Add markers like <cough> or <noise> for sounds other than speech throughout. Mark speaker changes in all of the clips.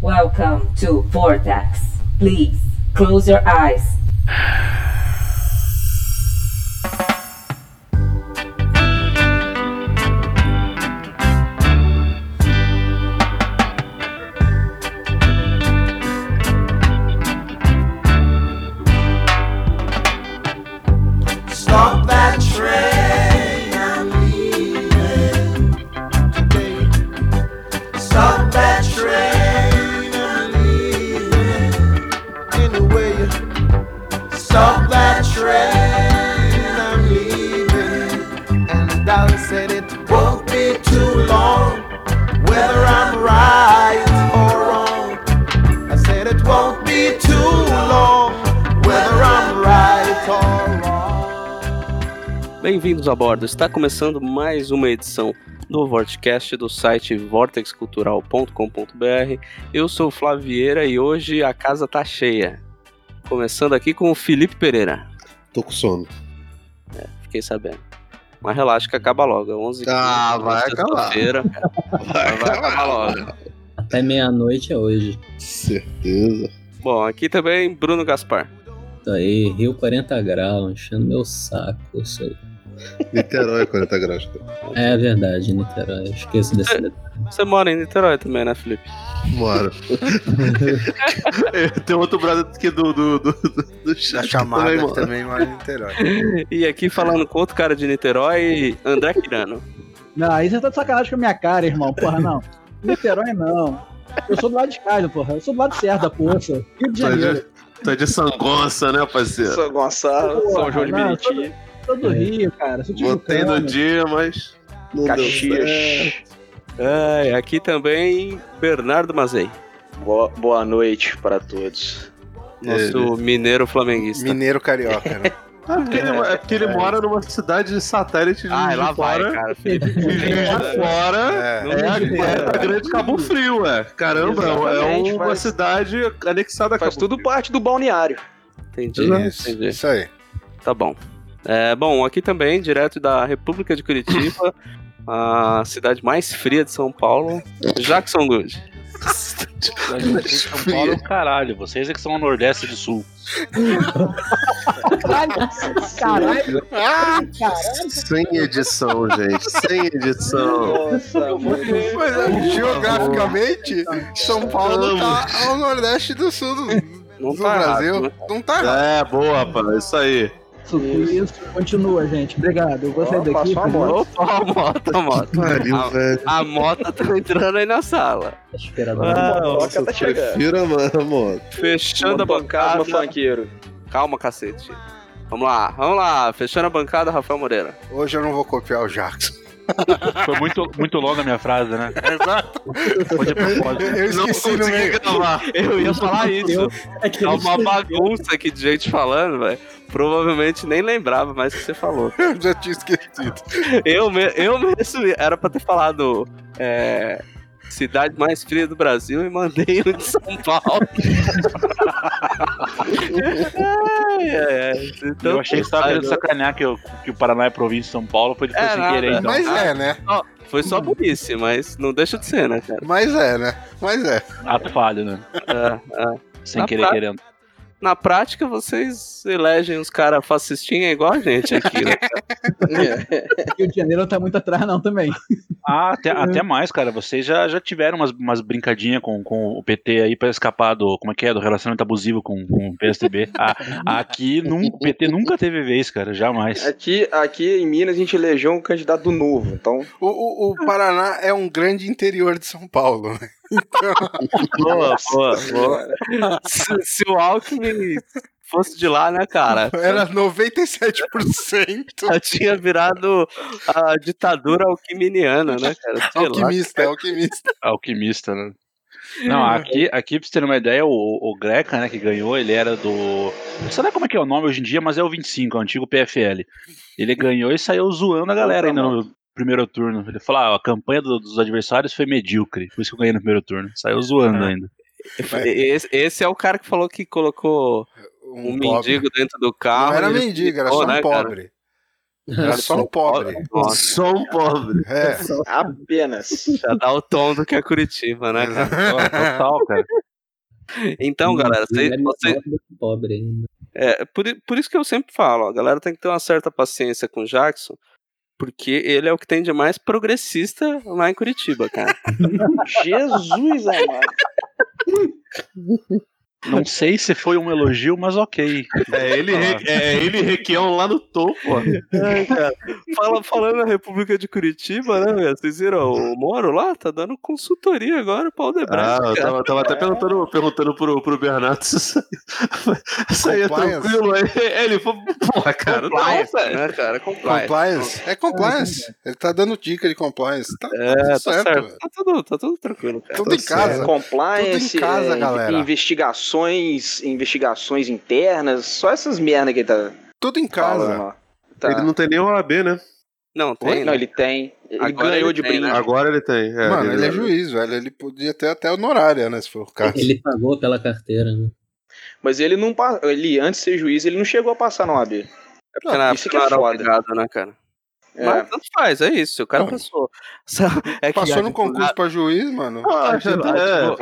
Speaker 1: Welcome to Vortex. Please close your eyes.
Speaker 2: Stop that train, I'm leaving today. Stop that train, I'm leaving anyway. Stop that train, I'm leaving. And the dollar said it won't be too long, whether I'm right or wrong. I said it won't be too long, whether I'm right or wrong.
Speaker 3: Bem-vindos a bordo. Está começando mais uma edição do Vortcast do site vortexcultural.com.br. Eu sou o Flávio Vieira e hoje a casa tá cheia. Começando aqui com o Felipe Pereira.
Speaker 4: Tô com sono.
Speaker 3: Fiquei sabendo. Mas relaxa que acaba logo. É 11
Speaker 4: Ah, vai acabar.
Speaker 3: feira Vai acabar logo.
Speaker 5: Até meia-noite é hoje.
Speaker 4: Certeza.
Speaker 3: Bom, aqui também Bruno Gaspar.
Speaker 5: Isso aí, Rio 40 graus, enchendo meu saco. Isso aí.
Speaker 4: Niterói 40 graus.
Speaker 5: É verdade, Niterói. Eu esqueço
Speaker 3: <laughs>
Speaker 5: desse detalhe.
Speaker 3: Você mora em Niterói também, né, Felipe?
Speaker 4: Moro. <laughs> Tem outro brother aqui do, do, do, do,
Speaker 6: Da
Speaker 4: do chat
Speaker 6: chamada
Speaker 4: também,
Speaker 6: que
Speaker 4: mano.
Speaker 6: também mora em Niterói.
Speaker 3: E aqui falando com outro cara de Niterói, André Quirano.
Speaker 7: Não, aí você tá de sacanagem com a minha cara, irmão. Porra, não. Niterói, não. Eu sou do lado de cá, né, porra. Eu sou do lado certo da poça. Rio de
Speaker 4: Tu é de,
Speaker 7: Janeiro.
Speaker 4: tu é de sangonça, né, parceiro?
Speaker 6: São Gonçalo,
Speaker 7: Porra,
Speaker 6: São João de
Speaker 7: não,
Speaker 6: Meriti,
Speaker 7: Sou do
Speaker 5: É.
Speaker 7: Rio, cara. Sou de
Speaker 4: Botei
Speaker 7: Jucana.
Speaker 4: no dia, mas. Não deu certo.
Speaker 6: Caxias.
Speaker 3: Ai, É, aqui também Bernardo Mazei.
Speaker 8: Boa, boa noite para todos.
Speaker 3: Nosso mineiro flamenguista.
Speaker 6: Mineiro Carioca. Né?
Speaker 4: Ah, porque ele, é porque ele mora numa cidade de satélite de Juiz de fora.
Speaker 3: cara. Felipe.
Speaker 4: De Juiz de fora.
Speaker 6: É.
Speaker 3: Não
Speaker 4: É, a-
Speaker 3: tem
Speaker 4: é
Speaker 3: jeito.
Speaker 4: a grande Cabo Frio, é. Caramba,
Speaker 8: Exatamente,
Speaker 4: é uma
Speaker 8: faz-
Speaker 4: cidade anexada a
Speaker 8: Faz
Speaker 4: Cabo
Speaker 8: tudo parte do balneário.
Speaker 3: Entendi,
Speaker 4: Exato.
Speaker 3: entendi.
Speaker 6: Isso aí.
Speaker 3: Tá bom. É, bom, aqui também, direto da República de Curitiba, a cidade mais fria de São Paulo, Jackson Good.
Speaker 4: São Paulo é o
Speaker 8: caralho, vocês é que são o Nordeste do Sul.
Speaker 7: Caralho, caralho,
Speaker 4: Frio. Sem edição, gente. Sem edição.
Speaker 6: Pois é, geograficamente, São Paulo tá ao nordeste do sul do,
Speaker 3: Não
Speaker 6: do
Speaker 3: tá
Speaker 6: Brasil.
Speaker 3: errado, né?
Speaker 6: Não tá errado.
Speaker 4: É, boa, rapaz, isso aí.
Speaker 7: Isso, isso. Continua, gente. Obrigado. Eu vou sair
Speaker 8: Ó,
Speaker 7: daqui.
Speaker 8: passou a bola.
Speaker 3: Opa, a moto, a moto.
Speaker 4: Pariu, velho.
Speaker 3: A moto tá entrando aí na sala.
Speaker 5: Esperando.
Speaker 3: Ah,
Speaker 8: Motoca tá chegando.
Speaker 4: Prefiro a mano, mano.
Speaker 3: Fechando a bancada.
Speaker 8: Fantasma funkeiro.
Speaker 3: Calma, cacete. Vamos lá, vamos lá. Fechando a bancada, Rafael Moreira.
Speaker 6: Hoje eu não vou copiar o Jackson.
Speaker 9: <laughs> Foi muito, muito longa a minha frase, né? Hoje é propósito.
Speaker 6: Eu esqueci no meio.
Speaker 4: gravar.
Speaker 3: Eu ia falar isso.
Speaker 5: É que
Speaker 3: Tá
Speaker 5: eles-
Speaker 3: uma bagunça aqui de gente falando, velho. Provavelmente nem lembrava mais o que você falou.
Speaker 6: <laughs> Eu já tinha esquecido.
Speaker 3: Eu, me- eu mesmo era pra ter falado é, cidade mais fria do Brasil e mandei o de São Paulo. ai, ai, ai. Então,
Speaker 9: eu achei que você tava querendo sacanear que, eu- que o Paraná é província de São Paulo, foi depois
Speaker 3: É,
Speaker 9: sem
Speaker 3: nada.
Speaker 9: querer, então.
Speaker 6: Mas
Speaker 4: ah.
Speaker 6: é, né?
Speaker 3: Foi só burrice, mas não deixa de ser, né, cara?
Speaker 6: Mas é, né? Mas é.
Speaker 9: Ato falho, né?
Speaker 3: É, é.
Speaker 9: Sem
Speaker 3: Na
Speaker 8: Tá
Speaker 9: querer,
Speaker 3: pra-
Speaker 9: querendo.
Speaker 3: Na prática, vocês elegem os caras fascistinha igual a gente aqui, né?
Speaker 7: Rio de Janeiro não tá muito atrás, não, também.
Speaker 9: Ah,
Speaker 8: É.
Speaker 9: até, até mais, cara. Vocês já, já tiveram umas, umas brincadinhas com, com o PT aí pra escapar do. Como é que é? Do relacionamento abusivo com, com o PSDB. Ah, aqui nunca- o PT nunca teve vez, cara. Jamais.
Speaker 8: Aqui, aqui em Minas a gente elegeu um candidato do novo, então
Speaker 6: O, o, o Paraná é um grande interior de São Paulo, né?
Speaker 3: Boa, boa, boa. <laughs> Se, se o Alckmin fosse de lá, né, cara?
Speaker 6: Era 97%
Speaker 3: <laughs> Já tinha virado a ditadura alquiminiana, né, cara? Sei lá.
Speaker 6: alquimista, alquimista.
Speaker 9: Alquimista, né? Não, aqui, aqui pra você ter uma ideia, o, o Greca, né, que ganhou, ele era do. Não sei lá como é que é o nome hoje em dia, mas é o 25, é o antigo PFL. Ele ganhou e saiu zoando a galera ainda no primeiro turno. Ele falou: ah, a campanha do- dos adversários foi medíocre, por isso que eu ganhei no primeiro turno. Saiu zoando ainda.
Speaker 3: Esse, esse é o cara que falou que colocou um,
Speaker 6: pobre.
Speaker 3: mendigo dentro do carro.
Speaker 6: Não era
Speaker 3: ele
Speaker 6: mendigo, era
Speaker 3: ficou,
Speaker 6: só um
Speaker 3: né, cara?
Speaker 6: pobre. Só um pobre.
Speaker 3: Nossa,
Speaker 4: <laughs> Só um pobre.
Speaker 6: É.
Speaker 8: Apenas.
Speaker 3: já dá o tom do que é Curitiba, né, cara?
Speaker 9: Total, cara.
Speaker 3: Então, galera, vocês,
Speaker 5: Ele é
Speaker 3: vocês-
Speaker 5: menor do que pobre ainda.
Speaker 3: É, por, i- por isso que eu sempre falo, ó, a galera tem que ter uma certa paciência com o Jackson, porque ele é o que tem de mais progressista lá em Curitiba, cara.
Speaker 8: Jesus amado.
Speaker 9: Não sei se foi um elogio, mas ok.
Speaker 4: É ele,
Speaker 8: Ah.
Speaker 4: re- é ele Requião lá no topo. ó.
Speaker 3: <laughs> Fala, falando na República de Curitiba, né, velho? Vocês viram, o Moro lá tá dando consultoria agora pra
Speaker 4: Ah,
Speaker 3: Aldebrecht,
Speaker 4: eu
Speaker 3: cara.
Speaker 4: tava, tava até perguntando, perguntando pro, pro Bernardo se isso <laughs> aí- isso aí é
Speaker 6: Compliance.
Speaker 4: tranquilo. Ele, ele falou, porra, cara, não,
Speaker 3: Compliance,
Speaker 4: velho.
Speaker 3: né, cara? Compliance.
Speaker 6: Compliance. É compliance. Ele tá dando dica de compliance. Tá
Speaker 3: É, tá
Speaker 6: tudo
Speaker 3: certo.
Speaker 6: certo. velho.
Speaker 3: Tá tudo, tá tudo tranquilo,
Speaker 4: Então,
Speaker 3: cara.
Speaker 6: Tudo em casa.
Speaker 8: É, Compliance,
Speaker 6: Tudo em casa,
Speaker 8: eh,
Speaker 6: galera.
Speaker 8: investigações, investigações internas, só essas merda que ele tá
Speaker 6: Tudo em
Speaker 8: falando.
Speaker 6: casa.
Speaker 8: ó. Tá.
Speaker 4: Ele não tem nem OAB, né?
Speaker 3: Não, tem.
Speaker 8: Não,
Speaker 3: né?
Speaker 8: ele tem. Ele
Speaker 3: Agora
Speaker 8: ganhou
Speaker 3: ele
Speaker 8: de
Speaker 3: tem,
Speaker 8: brinde.
Speaker 3: né?
Speaker 4: Agora ele tem. é,
Speaker 6: Mano, ele é juiz, velho. Ele podia ter até honorária, né? Se for o caso.
Speaker 5: Ele pagou pela carteira, né?
Speaker 8: Mas ele não pa- ele antes de ser juiz, ele não chegou a passar na OAB.
Speaker 3: É porque na
Speaker 8: isso
Speaker 3: época
Speaker 8: que é
Speaker 3: não era
Speaker 8: foda.
Speaker 3: obrigado, né, cara?
Speaker 8: É.
Speaker 3: Mas tanto faz, é isso. O cara
Speaker 6: Não.
Speaker 3: passou. <laughs> Sabe, É que
Speaker 6: Passou
Speaker 3: advogado-
Speaker 6: no
Speaker 4: né?
Speaker 6: concurso pra juiz, mano.
Speaker 4: Ah, já tá-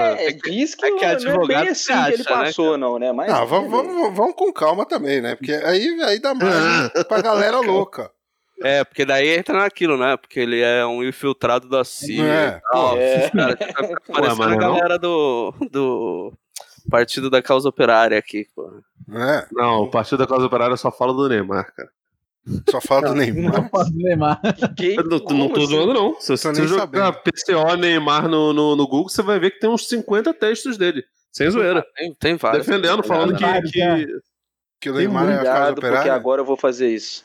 Speaker 4: é.
Speaker 8: É, diz que,
Speaker 3: é que
Speaker 8: não, não é
Speaker 3: advogado
Speaker 8: bem assim
Speaker 3: acha,
Speaker 8: que ele
Speaker 3: né, cara?
Speaker 8: passou, não, né?
Speaker 4: Ah,
Speaker 8: Mas.
Speaker 6: Não, Ah, vamos, vamos, vamos com calma também, né? Porque aí, aí dá
Speaker 4: <laughs>
Speaker 6: mais pra galera louca.
Speaker 3: É, porque daí entra naquilo, né? Porque ele é um infiltrado da CIA
Speaker 6: É.
Speaker 3: e tal. <laughs>
Speaker 8: É.
Speaker 3: Cara, tá
Speaker 4: Ué, mas
Speaker 3: parecendo a
Speaker 4: não é não?
Speaker 3: galera do, do Partido da Causa Operária aqui, pô.
Speaker 6: né?
Speaker 4: Não, o Partido da Causa Operária só fala do Neymar, cara.
Speaker 6: Só fala do Neymar.
Speaker 7: Não posso Neymar.
Speaker 8: Que-
Speaker 4: Eu não,
Speaker 8: como
Speaker 4: não tô
Speaker 8: assim?
Speaker 4: zoando, não. Se
Speaker 6: Tô
Speaker 4: você
Speaker 6: nem
Speaker 4: jogar
Speaker 6: sabendo.
Speaker 4: PCO Neymar no, no, no Google, você vai ver que tem uns 50 textos dele. Sem zoeira.
Speaker 3: Tem, tem vários.
Speaker 4: defendendo, falando
Speaker 7: tem vários,
Speaker 4: que, que-
Speaker 6: Que o Neymar
Speaker 4: né,
Speaker 6: é a causa
Speaker 8: Obrigado, porque
Speaker 6: operária.
Speaker 8: agora eu vou fazer isso.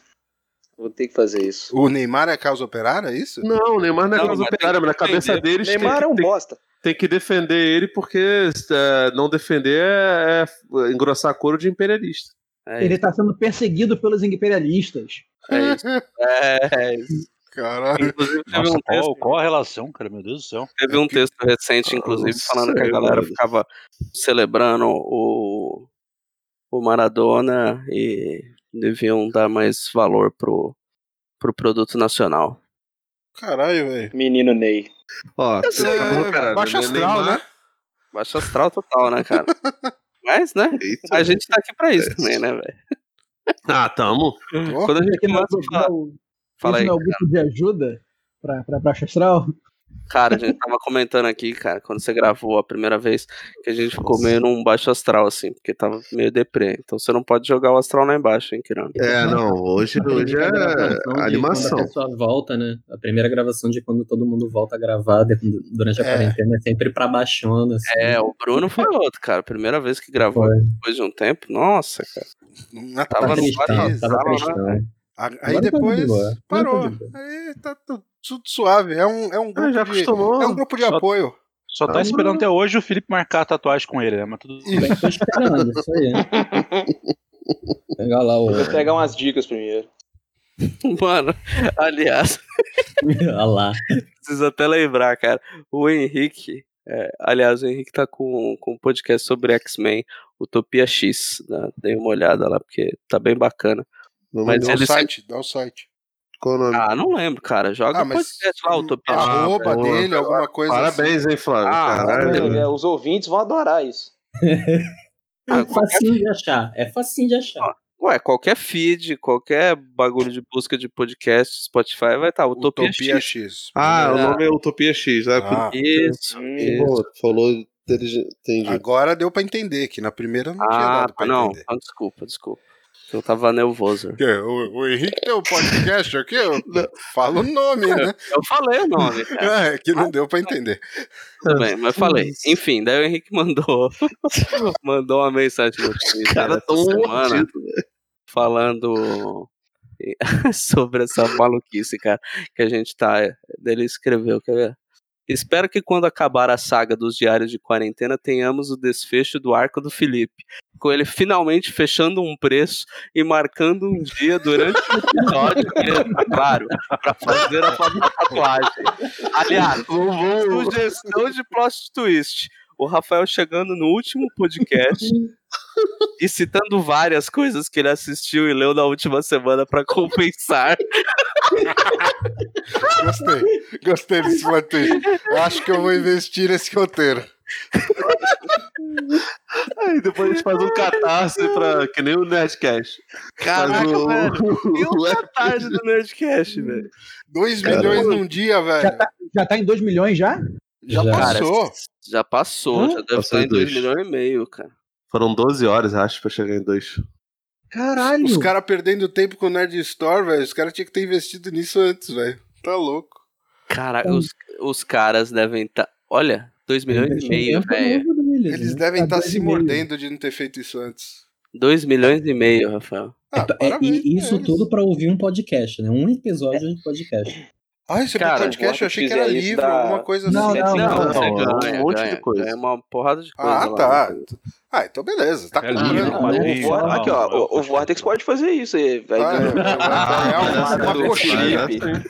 Speaker 8: Vou ter que fazer isso.
Speaker 6: O Neymar é a causa operária, é isso?
Speaker 4: Não, o Neymar não é
Speaker 3: Não,
Speaker 4: causa
Speaker 3: mas tem
Speaker 4: operária,
Speaker 3: que
Speaker 4: mas na cabeça
Speaker 3: defender.
Speaker 4: deles tem,
Speaker 8: Neymar é um
Speaker 4: tem-
Speaker 8: bosta.
Speaker 4: tem que defender ele porque é, não defender é, é engrossar couro de imperialista.
Speaker 3: É
Speaker 7: Ele
Speaker 3: isso.
Speaker 7: tá sendo perseguido pelos imperialistas.
Speaker 3: É isso. É, é isso.
Speaker 6: Caralho.
Speaker 3: Inclusive, teve
Speaker 9: Nossa,
Speaker 3: um texto,
Speaker 9: qual, qual a relação, cara? Meu Deus do céu.
Speaker 3: teve um texto recente, inclusive,
Speaker 4: Nossa,
Speaker 3: falando que a
Speaker 4: meu
Speaker 3: galera
Speaker 4: Deus.
Speaker 3: ficava celebrando o, o Maradona e deviam dar mais valor pro, pro produto nacional.
Speaker 6: Caralho, velho.
Speaker 8: Menino Ney.
Speaker 4: Ó, tá
Speaker 6: Isso é
Speaker 4: acabou, caralho.
Speaker 6: baixa astral,
Speaker 4: Neymar-
Speaker 6: né?
Speaker 3: Baixa astral total, né, cara? Mas, né?
Speaker 4: Eita.
Speaker 3: A gente tá aqui pra isso também, né, velho?
Speaker 4: Ah, tamo.
Speaker 3: Quando a gente
Speaker 7: Aqui no,
Speaker 3: começa a falar.
Speaker 7: no,
Speaker 3: Fala aí,
Speaker 7: no meu grupo tipo de ajuda pra, pra Baixa Astral,
Speaker 3: cara, a gente tava comentando aqui, cara, quando você gravou a primeira vez, que a gente ficou meio num baixo astral, assim, porque tava meio deprê. Então você não pode jogar o astral lá embaixo, hein, Kirano?
Speaker 4: É, não, hoje, hoje
Speaker 5: A primeira gravação de
Speaker 4: é animação.
Speaker 5: Quando a pessoa volta, né? A primeira gravação de quando todo mundo volta a gravar de- durante a
Speaker 6: É.
Speaker 5: quarentena é sempre pra baixona, assim.
Speaker 3: É, o Bruno foi outro, cara. Primeira vez que gravou
Speaker 5: Foi.
Speaker 3: depois de um tempo. Nossa, cara.
Speaker 6: Na
Speaker 7: Tá
Speaker 3: Tava no
Speaker 5: tristão,
Speaker 3: quarto,
Speaker 6: tristeza.
Speaker 5: tava
Speaker 3: tava lá,
Speaker 5: tristão.
Speaker 6: A- Aí
Speaker 5: Agora tá de
Speaker 6: depois
Speaker 5: boa.
Speaker 6: parou.
Speaker 5: Agora tá de boa.
Speaker 6: Aí tá tudo, tudo suave. É um, é um
Speaker 4: Ah,
Speaker 6: grupo
Speaker 4: já
Speaker 6: de,
Speaker 4: acostumou.
Speaker 6: é um grupo de
Speaker 9: Só-
Speaker 6: apoio.
Speaker 9: Só tá
Speaker 4: Ah.
Speaker 9: esperando até hoje o Felipe marcar a tatuagem com ele, né? Mas tudo
Speaker 6: Ih,
Speaker 5: Bem, tô esperando, isso aí. Pegar lá o.
Speaker 8: Vou pegar umas dicas primeiro.
Speaker 3: <laughs> Mano, aliás,
Speaker 5: Olha lá.
Speaker 3: preciso até lembrar, cara. O Henrique, é, aliás, o Henrique tá com, com um podcast sobre X-Men, Utopia X. Né? Dei uma olhada lá, porque tá bem bacana. Mas
Speaker 6: Dá o
Speaker 3: ele sempre-
Speaker 6: site, dá o site.
Speaker 4: Qual o nome?
Speaker 3: Ah, não lembro, cara. Joga
Speaker 6: Ah,
Speaker 3: o
Speaker 6: mas- ah.
Speaker 3: podcast lá, Utopia X.
Speaker 6: A roupa
Speaker 4: boa.
Speaker 6: dele, alguma coisa
Speaker 4: Parabéns, hein, Flávio.
Speaker 3: Ah,
Speaker 4: Caralho.
Speaker 8: É, os ouvintes vão adorar isso.
Speaker 3: Ah,
Speaker 5: É facinho de achar. É facinho de achar.
Speaker 3: Ué, qualquer feed, qualquer bagulho de busca de podcast, Spotify, vai estar. Tá,
Speaker 6: assim.
Speaker 3: Utopia,
Speaker 6: Utopia
Speaker 3: X.
Speaker 6: X.
Speaker 4: Ah,
Speaker 3: É.
Speaker 4: o nome é Utopia X. Né?
Speaker 6: Ah,
Speaker 3: Isso,
Speaker 8: Hum.
Speaker 3: isso.
Speaker 4: falou, intelig- entendi.
Speaker 6: agora deu pra entender, que na primeira não tinha
Speaker 3: Ah,
Speaker 6: dado pra
Speaker 3: não,
Speaker 6: entender.
Speaker 3: não, desculpa, desculpa. Eu tava nervoso.
Speaker 6: Que, o, o Henrique tem um podcast aqui, eu falo o nome, né?
Speaker 3: Eu falei o nome, cara,
Speaker 6: É, que não deu pra entender.
Speaker 3: tudo bem, mas falei. Enfim, daí o Henrique <laughs> mandou, mandou uma mensagem no Twitter
Speaker 4: Cara,
Speaker 3: essa
Speaker 4: tão
Speaker 3: semana
Speaker 4: mordido.
Speaker 3: falando <laughs> sobre essa maluquice, cara, que a gente tá. Ele escreveu, quer ver? Espero que quando acabar a saga dos diários de quarentena tenhamos o desfecho do arco do Felipe, com ele finalmente fechando um preço e marcando um dia durante o episódio, mesmo, claro, para fazer a famosa tatuagem. Aliás,
Speaker 6: Ah,
Speaker 4: Vamos, vamos.
Speaker 3: sugestão de plot twist. o Rafael chegando no último
Speaker 4: <laughs>
Speaker 3: podcast e citando várias coisas que ele assistiu e leu na última semana pra compensar.
Speaker 6: Gostei. Gostei desse roteiro. Eu acho que eu vou investir nesse roteiro.
Speaker 4: Aí depois a gente faz um catarse pra. Que nem o Nerdcast.
Speaker 3: Caraca,
Speaker 4: Mas o-
Speaker 3: velho. E
Speaker 4: <laughs> o-
Speaker 3: o tarde do Nerdcast, velho.
Speaker 6: 2 milhões num dia,
Speaker 7: Já
Speaker 6: velho.
Speaker 7: tá, já tá em 2 milhões já?
Speaker 6: Já,
Speaker 5: Já.
Speaker 6: passou.
Speaker 3: Já passou, já deve
Speaker 4: Passou
Speaker 3: estar em 2
Speaker 4: dois.
Speaker 3: milhões e meio, cara.
Speaker 4: Foram 12 horas, acho, pra chegar em dois.
Speaker 7: Caralho.
Speaker 6: Os caras perdendo tempo com o Nerd Store, velho. Os caras tinham que ter investido nisso antes, velho. Tá louco.
Speaker 3: Cara,
Speaker 4: Então-
Speaker 3: os, os caras devem estar. Olha, 2 milhões e meio, velho.
Speaker 5: né?
Speaker 6: Eles devem
Speaker 5: Tá
Speaker 6: estar se mordendo de não ter feito isso antes.
Speaker 3: 2 milhões e meio, Rafael.
Speaker 6: Ah,
Speaker 5: É,
Speaker 6: parabéns pra
Speaker 5: e isso
Speaker 6: eles.
Speaker 5: tudo pra ouvir um podcast, né? Um episódio de podcast.
Speaker 6: Ah, esse
Speaker 8: Cara,
Speaker 6: podcast eu achei que era
Speaker 8: fizer isso
Speaker 6: livro,
Speaker 8: dá-
Speaker 6: alguma coisa assim.
Speaker 7: Não, não, não.
Speaker 3: você
Speaker 4: não,
Speaker 9: é,
Speaker 3: ganha,
Speaker 4: um monte de
Speaker 3: ganha,
Speaker 4: coisa.
Speaker 3: ganha uma porrada de coisa.
Speaker 6: Ah,
Speaker 3: lá,
Speaker 6: tá.
Speaker 3: né?
Speaker 6: Ah, então beleza. Tá
Speaker 9: É
Speaker 6: comprando.
Speaker 9: livro, quadrinho.
Speaker 8: Vor-
Speaker 9: não,
Speaker 8: aqui, ó,
Speaker 9: eu-
Speaker 8: o, o Vortex pode fazer isso. Ele vai
Speaker 6: Ah,
Speaker 8: ganhar.
Speaker 6: é, é uma-
Speaker 4: Parece
Speaker 6: uma
Speaker 4: do-
Speaker 6: coxinha.
Speaker 4: parece-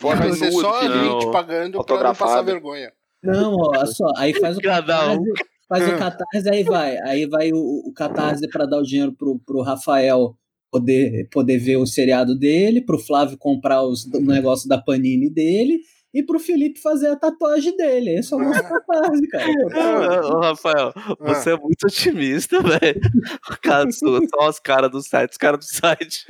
Speaker 6: Vai ser só
Speaker 3: né?
Speaker 6: a
Speaker 4: Não.
Speaker 6: gente pagando pra não
Speaker 8: Autografado.
Speaker 6: passar vergonha.
Speaker 5: Não, ó, olha só, aí faz
Speaker 3: <laughs>
Speaker 5: o
Speaker 3: Cada
Speaker 5: catarse,
Speaker 3: um.
Speaker 5: faz o catarse, aí vai. Aí vai o, o catarse pra dar o dinheiro pro, pro Rafael poder, poder ver o seriado dele, pro Flávio comprar os, o negócio da Panini dele e pro Felipe fazer a tatuagem dele. Esse é o nosso
Speaker 3: <laughs>
Speaker 5: catarse, cara.
Speaker 3: Ô, Rafael, você é muito otimista, velho. Cara, só só os caras do site, os caras do site.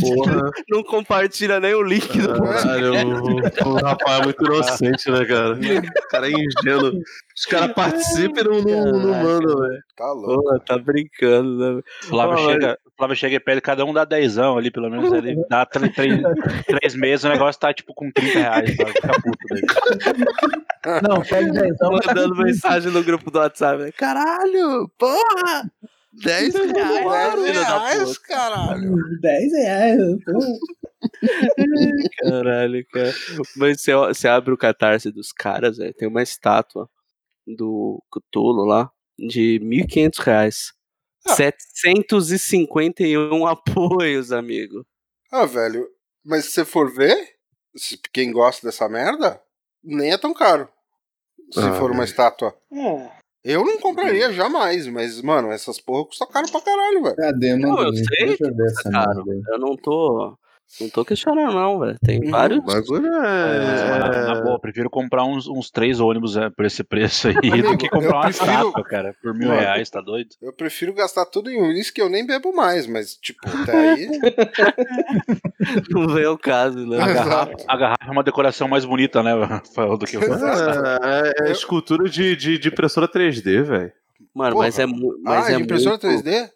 Speaker 4: Porra.
Speaker 3: Não compartilha nem o link do
Speaker 4: Caralho, o, o rapaz é muito inocente, né, cara? <laughs> O cara é ingênuo. Os caras participam e não, não, não mandam, velho.
Speaker 6: Tá louco.
Speaker 3: Pô, tá brincando, né?
Speaker 9: Flávio,
Speaker 3: Olha.
Speaker 9: chega, Flávio chega e pede cada um dá dezão ali, pelo
Speaker 6: <laughs>
Speaker 9: menos ele dá tre- tre- três meses, o negócio tá tipo com 30 reais, sabe? Fica puto né? dele.
Speaker 7: Não, pede 10.
Speaker 3: Tô mandando mensagem no grupo do WhatsApp. né? Caralho, porra! 10 reais,
Speaker 6: Dez
Speaker 3: filha da
Speaker 6: reais,
Speaker 3: puta.
Speaker 6: caralho.
Speaker 5: 10 reais. pô.
Speaker 3: Caralho, cara. Mas você, você abre o catarse dos caras, velho. Tem uma estátua do Cthulhu lá de 1.500 reais.
Speaker 6: Ah.
Speaker 3: 751 apoios, amigo.
Speaker 6: Ah, velho, mas se você for ver, se- quem gosta dessa merda, nem é tão caro. Se
Speaker 4: Ah,
Speaker 6: for uma
Speaker 4: velho.
Speaker 6: estátua.
Speaker 8: É.
Speaker 6: Eu não compraria jamais, mas, mano, essas porra custam caro pra caralho, velho.
Speaker 5: Cadê,
Speaker 3: Não, eu
Speaker 5: mano?
Speaker 3: sei tá
Speaker 5: Deixa eu ver essa
Speaker 3: cara.
Speaker 5: merda aí.
Speaker 3: Eu não tô. Não tô questionando, não, velho. Tem
Speaker 6: Uhum.
Speaker 3: vários.
Speaker 4: O
Speaker 7: um.
Speaker 4: bagulho
Speaker 9: Mas, na, na
Speaker 4: é.
Speaker 9: boa, eu prefiro comprar uns, uns três ônibus né, por esse preço aí
Speaker 6: Amigo,
Speaker 9: do que comprar
Speaker 6: eu
Speaker 9: uma
Speaker 6: prefiro-
Speaker 9: estátua, cara, por mil
Speaker 6: Mano.
Speaker 9: reais, tá doido?
Speaker 6: Eu prefiro gastar tudo em uísque, eu nem bebo mais, mas, tipo,
Speaker 7: <laughs>
Speaker 6: até aí.
Speaker 3: <laughs> Não veio o caso, né?
Speaker 9: A
Speaker 6: Ah,
Speaker 9: garrafa,
Speaker 6: Exato.
Speaker 9: a garrafa é uma decoração mais bonita, né, <laughs> Rafael, do que o
Speaker 4: É, é, é escultura de, de, de impressora 3D, velho.
Speaker 3: Mano,
Speaker 6: Porra.
Speaker 3: mas é, mu- mas
Speaker 6: ah,
Speaker 3: é
Speaker 6: de impressora
Speaker 3: muito...
Speaker 6: 3D?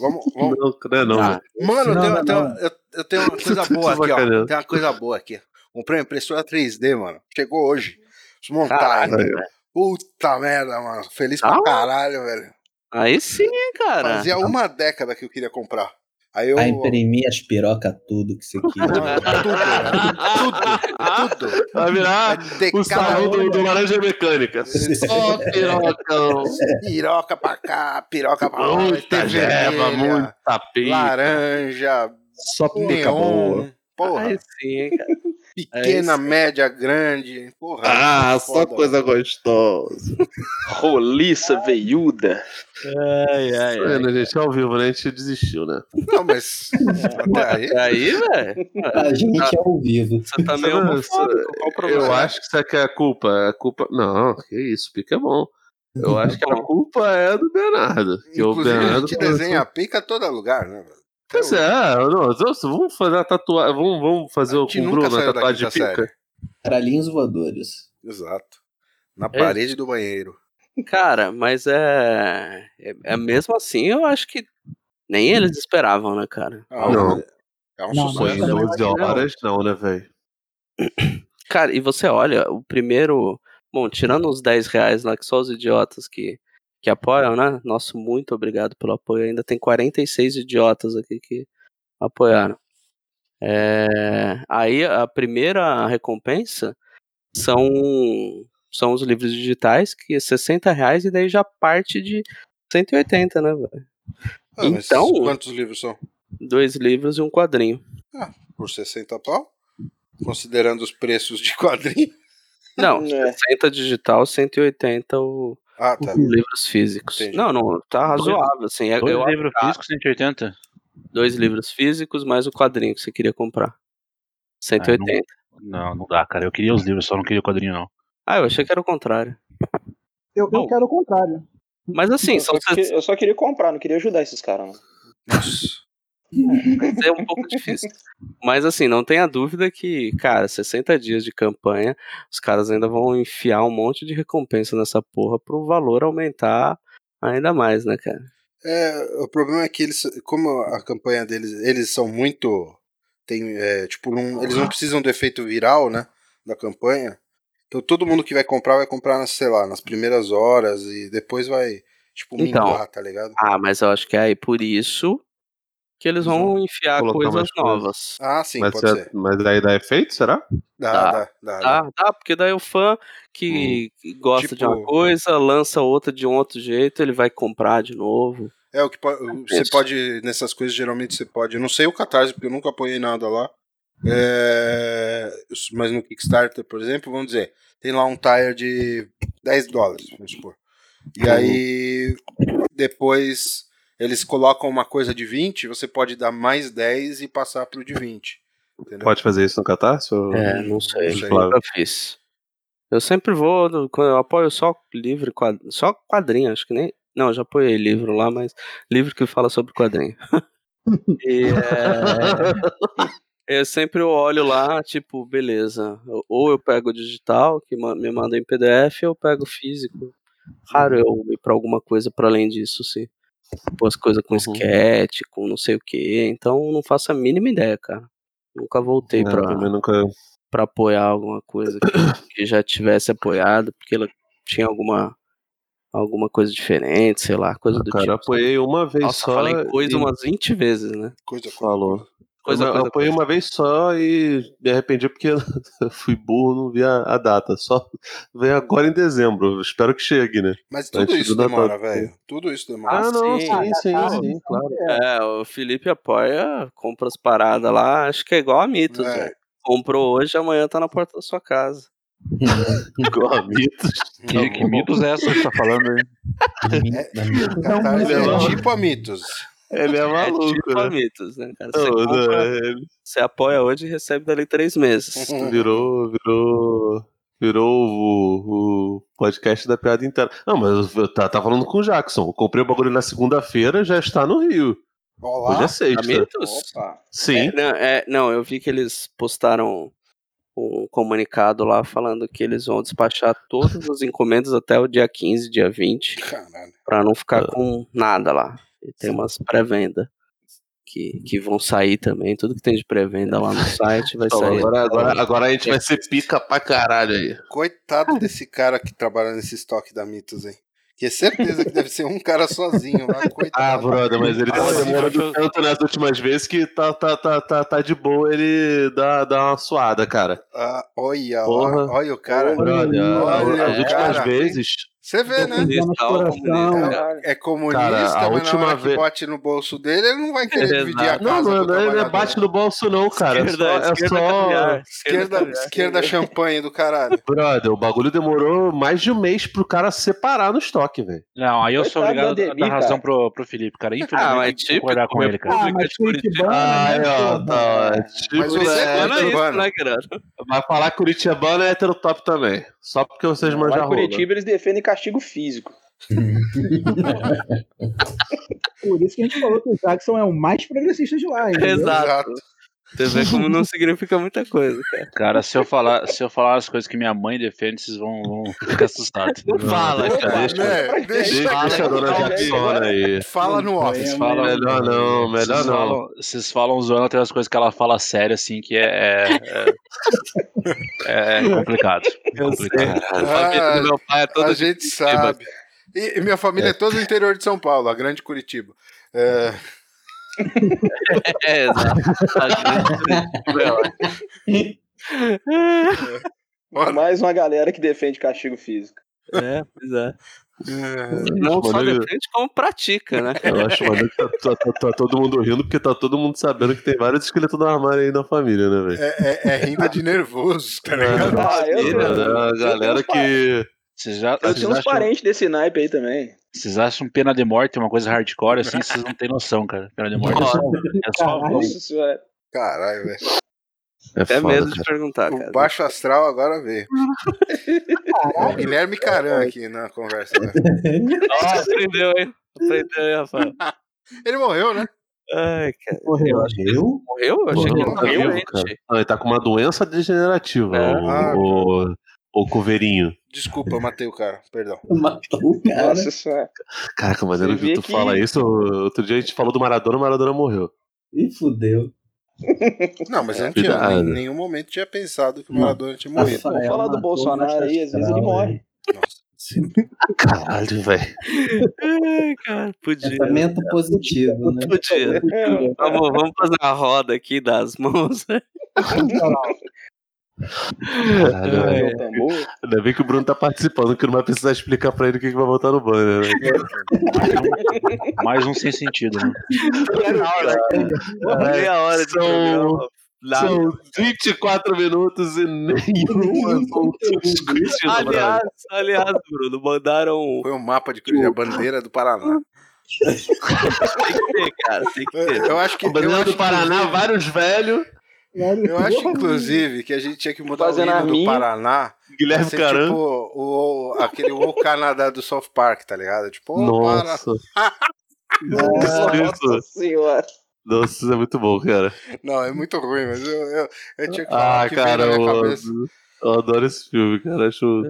Speaker 6: Vamos.
Speaker 4: Não, <laughs>
Speaker 6: vamos...
Speaker 4: não é não,
Speaker 3: Ah,
Speaker 4: velho.
Speaker 6: Mano, eu
Speaker 7: Não,
Speaker 6: tenho-
Speaker 7: não,
Speaker 6: eu tenho-
Speaker 7: não.
Speaker 6: eu eu
Speaker 7: <laughs>
Speaker 6: tenho uma coisa boa aqui, ó.
Speaker 4: Sacanagem.
Speaker 6: Tem uma coisa boa aqui. Comprei uma impressora 3D, mano. Chegou hoje. Preciso montar.
Speaker 3: Caralho,
Speaker 6: hein?
Speaker 3: velho.
Speaker 6: Puta merda, mano. Feliz
Speaker 3: Ah.
Speaker 6: pra caralho, velho.
Speaker 3: Aí sim, cara.
Speaker 6: Fazia uma década que eu queria comprar. Aí eu.
Speaker 5: Vai imprimir as pirocas tudo que você
Speaker 6: Não,
Speaker 5: queria.
Speaker 6: tudo, tudo, tudo.
Speaker 4: Vai virar
Speaker 6: De
Speaker 4: o
Speaker 6: cada um
Speaker 4: salão do, do Laranja Mecânica. Só pirocão.
Speaker 6: piroca pra cá, piroca pra lá,
Speaker 4: Muita
Speaker 6: tem
Speaker 4: jeba,
Speaker 6: vermelha,
Speaker 4: muita pica.
Speaker 6: laranja,
Speaker 4: Só pica boa.
Speaker 6: neon, porra,
Speaker 3: Aí sim, cara.
Speaker 6: pequena,
Speaker 3: é isso.
Speaker 6: média, grande, porra. é
Speaker 4: Ah, só
Speaker 6: foda, né?
Speaker 4: coisa gostosa.
Speaker 8: Roliça veiuda.
Speaker 3: Ai, ai,
Speaker 4: Tá vendo, gente? Ao vivo, né? A gente desistiu, né?
Speaker 6: velho. Não,
Speaker 4: <laughs>
Speaker 6: mas até aí,
Speaker 3: Aí, velho.
Speaker 5: A gente é ao vivo.
Speaker 3: Você tá meio
Speaker 4: Sabe,
Speaker 3: homofóbico. Qual o
Speaker 4: Eu
Speaker 3: problema?
Speaker 4: acho que isso aqui é a culpa. A culpa. Não, que isso, pica é bom. Eu acho que a culpa é do Bernardo. Que o
Speaker 6: inclusive a
Speaker 4: Bernardo.
Speaker 6: gente desenha a pica a todo lugar, né? velho?
Speaker 4: Pois é, não, vamos fazer a tatuagem. Vamos, vamos fazer
Speaker 6: A
Speaker 4: o
Speaker 6: gente
Speaker 4: com o
Speaker 6: nunca
Speaker 4: Bruno
Speaker 6: saiu
Speaker 4: a
Speaker 6: da
Speaker 4: tatuagem de
Speaker 6: quinta
Speaker 4: pica.
Speaker 5: Caralhinhos voadores.
Speaker 4: é.
Speaker 6: Exato. Na
Speaker 3: É.
Speaker 6: parede do banheiro.
Speaker 3: Cara, mas é... é. é Mesmo assim, eu acho que nem eles esperavam, né, cara?
Speaker 6: Ah,
Speaker 4: Não.
Speaker 6: É um
Speaker 7: Não,
Speaker 4: Foi
Speaker 6: sucesso.
Speaker 7: mas-
Speaker 4: ainda 11 horas, não, né, velho?
Speaker 3: Cara, e você olha, o primeiro. Bom, tirando os 10 reais lá, que só os idiotas que, que apoiam, né? Nosso muito obrigado pelo apoio. Ainda tem 46 idiotas aqui que apoiaram. É, aí a primeira recompensa são, são os livros digitais, que é 60 reais, e daí já parte de 180, né, velho?
Speaker 6: Ah, mas
Speaker 3: Então-
Speaker 6: Quantos livros são?
Speaker 3: Dois livros e um quadrinho.
Speaker 6: por 60 pau, considerando os preços de quadrinho.
Speaker 3: Não,
Speaker 8: É.
Speaker 3: 60 digital, 180 o,
Speaker 6: Ah, tá.
Speaker 3: Livros físicos.
Speaker 6: Entendi.
Speaker 3: Não, não, tá razoável, assim. é-
Speaker 9: Dois
Speaker 3: eu acho
Speaker 9: livros
Speaker 3: que tá.
Speaker 9: físicos, 180?
Speaker 3: dois livros físicos mais o quadrinho que você queria comprar. 180.
Speaker 9: Não, não dá, cara. Eu queria os livros, só não queria o quadrinho, não.
Speaker 3: Ah, eu achei que era o contrário.
Speaker 7: Eu, eu
Speaker 3: Bom.
Speaker 7: quero o contrário.
Speaker 3: Mas assim, são
Speaker 8: Hum. eu, só que- eu só queria comprar, não queria ajudar esses caras, não.
Speaker 3: mas é um pouco difícil. Mas assim, não tenha dúvida que, cara, 60 dias de campanha, os caras ainda vão enfiar um monte de recompensa nessa porra pro valor aumentar ainda mais, né, cara?
Speaker 6: É, o problema é que eles, como a campanha deles, eles são muito, tem, é, tipo, não- eles não precisam do efeito viral, né, da campanha. Então todo mundo que vai comprar vai comprar, nas, sei lá, nas primeiras horas e depois vai, tipo,
Speaker 3: Então.
Speaker 6: minguar, tá ligado?
Speaker 3: Ah, mas eu acho que é aí por isso que eles vão enfiar
Speaker 4: Colocar
Speaker 3: coisas
Speaker 4: mais coisas.
Speaker 3: novas.
Speaker 6: Ah, sim,
Speaker 4: mas,
Speaker 6: pode
Speaker 4: será-
Speaker 6: ser.
Speaker 4: mas aí dá efeito, será?
Speaker 6: Dá,
Speaker 3: é Tá.
Speaker 6: dá, dá.
Speaker 3: Tá,
Speaker 6: dá.
Speaker 3: tá, porque daí o fã que gosta de uma
Speaker 6: Tipo-
Speaker 3: coisa, lança outra de um outro jeito, ele vai comprar de novo.
Speaker 6: É o que po- você
Speaker 3: Isso.
Speaker 6: pode, nessas coisas, geralmente você pode. Eu não sei o Catarse, porque eu nunca apoiei nada lá. É, mas no Kickstarter, por exemplo, vamos dizer, tem lá um tire de 10 dólares, vamos supor. E aí, depois eles colocam uma coisa de 20, você pode dar mais 10 e passar pro de 20. Entendeu?
Speaker 4: Pode fazer isso no Catarse? ou-
Speaker 3: É, não sei.
Speaker 6: Não sei.
Speaker 3: Nunca fiz. Eu sempre vou, no- quando eu apoio só livro, quad- só quadrinho, acho que nem. Não, eu já apoiei livro lá, mas livro que fala sobre quadrinho. e, é, eu sempre olho lá, tipo, beleza. Ou eu pego o digital, que ma- me manda em PDF, ou eu pego o físico. Raro eu ir pra alguma coisa para além disso, sim. Pô, as coisas com sketch, com não sei o que. Então, não faço a mínima ideia, cara. Nunca voltei
Speaker 4: Não,
Speaker 3: pra
Speaker 4: Né, também nunca.
Speaker 3: para apoiar alguma coisa que, <coughs> que já tivesse apoiado, porque ela tinha alguma alguma coisa diferente, sei lá, coisa do
Speaker 4: Cara, eu
Speaker 3: tipo.
Speaker 4: apoiei uma vez
Speaker 3: Nossa,
Speaker 4: só.
Speaker 3: falei coisa
Speaker 4: e
Speaker 3: umas 20 vezes, né?
Speaker 6: Coisa
Speaker 4: Falou.
Speaker 3: Coisa,
Speaker 4: eu,
Speaker 3: coisa,
Speaker 4: apoiei
Speaker 3: coisa.
Speaker 4: uma vez só e me arrependi porque <laughs> eu fui burro, não vi a, a data. Só <laughs> vem agora em dezembro. Espero que chegue, né?
Speaker 6: Mas
Speaker 4: Antes
Speaker 6: tudo isso
Speaker 4: do Natal.
Speaker 6: demora, velho. Tudo isso demora.
Speaker 3: Ah, não, sim,
Speaker 7: Ah,
Speaker 4: claro.
Speaker 3: É, o Felipe apoia, compra as paradas lá, acho que é igual a Mitos,
Speaker 6: É.
Speaker 3: velho. Comprou hoje, amanhã tá na porta da sua casa.
Speaker 4: <laughs> Igual a mitos.
Speaker 9: Que, que mitos é essa que tá falando aí?
Speaker 5: É,
Speaker 6: Catarse
Speaker 4: Não.
Speaker 6: é tipo a mitos.
Speaker 4: Ele <laughs> é
Speaker 3: é
Speaker 4: maluco,
Speaker 3: tipo a
Speaker 4: né?
Speaker 3: Mitos, né, cara? Você,
Speaker 4: Não, é.
Speaker 3: compra,
Speaker 4: não, ele
Speaker 3: você apoia hoje e recebe dali três
Speaker 4: <laughs>
Speaker 3: meses.
Speaker 4: é, um virou, virou, virou o, o podcast da piada interna. Não, mas eu tá, tá falando com o Jackson. Eu comprei o bagulho na segunda-feira, já está no Rio. Hoje
Speaker 6: Olá.
Speaker 4: é
Speaker 3: A
Speaker 4: sexta.
Speaker 3: Mitos?
Speaker 8: Opa.
Speaker 4: Sim.
Speaker 3: É, não, é, não, eu vi que eles postaram um comunicado lá falando que eles vão despachar todas as encomendas até o dia 15, dia 20,
Speaker 6: Caralho.
Speaker 3: pra não ficar com nada lá. E tem umas pré-venda que, que vão sair também. Tudo que tem de pré-venda lá no site vai
Speaker 4: Então,
Speaker 3: sair.
Speaker 4: agora, agora, agora a gente vai ser pica pra caralho aí.
Speaker 6: Coitado desse cara que trabalha nesse estoque da Mitos, hein? Que é certeza que deve ser um cara sozinho
Speaker 4: <laughs>
Speaker 6: lá,
Speaker 4: Ah,
Speaker 6: coitado.
Speaker 4: brother, mas ele tava
Speaker 6: Ah, sim,
Speaker 4: demorando tanto nas últimas vezes que tá, tá, tá, tá, tá de boa ele dar dar uma suada, cara.
Speaker 6: Ah, olha,
Speaker 4: Porra.
Speaker 6: lá, olha o cara.
Speaker 4: Brother,
Speaker 6: Olha,
Speaker 4: as últimas
Speaker 6: cara.
Speaker 4: vezes.
Speaker 6: Você vê, né?
Speaker 3: Comunista,
Speaker 7: Tá no
Speaker 3: ó,
Speaker 7: coração.
Speaker 3: comunista, cara.
Speaker 8: Caralho.
Speaker 6: É comunista,
Speaker 4: Cara, a
Speaker 6: mas na
Speaker 4: última
Speaker 6: hora que
Speaker 4: vez-
Speaker 6: bote no bolso dele, ele não vai querer
Speaker 3: Exato.
Speaker 6: dividir a casa
Speaker 4: Não,
Speaker 6: com
Speaker 4: não,
Speaker 6: o
Speaker 4: não é- não é
Speaker 6: trabalhador.
Speaker 4: bate no bolso, não, cara. É só.
Speaker 3: Esquerda,
Speaker 4: É
Speaker 3: esquerda
Speaker 4: só-
Speaker 3: caviar, <laughs>
Speaker 6: Esquerda,
Speaker 3: caviar.
Speaker 6: esquerda champanhe do caralho.
Speaker 4: Brother, o bagulho demorou mais de um mês pro cara separar no estoque, velho.
Speaker 9: Não, aí eu sou
Speaker 8: Coitado do
Speaker 9: obrigado a dar
Speaker 8: Ademir,
Speaker 9: razão
Speaker 8: cara.
Speaker 9: pro, pro Felipe, cara. Infelizmente,
Speaker 3: Ah,
Speaker 9: eu
Speaker 3: mas
Speaker 9: tenho que
Speaker 3: típico,
Speaker 9: concordar com
Speaker 3: é
Speaker 9: ele, cara.
Speaker 7: Ah,
Speaker 3: República
Speaker 7: mas
Speaker 3: de
Speaker 7: Curitibana,
Speaker 5: é
Speaker 4: Ah,
Speaker 8: é,
Speaker 7: né,
Speaker 4: ó,
Speaker 7: porra?
Speaker 4: tá. ó,
Speaker 6: Mas
Speaker 4: tipo,
Speaker 6: você
Speaker 4: é,
Speaker 3: Não é isso,
Speaker 6: Curitibano.
Speaker 3: né, cara?
Speaker 4: Vai falar Curitibano é heterotop também. Só porque vocês
Speaker 8: Lá
Speaker 4: manjam
Speaker 8: em
Speaker 4: rola.
Speaker 8: Curitiba eles defendem castigo físico.
Speaker 7: é Por isso que a gente falou que o Jackson é o mais progressista
Speaker 8: <laughs>
Speaker 7: de lá. entendeu?
Speaker 4: né,
Speaker 3: Exato. Você vê como não significa muita coisa, cara.
Speaker 9: Cara, se eu, falar, se eu falar as coisas que minha mãe defende, vocês vão, vão ficar assustados.
Speaker 4: Não fala,
Speaker 6: Opa,
Speaker 4: cara. Deixa,
Speaker 6: né?
Speaker 4: deixa,
Speaker 6: Deixa,
Speaker 4: deixa a dona Jackson aí.
Speaker 6: Fala no office.
Speaker 9: Vocês falam,
Speaker 4: Melhor não, melhor
Speaker 9: vocês
Speaker 4: não.
Speaker 9: falam, vocês falam zoando até as coisas que ela fala sério, assim, que é. É, é- é
Speaker 4: <laughs>
Speaker 9: complicado. É complicado.
Speaker 3: A
Speaker 6: Ah,
Speaker 3: família do meu pai é toda assim.
Speaker 6: a gente sabe. E, e minha família é. toda no interior de São Paulo, a grande Curitiba. É,
Speaker 3: <laughs> É, exato. A é gente- Meu,
Speaker 6: É.
Speaker 8: Mais uma galera que defende castigo físico.
Speaker 3: <laughs> É, pois é.
Speaker 6: é,
Speaker 3: Não só
Speaker 4: maneiro.
Speaker 3: defende como pratica, <laughs> né?
Speaker 4: Eu acho maneiro que tá, tá- tá- tá todo mundo rindo, porque tá todo mundo sabendo que tem vários esqueletos no armário aí na família, né, velho?
Speaker 6: é- é- é renda de nervoso, tá ligado?
Speaker 8: Ah, eu
Speaker 4: É,
Speaker 8: tenho-
Speaker 4: né, a
Speaker 8: eu tenho
Speaker 4: galera
Speaker 8: uns pa-
Speaker 4: que.
Speaker 9: Vocês já,
Speaker 8: Eu
Speaker 9: vocês
Speaker 8: tinha uns
Speaker 9: acham-
Speaker 8: parentes desse naipe aí também.
Speaker 9: Vocês acham pena de morte uma coisa hardcore assim? Vocês não têm noção, cara. Pena de morte é só, é só
Speaker 7: Caralho.
Speaker 8: Nossa senhora.
Speaker 6: Caralho, velho.
Speaker 3: É
Speaker 4: foda,
Speaker 3: medo de
Speaker 4: cara.
Speaker 3: perguntar, cara.
Speaker 6: O baixo astral agora vê. Ó, o Guilherme Caran aqui na conversa. né?
Speaker 3: Nossa, aprendeu, hein? Aprendeu, hein, Rafael?
Speaker 6: Ele morreu, né?
Speaker 3: Ai, cara.
Speaker 7: Morreu.
Speaker 3: Eu acho que ele
Speaker 4: Eu?
Speaker 3: morreu? Eu achei que ele
Speaker 4: Não, tá
Speaker 3: morreu,
Speaker 4: vivo,
Speaker 3: hein,
Speaker 4: cara.
Speaker 3: gente?
Speaker 4: Não, ele tá com uma doença degenerativa,
Speaker 3: É.
Speaker 4: o,
Speaker 6: Ah.
Speaker 4: o, o coveirinho.
Speaker 6: Desculpa, eu matei o cara. Perdão.
Speaker 5: Matou o tá cara.
Speaker 8: Nossa senhora.
Speaker 4: Caraca, maneiro
Speaker 8: Você
Speaker 4: que
Speaker 8: vê
Speaker 4: tu
Speaker 8: que-
Speaker 4: fala isso. Outro dia a gente falou do Maradona, o Maradona morreu.
Speaker 5: E fudeu.
Speaker 6: Não, mas eu não tinha,
Speaker 4: Cuidado.
Speaker 6: em nenhum momento tinha pensado que o Maradona tinha morrido.
Speaker 5: Rafael
Speaker 8: Fala do
Speaker 5: matou o
Speaker 8: Bolsonaro
Speaker 5: baixo
Speaker 8: aí, às vezes
Speaker 5: astral,
Speaker 8: ele morre.
Speaker 5: velho.
Speaker 6: Nossa.
Speaker 4: Caralho, <laughs> velho.
Speaker 3: Ai, cara, podia.
Speaker 5: Pensamento
Speaker 8: É.
Speaker 5: positivo, né?
Speaker 3: Podia.
Speaker 7: <laughs>
Speaker 8: <laughs>
Speaker 3: Tá bom, vamos fazer a roda aqui das mãos. <laughs>
Speaker 4: Caralho,
Speaker 3: É.
Speaker 4: velho.
Speaker 8: Meu tambor.
Speaker 4: Ainda bem que o Bruno tá participando, que não vai precisar explicar pra ele o que, que vai botar no banner, né?
Speaker 9: mais um sem sentido, né?
Speaker 6: É, né?
Speaker 3: Meia hora de
Speaker 4: são-
Speaker 3: programa. Nada.
Speaker 4: São 24 minutos e nenhum assunto discutido.
Speaker 3: Aliás, aliás, Bruno, mandaram.
Speaker 6: Foi um mapa de a bandeira do Paraná.
Speaker 3: Tem que ter, cara, tem que ter.
Speaker 6: É, Eu acho que.
Speaker 4: o
Speaker 6: Eu
Speaker 4: Bandeira
Speaker 6: acho,
Speaker 4: é do Paraná, vários velhos.
Speaker 6: eu acho, inclusive, que a gente tinha que mudar
Speaker 8: Fazendo
Speaker 6: o
Speaker 8: a
Speaker 6: hino do
Speaker 8: minha.
Speaker 6: Paraná. pra
Speaker 4: Guilherme
Speaker 6: ser
Speaker 4: Caran.
Speaker 6: tipo o, o- aquele O Canadá do South Park, tá ligado? Tipo, o Paraná.
Speaker 4: Nossa. Isso,
Speaker 8: Nossa
Speaker 4: isso.
Speaker 8: senhora.
Speaker 4: Nossa, isso é muito bom, cara.
Speaker 6: Não, é muito ruim, mas eu, eu, eu tinha que falar
Speaker 4: Ah,
Speaker 6: que
Speaker 4: cara,
Speaker 6: veio na minha
Speaker 4: eu,
Speaker 6: cabeça.
Speaker 4: eu adoro esse filme, cara. Acho.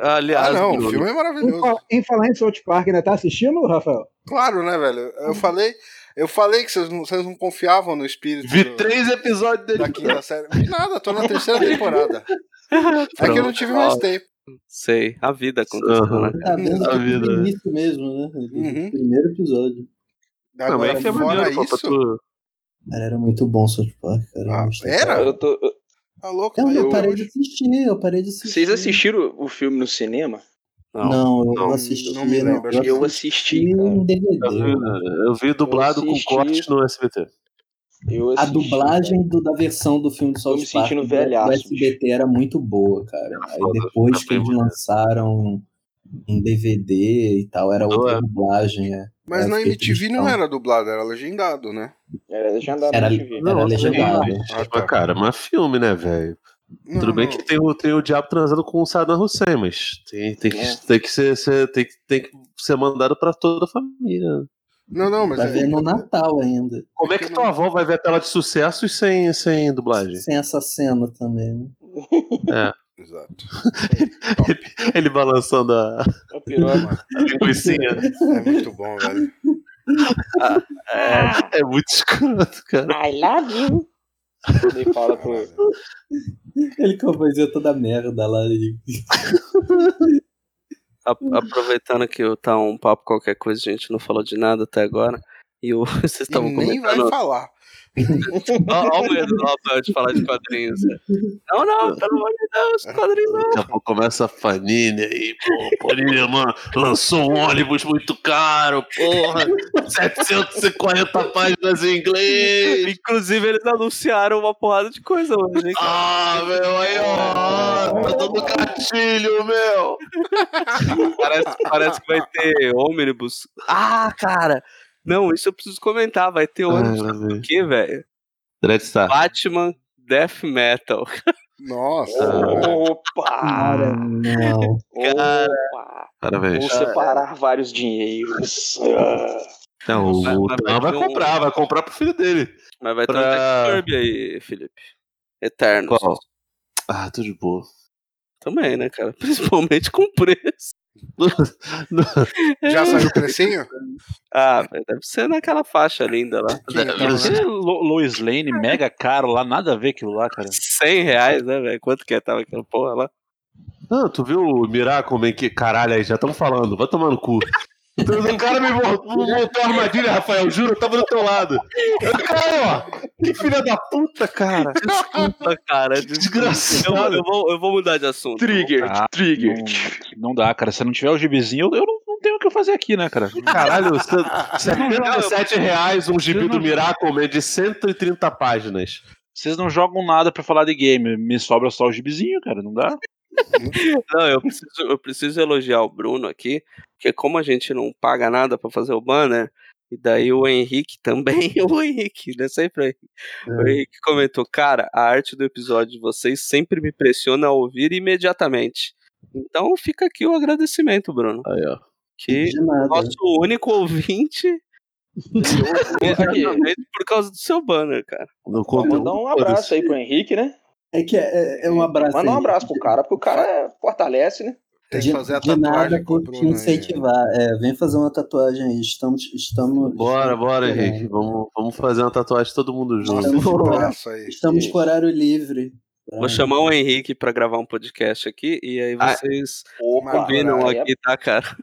Speaker 6: Ah,
Speaker 3: Aliás,
Speaker 6: não, o
Speaker 3: Bruno,
Speaker 6: filme é
Speaker 7: Em,
Speaker 6: maravilhoso.
Speaker 7: fal- em falar em South Park, ainda tá assistindo, Rafael?
Speaker 6: Claro, né, velho? Eu falei, eu falei que vocês não, vocês não confiavam no espírito
Speaker 4: Vi
Speaker 6: do-
Speaker 4: três episódios dele.
Speaker 6: da quinta série. Vi nada, tô na terceira
Speaker 4: <laughs>
Speaker 6: temporada. É que eu não tive mais tempo.
Speaker 3: sei, a vida aconteceu, né?
Speaker 5: Tá vendo
Speaker 4: Tá
Speaker 5: que
Speaker 4: vendo,
Speaker 5: foi
Speaker 4: né?
Speaker 5: no início mesmo, né?
Speaker 6: Uhum.
Speaker 5: Primeiro episódio.
Speaker 4: Não,
Speaker 6: Agora,
Speaker 4: mas é
Speaker 6: fora
Speaker 4: maneiro, pô, pra
Speaker 6: isso.
Speaker 4: tu.
Speaker 5: Cara, era muito bom o South Park, cara.
Speaker 6: Ah,
Speaker 5: Eu gostava.
Speaker 6: era?
Speaker 8: Eu tô, eu-
Speaker 6: Tá louco?
Speaker 5: Não,
Speaker 6: Aí
Speaker 5: eu,
Speaker 6: eu-
Speaker 5: parei de assistir, eu parei de assistir.
Speaker 8: Vocês assistiram o filme no cinema?
Speaker 5: Não, eu
Speaker 4: não,
Speaker 5: não assisti.
Speaker 6: não me lembro, acho
Speaker 5: não.
Speaker 6: que
Speaker 5: Eu
Speaker 8: Eu
Speaker 5: assisti
Speaker 8: assisti, cara.
Speaker 5: em
Speaker 4: Eu
Speaker 5: DVD.
Speaker 4: vi, eu vi dublado com
Speaker 8: assisti.
Speaker 4: corte no SBT.
Speaker 8: Eu
Speaker 5: A
Speaker 8: assisti,
Speaker 5: dublagem do- da versão do filme do South
Speaker 8: né? me
Speaker 5: Park
Speaker 8: sentindo
Speaker 5: do-
Speaker 8: velhaço,
Speaker 5: do SBT era muito boa, cara. Aí
Speaker 4: foda,
Speaker 5: depois
Speaker 4: tá
Speaker 5: que
Speaker 4: bem
Speaker 5: eles
Speaker 4: bonito.
Speaker 5: lançaram em DVD e tal, era
Speaker 4: Não,
Speaker 5: outra
Speaker 4: é.
Speaker 5: dublagem, é.
Speaker 6: Mas
Speaker 5: Eu
Speaker 6: na
Speaker 5: fiquei
Speaker 6: MTV não
Speaker 5: tristão.
Speaker 6: era dublado, era legendado, né?
Speaker 8: Era legendado
Speaker 5: Era,
Speaker 8: na
Speaker 5: era
Speaker 8: TV.
Speaker 5: legendado.
Speaker 6: Ah, tá.
Speaker 4: Mas, Tipo, cara, mas filme, né, velho?
Speaker 6: Não,
Speaker 4: Tudo bem
Speaker 6: não.
Speaker 4: que tem o, tem o diabo transando com o Saddam Hussein, mas tem, tem, que,
Speaker 8: É.
Speaker 4: tem, que ser, ser- tem, que- tem que ser mandado pra toda a família.
Speaker 6: Não, não, mas
Speaker 5: Tá
Speaker 6: é-
Speaker 5: vendo no Natal ainda.
Speaker 4: Como é que tua avó vai ver a tela de sucessos sem, sem dublagem?
Speaker 5: Sem essa cena também, né?
Speaker 6: Exato.
Speaker 4: Ele
Speaker 3: <laughs>
Speaker 4: balançando a
Speaker 8: A piroca.
Speaker 4: linguicinha.
Speaker 6: Então, É muito bom, velho.
Speaker 4: É muito escroto, cara.
Speaker 8: I love you. Ele fala pro.
Speaker 5: Ele composia toda a merda lá. E...
Speaker 3: A- aproveitando que eu- tá um papo qualquer coisa, a gente não falou de nada até agora. E o, <laughs> vocês
Speaker 6: E
Speaker 3: estavam
Speaker 6: nem vai
Speaker 3: comentando.
Speaker 6: falar.
Speaker 3: Olha o medo do Rafael de falar de quadrinhos. Não, não, pelo amor de Deus, quadrinhos não.
Speaker 4: Daqui a pouco começa a Fanini aí, pô. Panini, mano, lançou um ônibus muito caro, porra. 740 páginas em inglês.
Speaker 3: Inclusive, eles anunciaram uma porrada de coisa hoje, hein?
Speaker 4: <laughs> Ah, meu, aí, ó. Tá dando gatilho, meu.
Speaker 3: Parece, parece que vai ter ônibus. Ah, cara! Não, isso eu preciso comentar. Vai ter
Speaker 4: Ah.
Speaker 3: ônibus sabe o quê, velho?
Speaker 4: Dreadstar.
Speaker 3: Batman Death Metal.
Speaker 6: Nossa.
Speaker 8: Opa!
Speaker 5: Cara, não.
Speaker 8: Opa!
Speaker 4: Parabéns.
Speaker 8: Vou separar
Speaker 6: <laughs>
Speaker 8: vários dinheiros. Ah,
Speaker 4: Não, o
Speaker 3: Vai- vai-
Speaker 4: Tan vai
Speaker 3: vai ter um-
Speaker 4: comprar, vai comprar pro filho dele.
Speaker 3: Mas vai ter
Speaker 4: Pra-
Speaker 3: um Jack Kirby aí, Felipe. Eternos.
Speaker 4: Qual? Ah, tudo de boa.
Speaker 3: Também, né, cara? <laughs> Principalmente com preço.
Speaker 6: Já saiu o precinho?
Speaker 3: Ah, velho, deve ser naquela ffaixa linda lá.
Speaker 6: Quem tá,
Speaker 9: Deve
Speaker 6: né?
Speaker 9: ser Lo- Lois Lane mega caro lá, nada a ver aquilo lá, cara.
Speaker 3: 100 reais, né, velho? Quanto que é? Tava aquela porra lá.
Speaker 4: Ah, tu viu o Miracle Man que caralho aí, já estão falando, vai tomar no cu. Então, O cara me mo- montou a armadilha, Rafael, juro, eu tava do teu lado. Eu, Cara, ó, que filha da puta, cara.
Speaker 3: Desculpa, cara. Desgraça. Eu,
Speaker 4: Desgraçado.
Speaker 3: eu vou, eu vou mudar de assunto.
Speaker 8: Triggered,
Speaker 9: Ah,
Speaker 8: triggered.
Speaker 9: Não, não dá, cara. Se não tiver o gibizinho, eu, eu não, não tenho o que eu fazer aqui, né, cara?
Speaker 4: Caralho, <laughs> você- R$77,00 reais um gibi do Miracle Man de 130 páginas.
Speaker 9: Vocês não jogam nada pra falar de game. Me sobra só o gibizinho, cara. Não dá?
Speaker 3: Não, eu preciso, eu preciso elogiar o Bruno aqui, porque como a gente não paga nada pra fazer o banner, e daí o Henrique também, <laughs> o Henrique, né? Sempre o Henrique.
Speaker 5: É.
Speaker 3: O Henrique comentou, cara, a arte do episódio de vocês sempre me pressiona a ouvir imediatamente. Então fica aqui o agradecimento, Bruno.
Speaker 4: Aí, ó.
Speaker 3: Que
Speaker 5: De nada.
Speaker 3: nosso único ouvinte <laughs> imediatamente por causa do seu banner, cara.
Speaker 4: No
Speaker 8: Mandar um abraço aí pro Henrique, né?
Speaker 5: É que é, é- é um abraço.
Speaker 8: Mandar um
Speaker 5: Henrique.
Speaker 8: abraço pro cara, porque o cara é- fortalece, né?
Speaker 6: Tem
Speaker 5: de,
Speaker 6: que fazer a
Speaker 5: de nada
Speaker 6: tatuagem com o
Speaker 5: por
Speaker 6: Bruno.
Speaker 5: te
Speaker 6: aí.
Speaker 5: incentivar. É, vem fazer uma tatuagem aí. Estamos. estamos
Speaker 4: Bora, bora,
Speaker 5: estamos-
Speaker 4: Henrique. Vamos, vamos fazer uma tatuagem todo mundo junto.
Speaker 6: Nossa,
Speaker 5: Estamos-
Speaker 6: esse braço aí.
Speaker 5: Estamos com horário livre.
Speaker 6: É.
Speaker 3: Vou chamar o Henrique pra gravar um podcast aqui e aí
Speaker 4: Ah,
Speaker 3: vocês
Speaker 6: Marco,
Speaker 3: combinam
Speaker 5: um
Speaker 6: é
Speaker 8: caralho.
Speaker 3: aqui, tá, cara?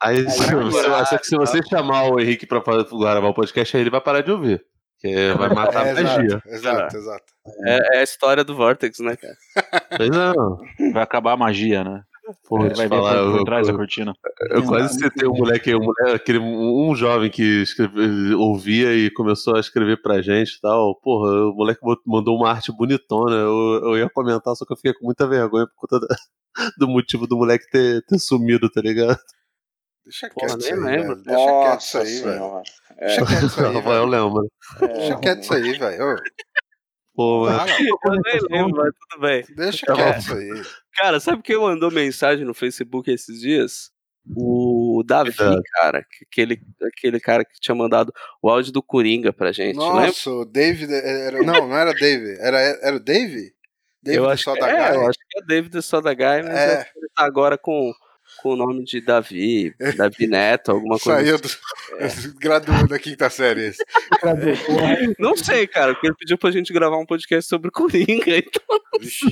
Speaker 4: Aí,
Speaker 5: Aí,
Speaker 4: se, se-
Speaker 3: agora-
Speaker 4: só que se você chamar o Henrique pra fazer- gravar o podcast, aí ele vai parar de ouvir. Porque vai matar
Speaker 6: É,
Speaker 4: a Tá magia.
Speaker 6: exato, exato, exato.
Speaker 3: É, é a história do Vortex, né,
Speaker 6: <laughs>
Speaker 3: cara?
Speaker 4: Pois não.
Speaker 9: Vai acabar a magia, né?
Speaker 4: Porra,
Speaker 9: Ele
Speaker 4: É, deixa
Speaker 9: vai
Speaker 4: eu falar,
Speaker 9: ver por,
Speaker 4: eu,
Speaker 9: por trás da
Speaker 4: eu,
Speaker 9: cortina.
Speaker 4: eu quase
Speaker 5: né?
Speaker 4: citei um moleque, aí, um, moleque aquele, um jovem que escreve- ouvia e começou a escrever pra gente e tal. Porra, o moleque bot- mandou uma arte bonitona. Eu, eu ia comentar, só que eu fiquei com muita vergonha por conta da- <laughs> do motivo do moleque ter, ter sumido, tá ligado?
Speaker 6: Deixa
Speaker 3: Porra,
Speaker 6: quieto isso aí,
Speaker 3: nem lembro.
Speaker 6: velho. Deixa quieto isso aí, velho.
Speaker 8: senhora.
Speaker 6: Deixa quieto isso aí,
Speaker 4: <laughs> Rafael
Speaker 6: velho.
Speaker 4: lembra.
Speaker 8: É,
Speaker 6: Deixa quieto isso aí, velho. Ô,
Speaker 4: Pô, <laughs> mas-
Speaker 6: para,
Speaker 3: Eu nem lembro, mas tudo bem.
Speaker 6: Deixa
Speaker 4: Tá bom.
Speaker 6: quieto isso aí.
Speaker 3: Cara, sabe quem mandou mensagem no Facebook esses dias? O Davi,
Speaker 4: Verdade.
Speaker 3: cara. que- Aquele, aquele cara que tinha mandado o áudio do Coringa pra gente, lembra?
Speaker 6: Nossa, o David. Era, não, não era David. Era, era o Dave? David
Speaker 3: eu acho
Speaker 6: só
Speaker 3: que,
Speaker 6: da
Speaker 3: é,
Speaker 6: Gaia?
Speaker 3: eu acho que é David Sodagai, mas
Speaker 6: É.
Speaker 3: é que ele tá agora com, com o nome de Davi, Davi
Speaker 6: <laughs>
Speaker 3: Neto, alguma coisa
Speaker 6: Saiu <laughs> do. Graduou da quinta série.
Speaker 3: <laughs>
Speaker 6: esse.
Speaker 3: assim. Não sei, cara, porque ele pediu pra gente gravar um podcast sobre o Coringa. Então
Speaker 6: Vixe,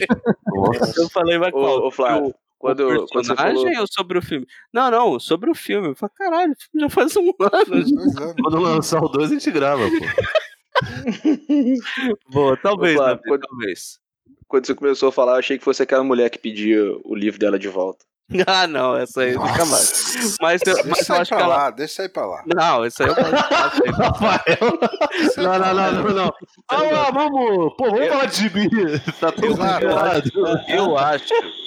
Speaker 3: eu falei, vai qual?
Speaker 8: Ô, ô, Flávio,
Speaker 3: Sobre
Speaker 8: quando,
Speaker 3: o
Speaker 8: quando você
Speaker 3: personagem
Speaker 8: falou...
Speaker 3: ou sobre o filme? Não, não, sobre o filme. Eu falei, caralho, o filme já faz um ano. já.
Speaker 6: dois anos.
Speaker 4: Quando lançar o 2, a gente grava, pô.
Speaker 3: <laughs> Boa, talvez,
Speaker 8: Ô, Flávio,
Speaker 3: Davi,
Speaker 8: quando-
Speaker 3: talvez.
Speaker 8: Quando você começou a falar, eu achei que fosse aquela mulher que pedia o livro dela de volta.
Speaker 3: <laughs> Ah, não, essa aí nunca mais. Mas eu,
Speaker 6: Deixa
Speaker 3: mas eu
Speaker 6: sair
Speaker 3: acho que
Speaker 6: pra
Speaker 3: ela.
Speaker 6: lá, deixa sair pra lá.
Speaker 3: Não, essa aí eu
Speaker 4: Rafael. <laughs> Não, não, não, não, não. Vamos lá, vamos. Pô, vamos falar de gibi. <laughs> Tá todo mundo
Speaker 6: Exato.
Speaker 4: liberado.
Speaker 3: Eu acho. <laughs>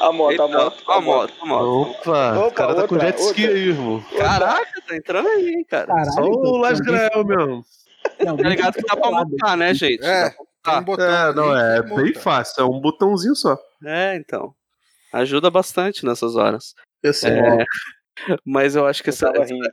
Speaker 8: A moto, a moto,
Speaker 3: Eita, a moto, a moto.
Speaker 4: Opa,
Speaker 8: Opa,
Speaker 4: o cara tá com
Speaker 8: outra,
Speaker 4: jet ski
Speaker 8: outra.
Speaker 4: aí, irmão.
Speaker 3: Caraca, tá entrando aí, hein, cara.
Speaker 7: Caralho,
Speaker 4: Só o
Speaker 7: tem
Speaker 4: Las
Speaker 7: alguém-
Speaker 4: Grael mesmo.
Speaker 7: tem alguém
Speaker 3: Tá ligado
Speaker 7: que
Speaker 3: que dá pra montar, né, gente?
Speaker 6: É,
Speaker 3: Dá
Speaker 6: Tem
Speaker 3: pra
Speaker 6: um
Speaker 3: montar.
Speaker 6: botão
Speaker 4: É, não,
Speaker 6: ali
Speaker 4: é
Speaker 6: que monta.
Speaker 4: bem fácil. É um botãozinho só.
Speaker 3: É, então. Ajuda bastante nessas horas.
Speaker 4: Eu
Speaker 3: É, <laughs> mas eu acho que
Speaker 8: Eu
Speaker 3: essa,
Speaker 8: tava
Speaker 3: essa,
Speaker 8: rindo.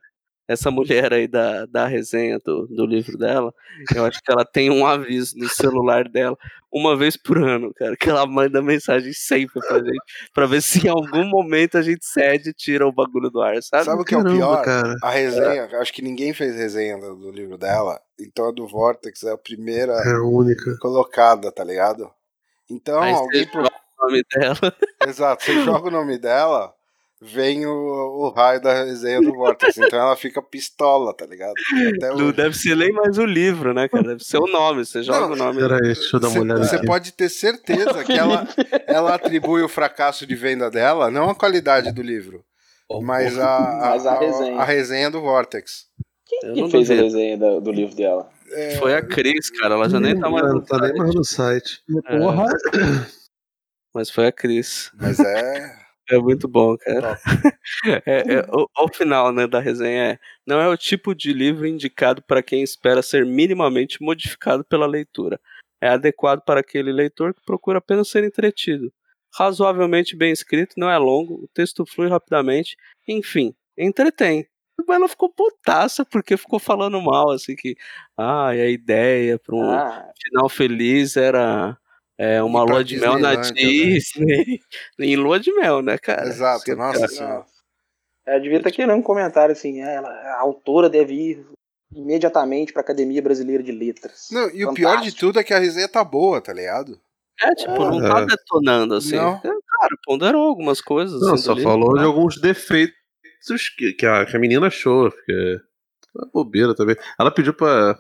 Speaker 3: essa mulher aí da, da resenha do, do livro dela, eu acho que ela tem um aviso no celular dela uma vez por ano, cara, que ela manda mensagem sempre pra gente, pra ver se em algum momento a gente cede e tira o bagulho do ar, sabe?
Speaker 6: Sabe o que é o pior?
Speaker 4: cara.
Speaker 6: A resenha, acho que ninguém fez resenha do, do livro dela. Então a do Vortex é a primeira
Speaker 4: a única.
Speaker 6: colocada, tá ligado? Então
Speaker 3: Aí
Speaker 6: alguém
Speaker 3: você
Speaker 6: procura.
Speaker 3: O nome dela.
Speaker 6: Exato, você joga o nome dela, vem o, o raio da resenha do Vortex. Então ela fica pistola, tá ligado? Até
Speaker 3: Não
Speaker 6: hoje.
Speaker 3: deve ser nem mais o livro, né, cara? Deve ser o nome. Você joga
Speaker 6: Não,
Speaker 3: o nome
Speaker 4: Pera aí, deixa eu dar uma olhada
Speaker 6: Você
Speaker 4: aqui.
Speaker 6: pode ter certeza que ela, ela atribui o fracasso de venda dela, não a qualidade do livro,
Speaker 5: um
Speaker 6: mas a, a,
Speaker 8: Mas a
Speaker 6: a-
Speaker 8: resenha.
Speaker 6: a resenha do Vortex.
Speaker 3: Eu
Speaker 8: Quem
Speaker 3: não
Speaker 8: fez a
Speaker 3: duvido.
Speaker 8: resenha da- do, livro dela?
Speaker 6: É,
Speaker 3: Foi a Cris, cara. Ela já nem tá mais. no
Speaker 4: tá nem
Speaker 3: site, É,
Speaker 4: mais no site.
Speaker 7: Porra,
Speaker 3: Mas foi a Cris.
Speaker 6: Mas é.
Speaker 3: <laughs> É muito bom, cara. <laughs> É, é, o, o final né, da resenha é: não é o tipo de livro indicado para quem espera ser minimamente modificado pela leitura. É adequado para aquele leitor que procura apenas ser entretido. Razoavelmente bem escrito, não é longo, o texto flui rapidamente, enfim, entretém. Mas ela ficou putaça porque ficou falando mal, assim, que. Ah, e a ideia para um
Speaker 8: Ah,
Speaker 3: final feliz era é, uma
Speaker 6: Ir pra
Speaker 3: lua de mel na
Speaker 6: Disneylândia,
Speaker 3: Disney. <laughs> em lua de mel, né, cara?
Speaker 6: Exato,
Speaker 3: Você-
Speaker 6: nossa
Speaker 3: cara,
Speaker 6: senhora.
Speaker 8: eu devia estar querendo um comentário assim, ah, ela, a autora deve ir imediatamente pra Academia Brasileira de Letras.
Speaker 6: Não, e o
Speaker 8: Fantástico.
Speaker 6: pior de tudo é que a resenha tá boa, tá ligado?
Speaker 3: É, tipo, não tá
Speaker 4: É.
Speaker 3: detonando assim.
Speaker 6: Não.
Speaker 3: Cara, ponderou algumas coisas.
Speaker 4: Não,
Speaker 3: assim,
Speaker 4: só
Speaker 3: do livro.
Speaker 4: falou de alguns defeitos que, que a, que a menina achou. Porque é bobeira também. Ela pediu pra.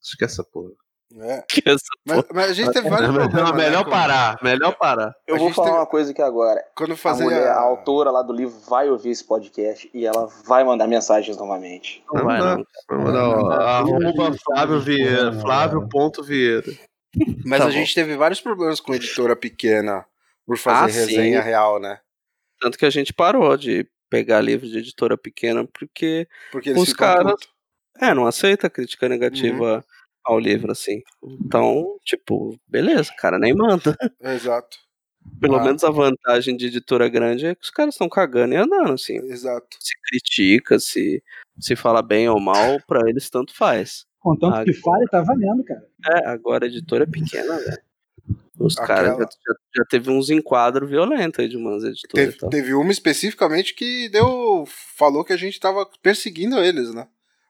Speaker 4: Esquece essa porra.
Speaker 6: É.
Speaker 3: <laughs> Que essa
Speaker 6: Mas, mas a gente teve vários
Speaker 3: é
Speaker 4: Não,
Speaker 6: problemas. né,
Speaker 4: melhor
Speaker 6: com-
Speaker 4: parar, melhor parar.
Speaker 8: Eu
Speaker 6: a
Speaker 8: vou
Speaker 6: gente
Speaker 8: falar
Speaker 6: tem-
Speaker 8: uma coisa aqui agora.
Speaker 6: Quando
Speaker 8: A,
Speaker 6: fazer
Speaker 8: mulher, a autora lá do livro vai ouvir esse podcast e ela vai mandar mensagens novamente.
Speaker 3: não vai, não.
Speaker 4: Vamos lá, ó, Arroba Flávio Vieira.
Speaker 7: Não,
Speaker 4: Flávio.vieira.
Speaker 6: Mas
Speaker 3: Tá
Speaker 6: a
Speaker 3: bom.
Speaker 6: gente teve vários problemas com editora pequena Por fazer
Speaker 3: Ah, sim.
Speaker 6: resenha real, né?
Speaker 3: Tanto que a gente parou de pegar livro de editora pequena, porque
Speaker 6: Porque eles
Speaker 3: Os
Speaker 6: ficam
Speaker 3: caras-
Speaker 6: putos.
Speaker 3: é, não aceita crítica
Speaker 6: Uhum.
Speaker 3: negativa ao livro, assim. Então, tipo, beleza, cara, nem manda.
Speaker 6: Exato,
Speaker 3: Pelo
Speaker 6: Ah.
Speaker 3: menos a vantagem de editora grande é que os caras estão cagando e andando, assim.
Speaker 6: exato.
Speaker 3: Se critica, se, se fala bem ou mal, pra eles tanto faz.
Speaker 7: Contanto que
Speaker 3: Agora-
Speaker 7: fale, tá valendo, cara.
Speaker 3: É, agora a editora é pequena, velho. Os
Speaker 6: Aquela-
Speaker 3: caras já, já, já teve uns enquadros violentos aí de umas editoras
Speaker 6: Teve,
Speaker 3: e tal.
Speaker 6: teve uma especificamente que deu. Falou que a gente tava perseguindo eles, né?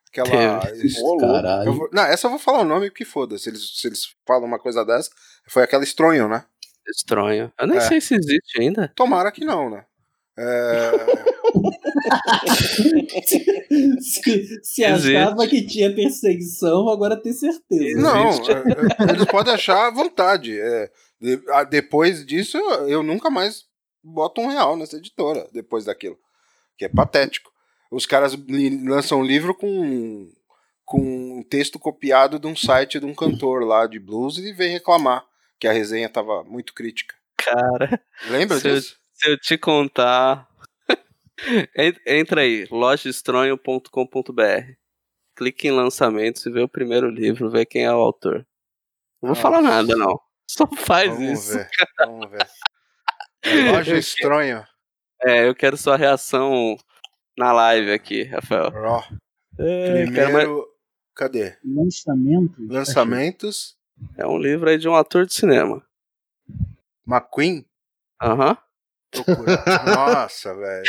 Speaker 6: Aquela. Ô, louco.
Speaker 5: Caralho.
Speaker 6: Eu vou- não, essa eu vou falar o nome porque foda-se. Eles, se eles falam uma coisa dessa, foi aquela estronho, né?
Speaker 3: Estranho. Eu nem
Speaker 6: É.
Speaker 3: sei se existe ainda.
Speaker 6: Tomara que não, né? É,
Speaker 5: se, se
Speaker 3: Existe.
Speaker 5: achava que tinha perseguição, agora tem certeza.
Speaker 6: não,
Speaker 3: Existe.
Speaker 6: é, é, eles podem achar à vontade. é. De- a- depois disso, eu nunca mais boto um real nessa editora, depois daquilo. Que é patético. Os caras li- lançam um livro com, com um texto copiado de um site de um cantor lá de blues e vem reclamar que a resenha tava muito crítica.
Speaker 3: Cara,
Speaker 6: Lembra
Speaker 3: Seu-
Speaker 6: disso?
Speaker 3: se eu te contar. <laughs> En- Entra aí, lojaestranho.com.br. Clique em lançamentos e vê o primeiro livro, vê quem é o autor. Não vou
Speaker 6: Nossa.
Speaker 3: falar nada, não. Só faz
Speaker 6: Vamos
Speaker 3: isso.
Speaker 6: ver, vamos ver.
Speaker 3: <laughs>
Speaker 6: É Loja estranha.
Speaker 3: É, eu quero sua reação na live aqui, Rafael.
Speaker 6: Ó,
Speaker 3: É, cara, mas
Speaker 6: primeiro, cadê?
Speaker 7: Lançamento.
Speaker 6: Lançamentos,
Speaker 3: é um livro aí de um ator de cinema.
Speaker 6: McQueen.
Speaker 3: Aham.
Speaker 6: Procura. Nossa, velho.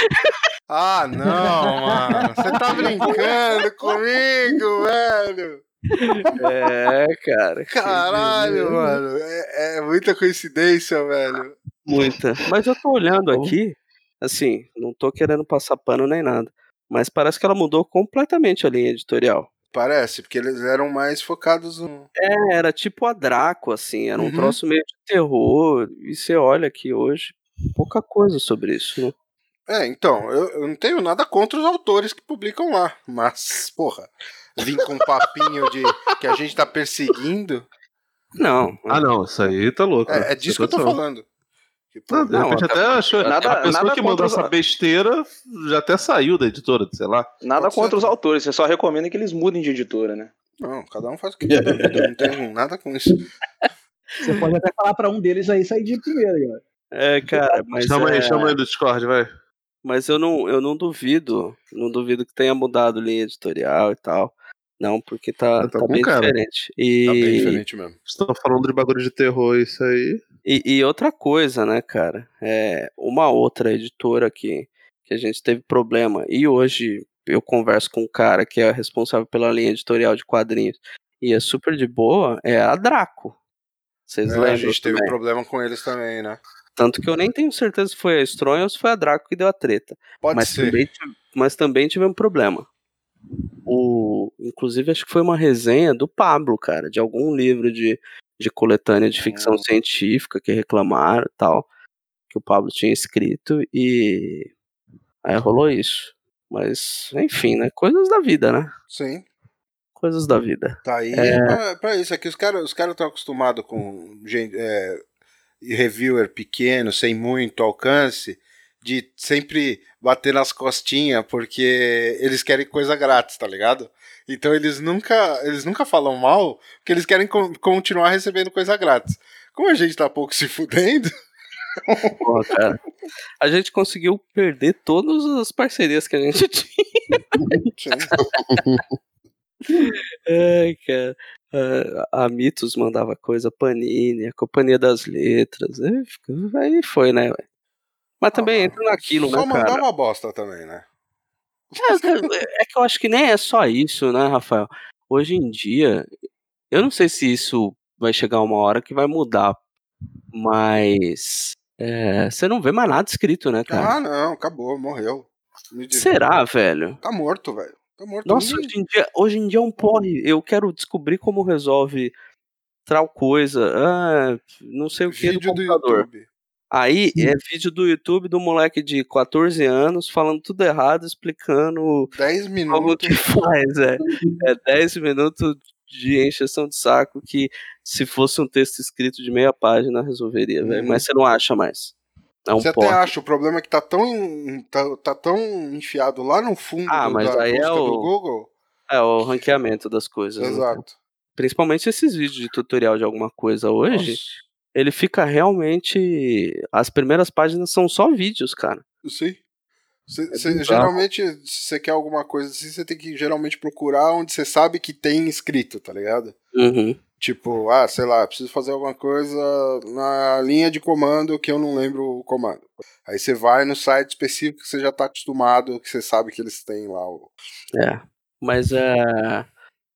Speaker 6: Ah, não, mano. Você tá brincando comigo, velho.
Speaker 3: É, <laughs> cara.
Speaker 6: Caralho, mano. É, é muita coincidência, velho.
Speaker 3: Muita. Mas eu tô olhando aqui, assim, não tô querendo passar pano nem nada. Mas parece que ela mudou completamente a linha editorial.
Speaker 6: Parece, porque eles eram mais focados no.
Speaker 3: É, era tipo a Draco, assim, era um
Speaker 6: Uhum.
Speaker 3: troço meio de terror. E você olha aqui hoje, pouca coisa sobre isso. né?
Speaker 6: É, então, eu, eu não tenho nada contra os autores que publicam lá. Mas, porra, vim com um papinho de que a gente tá perseguindo.
Speaker 3: Não.
Speaker 4: Ah, não, isso aí tá louco.
Speaker 6: É, é disso que eu tô
Speaker 4: Tá doido.
Speaker 6: falando. Que, pô,
Speaker 4: Não, de
Speaker 3: Não,
Speaker 4: repente
Speaker 3: até-
Speaker 4: até achou.
Speaker 8: nada-
Speaker 4: a pessoa
Speaker 8: nada
Speaker 4: que mandou
Speaker 8: contra os-
Speaker 4: essa besteira já até saiu da editora, sei lá.
Speaker 8: Nada
Speaker 6: Pode ser.
Speaker 8: contra os autores, você só recomenda que eles mudem de editora, né?
Speaker 6: Não, cada um faz o que quer da vida. eu Não
Speaker 8: <laughs>
Speaker 6: tenho nada com isso.
Speaker 7: Você pode até falar pra um deles aí sair de primeiro, aí, ó.
Speaker 3: É, cara, mas.
Speaker 4: chama
Speaker 3: é-
Speaker 4: aí, chama aí do Discord, vai.
Speaker 3: Mas eu não, eu não duvido, não duvido que tenha mudado linha editorial e tal. Não, porque
Speaker 6: Ah,
Speaker 3: tá,
Speaker 4: Tá
Speaker 3: tá,
Speaker 4: com
Speaker 3: bem
Speaker 4: cara.
Speaker 3: diferente. E,
Speaker 6: Tá bem diferente mesmo.
Speaker 4: Estão falando de bagulho de terror, isso aí.
Speaker 3: E, e outra coisa, né, cara? É, uma outra editora que, que a gente teve problema, e hoje eu converso com um cara que é responsável pela linha editorial de quadrinhos, e é super de boa, é a Draco. Vocês
Speaker 6: É,
Speaker 3: lembram?
Speaker 6: a gente teve um
Speaker 3: também?
Speaker 6: problema com eles também, né?
Speaker 3: Tanto que eu nem tenho certeza se foi a Stronha ou se foi a Draco que deu a treta.
Speaker 6: Pode
Speaker 3: mas,
Speaker 6: ser.
Speaker 3: Também, tive- mas também tive um problema. O, inclusive, acho que foi uma resenha do Pablo, cara, de algum livro de, de coletânea de ficção
Speaker 6: Ah.
Speaker 3: científica que reclamaram e tal, que o Pablo tinha escrito, e aí rolou isso. Mas, enfim, né? Coisas da vida, né?
Speaker 6: Sim,
Speaker 3: Coisas da vida.
Speaker 6: tá aí.
Speaker 3: É.
Speaker 6: É. Pra, pra isso, é que os caras os cara estão acostumados com gente, é, reviewer pequeno, sem muito alcance, de sempre bater nas costinhas, porque eles querem coisa grátis, tá ligado? Então eles nunca, eles nunca falam mal, porque eles querem con- continuar recebendo coisa grátis. Como a gente tá pouco se fudendo, <laughs>
Speaker 3: Porra, cara. A gente conseguiu perder todas as parcerias que a gente <laughs> tinha.
Speaker 6: sim,
Speaker 3: Ai, cara. Ah, a Mitos mandava coisa, a Panini, a Companhia das Letras. Aí fica- Aí foi, né? velho? Mas também
Speaker 6: Ah,
Speaker 3: entra naquilo,
Speaker 6: só
Speaker 3: né,
Speaker 6: mandar <laughs>
Speaker 3: cara?
Speaker 6: uma bosta também, né?
Speaker 3: É, é que eu acho que nem é só isso, né, Rafael? Hoje em dia, eu não sei se isso vai chegar uma hora que vai mudar, mas é, você não vê mais nada escrito, né, cara?
Speaker 6: Ah, não, acabou, morreu. Me diz-
Speaker 3: Será, velho?
Speaker 6: Tá morto, velho. Tá morto.
Speaker 3: Nossa,
Speaker 6: Ninguém-
Speaker 3: hoje em, dia, hoje em dia é um porre. Eu quero descobrir como resolve tal coisa. Ah, não sei o que do
Speaker 6: vídeo do
Speaker 3: computador.
Speaker 6: YouTube. Hum.
Speaker 3: Aí é vídeo do YouTube do moleque de 14 anos falando tudo errado, explicando
Speaker 6: 10
Speaker 3: como
Speaker 6: minutos.
Speaker 3: que <laughs> faz. É, é 10 minutos de encheção de saco que se fosse um texto escrito de meia página resolveria, velho.
Speaker 6: Uhum.
Speaker 3: Mas você não acha mais. É um
Speaker 6: Você
Speaker 3: porre.
Speaker 6: até acha, o problema é que tá tão, em- tá, tá tão enfiado lá no fundo
Speaker 3: Ah,
Speaker 6: do,
Speaker 3: mas
Speaker 6: da
Speaker 3: aí é
Speaker 6: busca
Speaker 3: o-
Speaker 6: do Google.
Speaker 3: É o ranqueamento das coisas. né?
Speaker 6: Exato.
Speaker 3: Principalmente esses vídeos de tutorial de alguma coisa hoje. Ele fica realmente. As primeiras páginas são só vídeos, cara.
Speaker 6: Eu sei. Cê-
Speaker 3: É
Speaker 6: cê-
Speaker 3: bizarro.
Speaker 6: geralmente, se você quer alguma coisa assim, você tem que geralmente procurar onde você sabe que tem escrito, tá ligado?
Speaker 3: Uhum.
Speaker 6: Tipo, ah, sei lá, preciso fazer alguma coisa na linha de comando que eu não lembro o comando. Aí você vai no site específico que você já tá acostumado, que você sabe que eles têm lá
Speaker 3: <laughs>
Speaker 6: o.
Speaker 3: É. Mas é.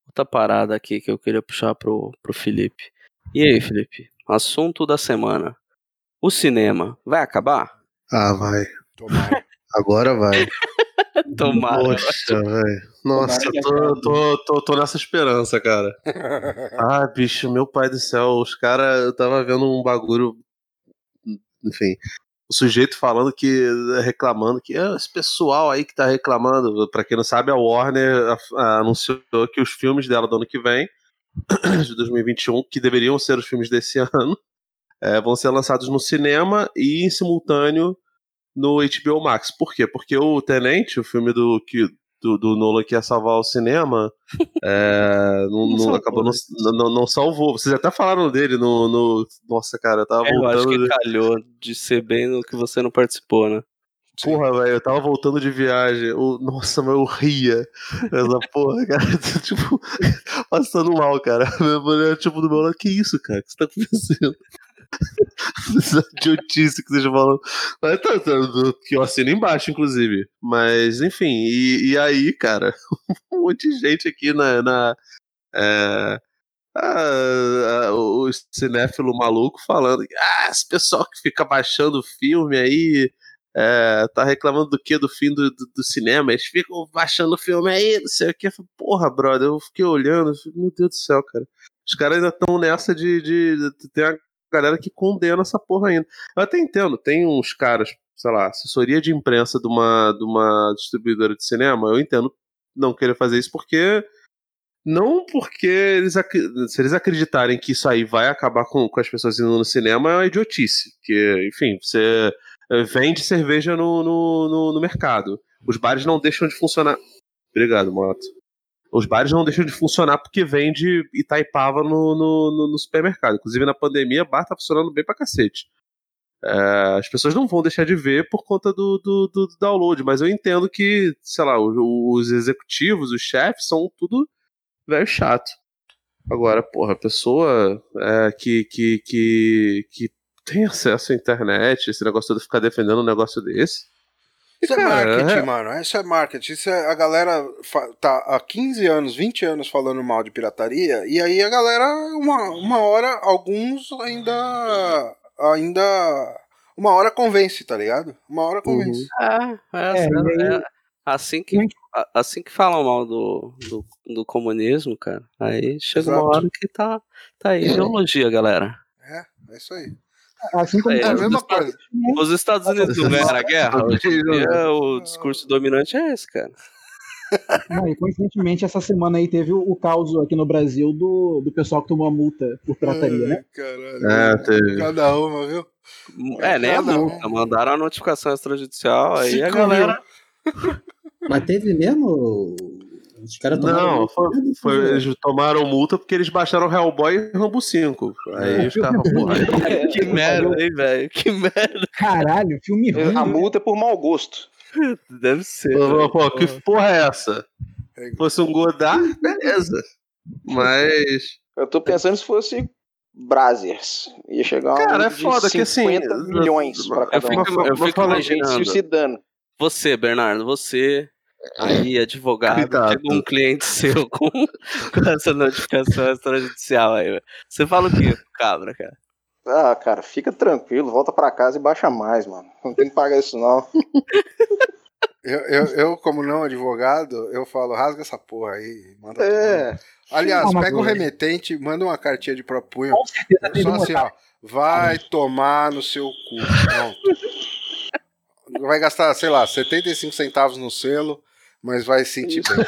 Speaker 3: Outra parada aqui que eu queria puxar pro, pro Felipe. E aí, Felipe? Assunto da semana. O cinema vai acabar?
Speaker 10: Ah, vai.
Speaker 6: Tomara.
Speaker 10: Agora vai.
Speaker 3: Tomara.
Speaker 10: Poxa, velho. Nossa,
Speaker 5: Tomara que
Speaker 4: Tô, tô, tô, tô nessa esperança, cara. Ah, bicho, meu pai do céu, os caras. Eu tava vendo um bagulho. Enfim. O sujeito falando que. reclamando que. "Ah, Esse pessoal aí que tá reclamando. Pra quem não sabe, a Warner a- a- anunciou que os filmes dela do ano que vem, <clears throat> de 2021, que deveriam ser os filmes desse <laughs> ano, eh, vão ser lançados no cinema e em simultâneo no HBO Max. Por quê? Porque o Tenente, o filme do, que, do, do Nolan que ia salvar o cinema, é, não, não
Speaker 5: salvou,
Speaker 3: né?
Speaker 4: acabou, não, não, não salvou. Vocês até falaram dele no. no- nossa, cara, eu tava
Speaker 3: É, Eu acho
Speaker 4: voltando.
Speaker 3: que calhou de ser bem no que você não participou, né?
Speaker 4: Porra, velho, eu tava voltando de viagem. O, nossa, mas eu ria. Essa porra, cara. <laughs> tô, Tipo, passando mal, cara. <laughs> Minha mulher, tipo, do meu lado, que isso, cara? O que você tá acontecendo? <laughs> Essa idiotice que vocês falam. Mas tá, tá, do- que eu assino embaixo, inclusive. Mas, enfim, e, e aí, cara, <laughs> um monte de gente aqui na. na é, ah, ah, o o cinéfilo maluco falando que, ah, esse pessoal que fica baixando o filme aí, é, tá reclamando do que do fim do, do, do cinema, eles ficam baixando o filme aí, não sei o que. Porra, brother, eu fiquei olhando, eu falei, meu Deus do céu, cara. Os caras ainda estão nessa de, de, de- Tem a galera que condena essa porra ainda. Eu até entendo, tem uns caras, sei lá, assessoria de imprensa de uma, de uma distribuidora de cinema, eu entendo não querer fazer isso porque. Não porque eles, acri- se eles acreditarem que isso aí vai acabar com, com as pessoas indo no cinema, é uma idiotice. Porque, enfim, você eh, vende cerveja no, no, no- no mercado. Os bares não deixam de funcionar. Obrigado, Moto. Os bares não deixam de funcionar porque vende Itaipava no, no, no- no supermercado. Inclusive, na pandemia, bar tá funcionando bem pra cacete. Eh, as pessoas não vão deixar de ver por conta do, do, do- do download, mas eu entendo que, sei lá, o- os executivos, os chefes, são tudo velho chato. Agora, porra, a pessoa eh, que, que, que, que tem acesso à internet, esse negócio todo ficar defendendo um negócio desse. E,
Speaker 6: Isso é
Speaker 4: cara,
Speaker 6: marketing,
Speaker 4: é-
Speaker 6: mano. Isso é marketing. Isso é, a galera fa- tá há 15 anos, 20 anos falando mal de pirataria, e aí a galera, uma, uma hora, alguns ainda. ainda. Uma hora convence, tá ligado? Uma hora convence.
Speaker 3: É, é,
Speaker 7: É,
Speaker 3: assim-
Speaker 7: e aí-
Speaker 3: é assim que a- assim que falam mal do, do, do comunismo, cara, aí chega uma
Speaker 6: Exato.
Speaker 3: hora que tá tá aí ideologia, galera.
Speaker 6: É, é isso aí.
Speaker 7: Assim como
Speaker 3: É,
Speaker 6: É a
Speaker 3: os
Speaker 6: mesma
Speaker 3: Estados-
Speaker 6: coisa.
Speaker 3: Os Estados Unidos não ganharam a
Speaker 4: Ah,
Speaker 3: guerra. Hoje em dia, o discurso dominante é esse, cara.
Speaker 7: Não, e coincidentemente, essa semana aí teve o, o caos aqui no Brasil do, do pessoal que tomou a multa por pirataria, né?
Speaker 6: Ai, Caralho.
Speaker 4: É, teve.
Speaker 6: Cada uma, viu?
Speaker 3: É, nem a
Speaker 6: Cada um.
Speaker 3: multa. Mandaram a notificação extrajudicial, aí a
Speaker 6: Cinco
Speaker 3: galera.
Speaker 5: Mas teve mesmo. Os caras tomaram.
Speaker 4: Não, foi, foi- eles tomaram multa porque eles baixaram Hellboy e Rambo 5. Aí os caras, porra, aí-
Speaker 3: <laughs> <laughs> Que merda, hein, velho? Que merda.
Speaker 7: Caralho, filme ruim.
Speaker 8: A multa é por mau gosto.
Speaker 3: Deve ser.
Speaker 4: Pô,
Speaker 3: velho.
Speaker 4: pô, que porra é essa? Se fosse um Godard, beleza. Mas.
Speaker 8: Eu tô pensando se fosse Brazers. Ia chegar uma
Speaker 4: Cara, é
Speaker 8: multa de
Speaker 4: foda que, assim,
Speaker 8: 50 milhões pra cada
Speaker 3: Eu
Speaker 8: um.
Speaker 3: fico, eu
Speaker 4: Mas
Speaker 3: fico
Speaker 4: fala-
Speaker 8: Tem gente
Speaker 3: imaginando.
Speaker 8: suicidando.
Speaker 3: Você, Bernardo, você aí, advogado,
Speaker 4: Coitado.
Speaker 3: chega um cliente seu <laughs> com, com essa notificação extrajudicial aí, velho. Você fala o quê, cabra, cara?
Speaker 8: Ah, cara, fica tranquilo, volta pra casa e baixa mais, mano. Não tem que pagar isso, não.
Speaker 6: Eu, eu, eu, como não advogado, eu falo, rasga essa porra aí. Manda tomar.
Speaker 8: É.
Speaker 6: Aliás,
Speaker 7: Não, mas-
Speaker 6: pega o remetente, manda uma cartinha de propunho.
Speaker 7: Com certeza teve
Speaker 6: Só
Speaker 7: um
Speaker 6: assim, ó. Vai tomar no seu cu. Pronto. Vai gastar, sei lá, 75 centavos no selo. mas vai sentir bem.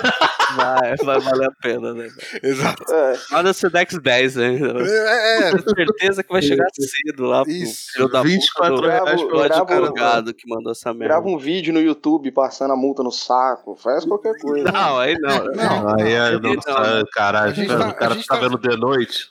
Speaker 3: Vai, vai valer a pena, né?
Speaker 6: Exato.
Speaker 8: É,
Speaker 3: Manda seu Dex 10 ainda. né?
Speaker 6: É, é,
Speaker 3: Eu tenho certeza que vai chegar cedo lá pro
Speaker 6: Isso,
Speaker 3: filho da
Speaker 4: 24
Speaker 3: puta
Speaker 4: reais
Speaker 3: do,
Speaker 4: por
Speaker 3: do
Speaker 8: bravo,
Speaker 3: ódio
Speaker 8: bravo.
Speaker 3: carregado que mandou essa merda.
Speaker 8: grava um vídeo no YouTube passando a multa no saco, faz
Speaker 6: <laughs>
Speaker 8: qualquer coisa.
Speaker 3: Não, aí não. né?
Speaker 6: Não,
Speaker 4: Aí é,
Speaker 3: Eu vi,
Speaker 4: nossa,
Speaker 3: não.
Speaker 4: caralho,
Speaker 6: A gente
Speaker 4: cara,
Speaker 6: tá-
Speaker 4: o cara
Speaker 6: a gente
Speaker 4: tá
Speaker 6: tá-
Speaker 4: vendo de noite.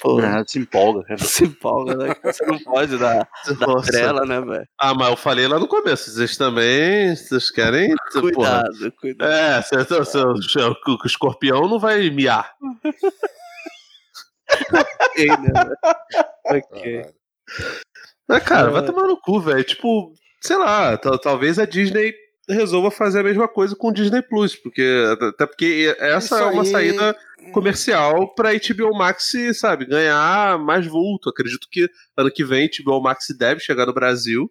Speaker 3: Pô,
Speaker 9: Ah, se empolga, cara.
Speaker 3: se empolga, né? Você não pode dar, dar
Speaker 4: Nossa.
Speaker 3: trela, né, velho?
Speaker 4: Ah, mas eu falei lá no começo, vocês também, vocês querem... Porra.
Speaker 3: Cuidado, cuidado.
Speaker 4: É, seu, seu, seu, seu- o escorpião não vai miar.
Speaker 3: Ok, né, velho? Ok.
Speaker 6: caralho.
Speaker 4: Ah, cara, vai
Speaker 3: É.
Speaker 4: tomar no cu, velho. Tipo, sei lá, tal- talvez a Disney resolva fazer a mesma coisa com o Disney Plus, porque até porque essa
Speaker 6: Isso
Speaker 4: é uma
Speaker 6: aí-
Speaker 4: saída comercial pra HBO Max, sabe, ganhar mais vulto. Acredito que ano que vem HBO Max deve chegar no Brasil,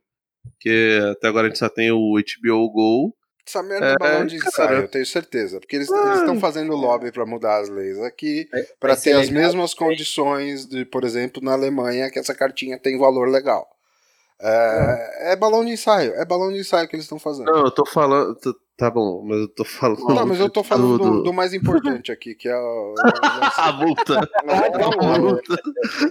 Speaker 4: porque até agora a gente só tem o HBO Go.
Speaker 6: Essa merda é,
Speaker 4: É,
Speaker 6: balão de
Speaker 4: cara.
Speaker 6: ensaio, eu tenho certeza. Porque eles
Speaker 4: Ah.
Speaker 6: estão fazendo lobby pra mudar as leis aqui,
Speaker 5: Vai-
Speaker 6: pra
Speaker 5: vai ser
Speaker 6: ter as
Speaker 5: legal.
Speaker 6: mesmas condições de, por exemplo, na Alemanha, que essa cartinha tem valor legal. É, é balão de ensaio, é balão de ensaio que eles estão fazendo.
Speaker 4: Não, eu tô falando, tô- tá bom, mas eu tô falando
Speaker 6: Tá, mas eu tô falando
Speaker 4: do-
Speaker 6: do, do mais importante aqui, que é o,
Speaker 8: <laughs>
Speaker 6: é
Speaker 3: <laughs>
Speaker 4: a multa. A multa.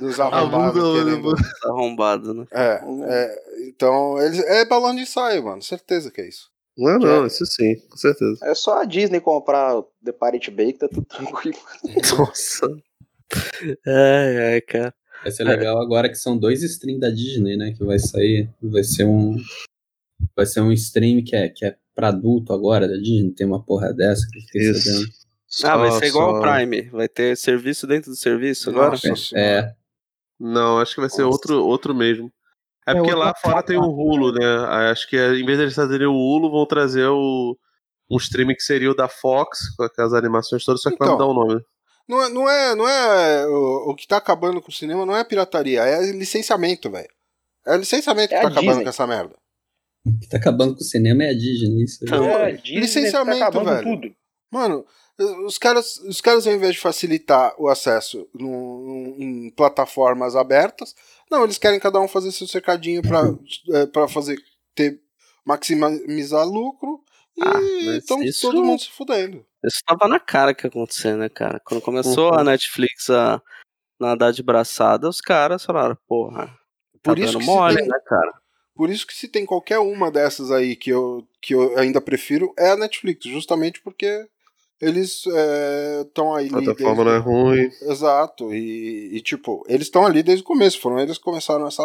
Speaker 6: dos
Speaker 4: A
Speaker 6: arrombados
Speaker 4: multa,
Speaker 6: querendo.
Speaker 3: Arrombado, né?
Speaker 6: É,
Speaker 8: Uhum.
Speaker 6: é, então, eles, é balão de ensaio, mano, certeza que é isso.
Speaker 4: Não, não, isso sim, com certeza.
Speaker 8: É só a Disney comprar o The Pirate Bay que tá tudo <laughs> tranquilo.
Speaker 3: Nossa. Ai, ai, cara.
Speaker 5: Vai ser legal agora que são dois streams da Disney, né? Que vai sair. Vai ser um. Vai ser um stream que é, que é pra adulto agora da Disney. Tem uma porra dessa que eu fiquei
Speaker 4: Isso.
Speaker 5: sabendo.
Speaker 3: Ah, vai
Speaker 4: Só-
Speaker 3: ser igual ao
Speaker 4: só-
Speaker 3: Prime. Vai ter serviço dentro do serviço agora?
Speaker 6: Nossa senhora.
Speaker 5: É,
Speaker 4: Não, acho que vai ser
Speaker 3: Nossa.
Speaker 4: outro, outro mesmo. É,
Speaker 7: É
Speaker 4: porque
Speaker 7: outro
Speaker 4: lá fora tem o Hulu, né? Ah, Acho que é, em vez deles trazerem o Hulu, vão trazer o, um streaming que seria o da Fox, com aquelas animações todas, só que vai
Speaker 6: Então.
Speaker 4: mudar o nome.
Speaker 6: Não é, não é, não é o, o que tá acabando com o cinema não é pirataria, é licenciamento, velho. É licenciamento
Speaker 8: É
Speaker 6: que tá
Speaker 8: a
Speaker 6: acabando
Speaker 8: Disney.
Speaker 6: com essa merda.
Speaker 5: que tá acabando com o cinema é a Disney, isso. aí.
Speaker 3: Então,
Speaker 8: É, Disney
Speaker 6: Licenciamento,
Speaker 8: tá acabando
Speaker 6: velho.
Speaker 8: tudo.
Speaker 6: Mano, os caras, os caras ao invés de facilitar o acesso num- em plataformas abertas, não, eles querem cada um fazer seu cercadinho
Speaker 3: <laughs>
Speaker 6: pra, é, pra fazer ter maximizar lucro
Speaker 3: Ah,
Speaker 6: e
Speaker 3: mas
Speaker 6: então
Speaker 3: isso-
Speaker 6: todo mundo se fudendo.
Speaker 3: Isso tava na cara que ia acontecer, né, cara? Quando começou
Speaker 4: Uhum.
Speaker 3: a Netflix a nadar de braçada, os caras falaram, porra, tá
Speaker 6: Por isso
Speaker 3: dando
Speaker 6: que se
Speaker 3: mole,
Speaker 6: tem-
Speaker 3: né, cara?
Speaker 6: Por isso que se tem qualquer uma dessas aí que eu, que eu ainda prefiro é a Netflix, justamente porque eles estão aí.
Speaker 4: A plataforma
Speaker 3: né?
Speaker 4: não é ruim.
Speaker 6: Exato, e, e, tipo, eles estão ali desde o começo, foram eles que começaram essa,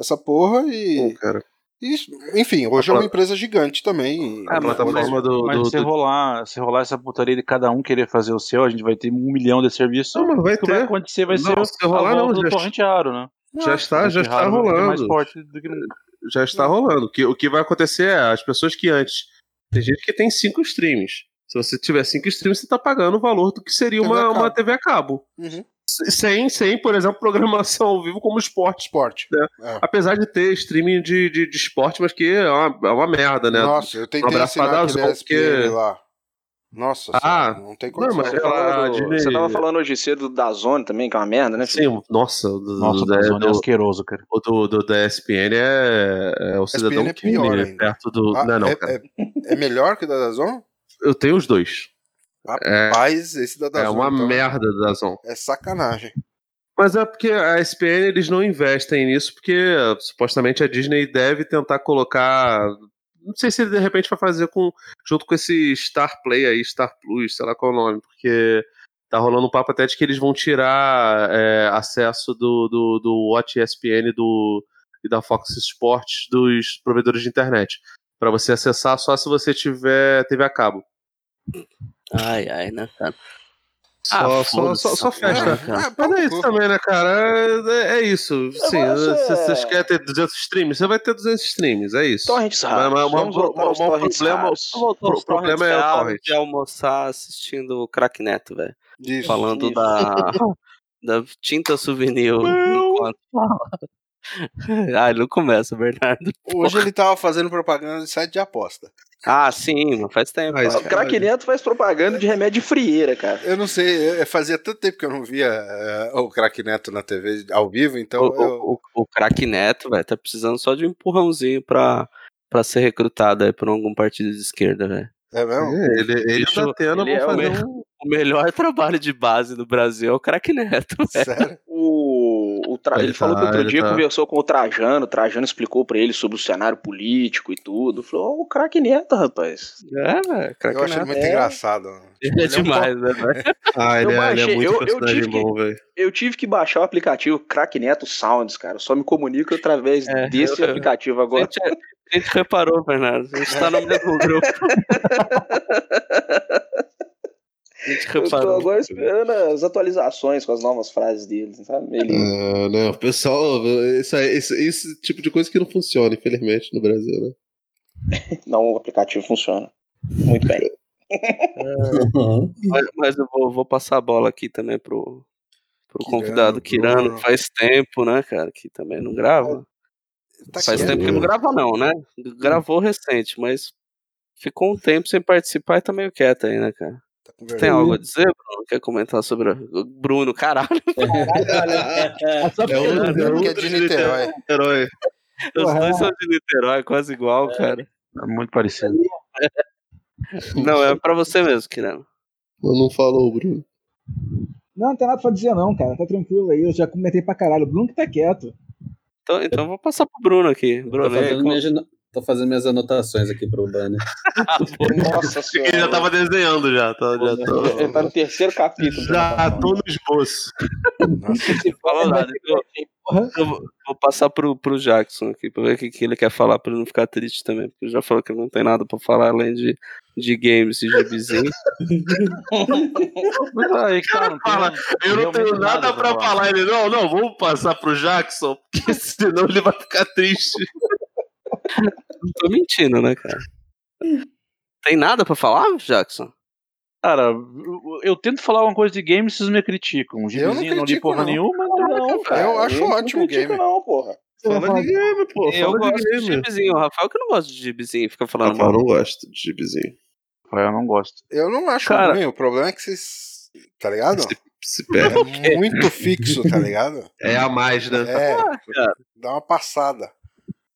Speaker 6: essa porra
Speaker 4: Pô,
Speaker 6: e,
Speaker 4: cara.
Speaker 6: e, Enfim, hoje é uma empresa gigante também. e-
Speaker 4: A
Speaker 3: Ah, mas-
Speaker 4: plataforma do.
Speaker 9: Mas
Speaker 4: do-
Speaker 9: se,
Speaker 4: do-
Speaker 9: rolar, se rolar essa putaria de cada um querer fazer o seu, a gente vai ter um milhão de serviços.
Speaker 4: Não, mas vai
Speaker 9: o é que vai
Speaker 4: ter.
Speaker 9: acontecer vai
Speaker 4: Não,
Speaker 9: ser
Speaker 4: se rolar,
Speaker 9: a
Speaker 4: não,
Speaker 9: volta do
Speaker 4: já-
Speaker 9: Torrente Aro, né?
Speaker 4: Já está, já
Speaker 9: Torrente
Speaker 4: está
Speaker 9: Aro vai ser mais
Speaker 4: rolando.
Speaker 9: forte do que nunca.
Speaker 4: Já
Speaker 6: É.
Speaker 4: está rolando. O que, o que vai acontecer é, as pessoas que antes. Tem gente que tem cinco streams. Se você tiver cinco streams, você tá pagando o valor do que seria
Speaker 6: TV a
Speaker 4: uma,
Speaker 6: cabo.
Speaker 4: uma TV a cabo.
Speaker 6: Uhum.
Speaker 4: Sem, sem, por exemplo, programação ao vivo como esporte. Né?
Speaker 6: Esporte. É.
Speaker 4: Apesar de ter streaming de, de, de esporte, mas que é uma, é uma merda, né?
Speaker 6: Nossa, eu tentei
Speaker 4: abraço pra
Speaker 6: assinar aquele
Speaker 4: Dazon,
Speaker 6: ESPN
Speaker 4: porque-
Speaker 6: lá. Nossa,
Speaker 4: Ah,
Speaker 6: senhora, não tem
Speaker 4: não,
Speaker 6: condição.
Speaker 4: mas
Speaker 8: Você,
Speaker 4: é lá,
Speaker 8: falava do-
Speaker 4: Disney-
Speaker 8: você tava falando hoje cedo da Zone também, que é uma merda, né? filho?
Speaker 4: Sim, nossa, o do,
Speaker 9: Nossa,
Speaker 4: do,
Speaker 9: o Zona
Speaker 4: do,
Speaker 9: é asqueroso, cara.
Speaker 4: o do, do- da ESPN é, é o Cidadão
Speaker 6: ESPN é
Speaker 4: Kane,
Speaker 6: pior
Speaker 4: né?
Speaker 6: ainda.
Speaker 4: perto do.
Speaker 6: Ah,
Speaker 4: não, não,
Speaker 6: é,
Speaker 4: cara.
Speaker 6: é- é melhor que o da Dazon?
Speaker 4: Eu tenho os dois. É,
Speaker 6: Rapaz, esse da Dazon.
Speaker 4: é uma
Speaker 6: então,
Speaker 4: merda da Zon.
Speaker 6: É sacanagem.
Speaker 4: Mas é porque a ESPN eles não investem nisso, porque ah, supostamente a Disney deve tentar colocar. Não sei se ele de repente vai fazer com junto com esse Star Play aí, Star Plus, sei lá qual é o nome, porque tá rolando um papo até de que eles vão tirar é, acesso do, do, do Watch ESPN do, e da Fox Sports dos provedores de internet. Pra você acessar só se você tiver TV a cabo.
Speaker 3: Ai, ai, né, cara?
Speaker 4: Só,
Speaker 3: Ah,
Speaker 4: só,
Speaker 3: foda-se
Speaker 4: só, só
Speaker 3: essa merda,
Speaker 4: festa.
Speaker 3: cara.
Speaker 6: Ah,
Speaker 4: Mas é isso
Speaker 6: pô.
Speaker 4: também, né, cara? É, é isso. Sim,
Speaker 8: Uhum. acho
Speaker 4: se se
Speaker 8: é- Então
Speaker 4: vocês querem ter 200 streams, você vai ter 200 streams, é isso.
Speaker 8: Torrentes
Speaker 4: Mas-
Speaker 8: raros.
Speaker 4: mas- mas-
Speaker 8: Vamos voltar
Speaker 4: mas-
Speaker 8: aos
Speaker 4: mas o
Speaker 8: torrents
Speaker 4: problema-
Speaker 8: raros.
Speaker 4: o Então pro- problema é o torrent.
Speaker 3: de almoçar assistindo o Crack Neto, velho.
Speaker 6: Disso.
Speaker 3: Falando
Speaker 8: isso.
Speaker 3: da, da tinta souvenir. enquanto <laughs> fala. ah, ele não começa, Bernardo.
Speaker 4: um
Speaker 6: Hoje ele tava fazendo propaganda de site de aposta.
Speaker 3: Ah, sim, mas faz tempo.
Speaker 4: Ah,
Speaker 3: né,
Speaker 4: isso
Speaker 8: O
Speaker 3: cara?
Speaker 8: craque Neto faz propaganda de remédio de frieira, cara.
Speaker 6: Eu não sei, eu- fazia tanto tempo que eu não via eh, o Crack Neto na TV ao vivo, então
Speaker 3: O,
Speaker 6: eu-
Speaker 3: o, o, o craque Neto, velho, tá precisando só de um empurrãozinho pra pra ser recrutado aí por algum partido de esquerda, velho.
Speaker 6: É mesmo?
Speaker 10: É, ele ele
Speaker 3: Bicho,
Speaker 10: tá tendo,
Speaker 3: ele é
Speaker 10: vou
Speaker 3: o
Speaker 10: fazer
Speaker 3: me-
Speaker 10: um.
Speaker 3: O melhor <laughs> trabalho de base do Brasil é o craque <laughs> neto,
Speaker 4: É.
Speaker 3: velho.
Speaker 6: Sério?
Speaker 4: <laughs>
Speaker 8: O, o Tra-
Speaker 10: Ele
Speaker 8: Ele, falou que
Speaker 10: tá,
Speaker 8: outro
Speaker 10: ele
Speaker 8: dia
Speaker 10: tá.
Speaker 8: conversou com o Trajano, o Trajano explicou pra ele sobre o cenário político e tudo. Falou, ó, o craque neto, rapaz.
Speaker 3: É, velho.
Speaker 6: Eu
Speaker 3: Craque
Speaker 6: achei
Speaker 3: neto.
Speaker 6: muito
Speaker 8: É.
Speaker 6: engraçado. mano.
Speaker 3: Ele é
Speaker 6: um
Speaker 3: demais, né, velho?
Speaker 10: Ah, ele,
Speaker 8: Eu
Speaker 10: é, ele
Speaker 8: baixei,
Speaker 10: é muito
Speaker 8: eu- eu
Speaker 10: personagem
Speaker 8: tive que-
Speaker 10: bom, velho.
Speaker 8: Eu tive que baixar o aplicativo Crack Neto Sounds, cara. Eu só me comunico através
Speaker 3: É,
Speaker 8: desse
Speaker 3: eu- eu-
Speaker 8: aplicativo
Speaker 3: A
Speaker 8: agora.
Speaker 3: gente, é, a gente reparou, Bernardo. A gente tá no mesmo grupo. <laughs> A gente
Speaker 8: Eu tô
Speaker 3: reparou.
Speaker 8: agora esperando as atualizações com as novas frases dele, sabe? Ele-
Speaker 10: Ah, não, o pessoal, isso, aí- isso- esse tipo de coisa que não funciona, infelizmente, no Brasil, né?
Speaker 8: Não, o aplicativo funciona. Muito bem.
Speaker 5: <laughs>
Speaker 3: Mas, mas eu vou, vou passar a bola aqui também pro, pro
Speaker 6: Kirano,
Speaker 3: convidado Kirano,
Speaker 6: Bruno.
Speaker 3: que faz tempo, né, cara, que também não grava.
Speaker 6: Tá
Speaker 3: faz
Speaker 6: quieto.
Speaker 3: tempo que não grava, não, né? Gravou recente, mas ficou um tempo sem participar e tá meio quieto aí, né, cara?
Speaker 6: Tá com vergonha.
Speaker 3: Tem algo a dizer, Bruno? Quer comentar sobre o Bruno? Caralho, <laughs>
Speaker 7: É só
Speaker 4: um-
Speaker 10: É outro,
Speaker 7: porque-
Speaker 10: é
Speaker 6: Que
Speaker 10: outro
Speaker 6: é de Niterói.
Speaker 10: herói.
Speaker 3: os
Speaker 7: Porra.
Speaker 3: dois são de Niterói, quase igual, cara.
Speaker 9: É muito parecido.
Speaker 3: Não, é pra você mesmo, Kirano.
Speaker 10: Mas não falou, Bruno.
Speaker 7: Não, não tem nada pra dizer, não, cara. Tá tranquilo aí. Eu já comentei pra caralho. O Bruno que tá quieto.
Speaker 3: Então, então eu vou passar pro Bruno aqui.
Speaker 5: Tô
Speaker 3: Bruno, e aí,
Speaker 5: fazendo,
Speaker 3: como-
Speaker 5: minhas, ano- tô fazendo minhas anotações aqui pro banner.
Speaker 8: Nossa senhora.
Speaker 4: Ele já tava desenhando já. Tá, já, tô,
Speaker 8: Ele tá no terceiro capítulo.
Speaker 4: já tô no esboço.
Speaker 6: Nossa,
Speaker 3: falou nada. Então,
Speaker 7: Porra.
Speaker 3: eu vou, vou passar pro, pro Jackson aqui, pra ver o que, que ele quer falar, pra ele não ficar triste também. Porque ele já falou que não tem nada pra falar além de, de games e gibizinho.
Speaker 9: Mas aí, cara, não tem-
Speaker 4: fala, Eu não
Speaker 9: realmente
Speaker 4: tenho nada pra falar. Ele, não, não, vamos passar pro Jackson, porque <laughs> senão ele vai ficar triste.
Speaker 3: Não tô mentindo, né, cara? Tem nada pra falar, Jackson?
Speaker 9: Cara, eu- eu tento falar uma coisa de game e vocês me criticam. Um gibizinho não, li
Speaker 6: critico,
Speaker 9: porra
Speaker 6: não.
Speaker 9: nenhuma.
Speaker 8: Não, cara,
Speaker 6: Eu acho
Speaker 8: não
Speaker 6: ótimo o
Speaker 8: critica
Speaker 6: game.
Speaker 8: Não, porra.
Speaker 10: Fala de game, pô.
Speaker 3: eu
Speaker 10: Fala
Speaker 3: gosto
Speaker 10: de
Speaker 3: de
Speaker 10: game.
Speaker 3: gibizinho. O Rafael que não gosta de gibizinho, fica
Speaker 10: Ah,
Speaker 3: falando
Speaker 10: pá, eu
Speaker 3: mal.
Speaker 10: não gosto de gibizinho.
Speaker 9: Eu não gosto.
Speaker 6: eu não acho
Speaker 3: Cara.
Speaker 6: ruim. O problema é que vocês. Tá ligado?
Speaker 10: Se perde.
Speaker 6: É muito fixo, tá ligado?
Speaker 4: É a mais, né?
Speaker 6: É,
Speaker 3: cara.
Speaker 6: dá uma passada.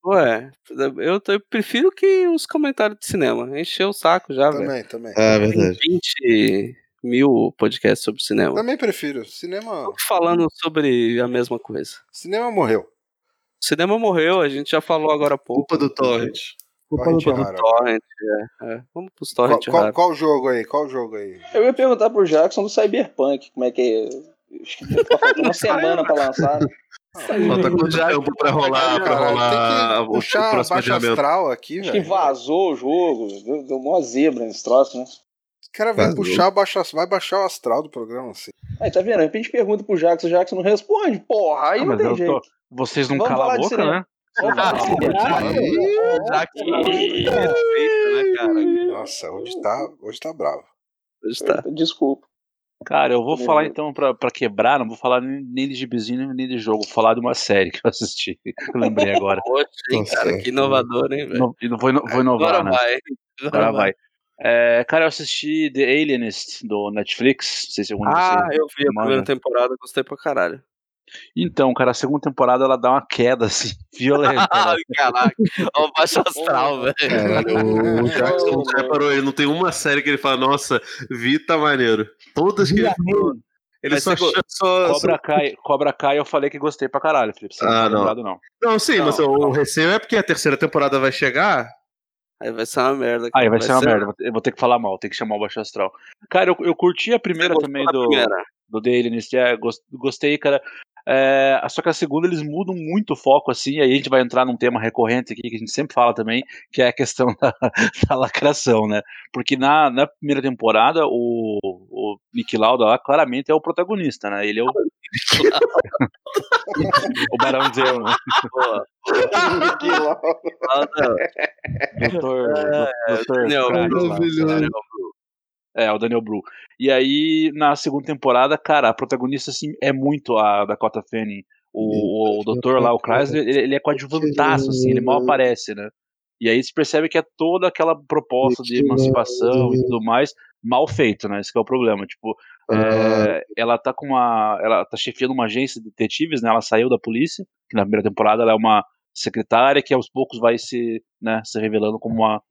Speaker 3: Ué, eu, tô- eu prefiro que os comentários de cinema. Encheu o saco já, velho.
Speaker 6: Também, também.
Speaker 10: Ah, é
Speaker 3: Tem
Speaker 10: verdade.
Speaker 3: 20 mil podcasts sobre cinema.
Speaker 6: Também prefiro. Cinema.
Speaker 3: Tô falando sobre a mesma coisa.
Speaker 6: Cinema morreu.
Speaker 3: O cinema morreu, a gente já falou agora há pouco. um
Speaker 10: Culpa do Torrent.
Speaker 7: Culpa
Speaker 6: Torrent
Speaker 7: do Bruno.
Speaker 6: raro.
Speaker 3: Torrent, é, é. Vamos pros
Speaker 6: Qual,
Speaker 3: Torrent
Speaker 6: qual,
Speaker 3: raro.
Speaker 6: qual jogo aí? Qual jogo aí?
Speaker 8: Eu ia perguntar pro Jackson do Cyberpunk, como é que é. Acho que Tá faltando uma semana pra lançar.
Speaker 4: Falta quanto tempo pra rolar, pra
Speaker 6: Cara,
Speaker 4: rolar
Speaker 6: tem que
Speaker 4: o, o
Speaker 6: puxar
Speaker 4: próximo
Speaker 6: baixo
Speaker 4: adiamento?
Speaker 6: astral aqui,
Speaker 8: Acho que
Speaker 6: velho.
Speaker 8: vazou o jogo. Deu, deu mó zebra nesse troço, né?
Speaker 6: O cara vai
Speaker 10: Vazou.
Speaker 6: puxar baixo astral, vai baixar o astral do programa, assim.
Speaker 8: Aí, tá vendo? De repente pergunta pro Jackson, o Jackson não responde. Porra, aí
Speaker 9: Ah,
Speaker 8: não
Speaker 9: mas
Speaker 8: tem
Speaker 9: eu
Speaker 8: jeito.
Speaker 9: tô- Vocês não
Speaker 8: Vamos
Speaker 9: calam
Speaker 8: falar
Speaker 9: a
Speaker 8: de
Speaker 9: boca,
Speaker 8: cinema.
Speaker 9: né?
Speaker 4: Ah,
Speaker 8: Vamos falar de
Speaker 4: é
Speaker 8: cinema.
Speaker 3: Jackson, perfeito, né, cara?
Speaker 6: Nossa, hoje tá, hoje tá bravo.
Speaker 3: Hoje tá.
Speaker 8: Desculpa.
Speaker 9: Cara, eu vou
Speaker 8: Beleza.
Speaker 9: falar então pra, pra quebrar, não vou falar nem nem de gibizinho, nem de jogo, vou falar de uma série que eu assisti, <laughs> que eu lembrei agora.
Speaker 3: Poxa, um hein,
Speaker 10: Nossa,
Speaker 3: cara,
Speaker 10: é.
Speaker 3: que inovador, hein, velho?
Speaker 9: No- e não vou, ino- vou inovar,
Speaker 3: Agora
Speaker 9: né?
Speaker 3: vai.
Speaker 9: Agora vai. É, cara, eu assisti The Alienist do Netflix, não sei se algum de
Speaker 3: Ah,
Speaker 9: vocês
Speaker 3: eu vi a
Speaker 9: manja.
Speaker 3: primeira temporada, gostei pra caralho.
Speaker 9: Então, cara, a segunda temporada ela dá uma queda assim, <laughs> violenta.
Speaker 3: Ah, <laughs>
Speaker 9: né?
Speaker 3: caraca. Ó, o baixo astral, velho.
Speaker 10: Caralho, o Jackson
Speaker 8: Ô,
Speaker 4: Não
Speaker 8: louco.
Speaker 4: reparou, ele não tem uma série que ele fala, nossa, Vita maneiro. Todas que ele falou, ele
Speaker 3: Mas
Speaker 4: só,
Speaker 3: você go-
Speaker 4: só, só
Speaker 9: Cobra Kai, Cobra Kai eu falei que gostei pra caralho, Felipe. Você não
Speaker 4: Ah,
Speaker 9: tá
Speaker 4: não.
Speaker 9: lembrado, não.
Speaker 4: Não, sim,
Speaker 3: Não,
Speaker 4: mas o
Speaker 3: não.
Speaker 4: receio é porque a terceira temporada vai chegar.
Speaker 3: Aí vai ser uma merda.
Speaker 9: Aí vai, ser uma
Speaker 3: merda.
Speaker 9: merda, vou ter- eu vou ter que falar mal, tem que chamar o Baixo Astral. Cara, eu, eu curti a primeira também do, do The Alienist, é, gos- gostei, cara. É, só que a segunda eles mudam muito o foco, assim, aí a gente vai entrar num tema recorrente aqui que a gente sempre fala também, que é a questão da, da lacração, né? Porque na, na primeira temporada, o, o Nick Lauda lá claramente é o protagonista, né? Ele é o. o Barão de Zemo, né?
Speaker 3: Pô,
Speaker 8: Que louco.
Speaker 3: fala-
Speaker 9: Doutor. Doutor
Speaker 3: Daniel,
Speaker 9: Craig lá.
Speaker 10: Maravilhoso.
Speaker 9: É, o Daniel Bru. E aí, na segunda temporada, cara, a protagonista, assim, é muito a Dakota Fanning. O, o, o doutor lá, o Chrysler, ele, ele é coadjuvantaço, assim, ele mal aparece, né? E aí se percebe que é toda aquela proposta de emancipação e tudo mais mal feito, né? Esse que é o problema. Tipo, é, ela tá com uma. Ela tá chefiando uma agência de detetives, né? Ela saiu da polícia, que na primeira temporada ela é uma secretária, que aos poucos vai se, né, se revelando como uma,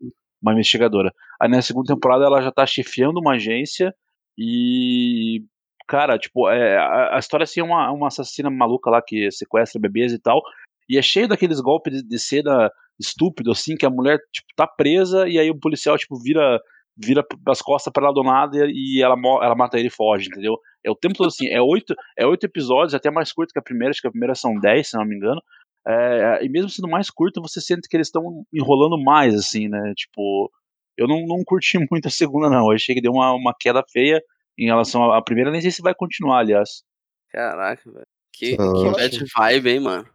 Speaker 9: uma investigadora. Aí na segunda temporada ela já tá chefiando uma agência e. Cara, tipo, é, a, a história assim é uma, uma assassina maluca lá que sequestra bebês e tal. E é cheio daqueles golpes de, de cena estúpido, assim, que a mulher, tipo, tá presa e aí o policial, tipo, vira vira as costas pra lá do nada e e ela, mo- ela mata ele e foge, entendeu? É o tempo todo assim, é oito, é oito episódios, até mais curto que a primeira, acho que a primeira são dez, se não me engano. É, e mesmo sendo mais curto, você sente que eles estão enrolando mais, assim, né? Tipo, eu não, não curti <laughs> muito a segunda, não. Eu achei que deu uma, uma queda feia em relação à à primeira, nem sei se vai continuar, aliás.
Speaker 3: Caraca, velho. Que,
Speaker 10: Ah,
Speaker 3: que
Speaker 10: ótimo.
Speaker 3: bad vibe, hein, mano.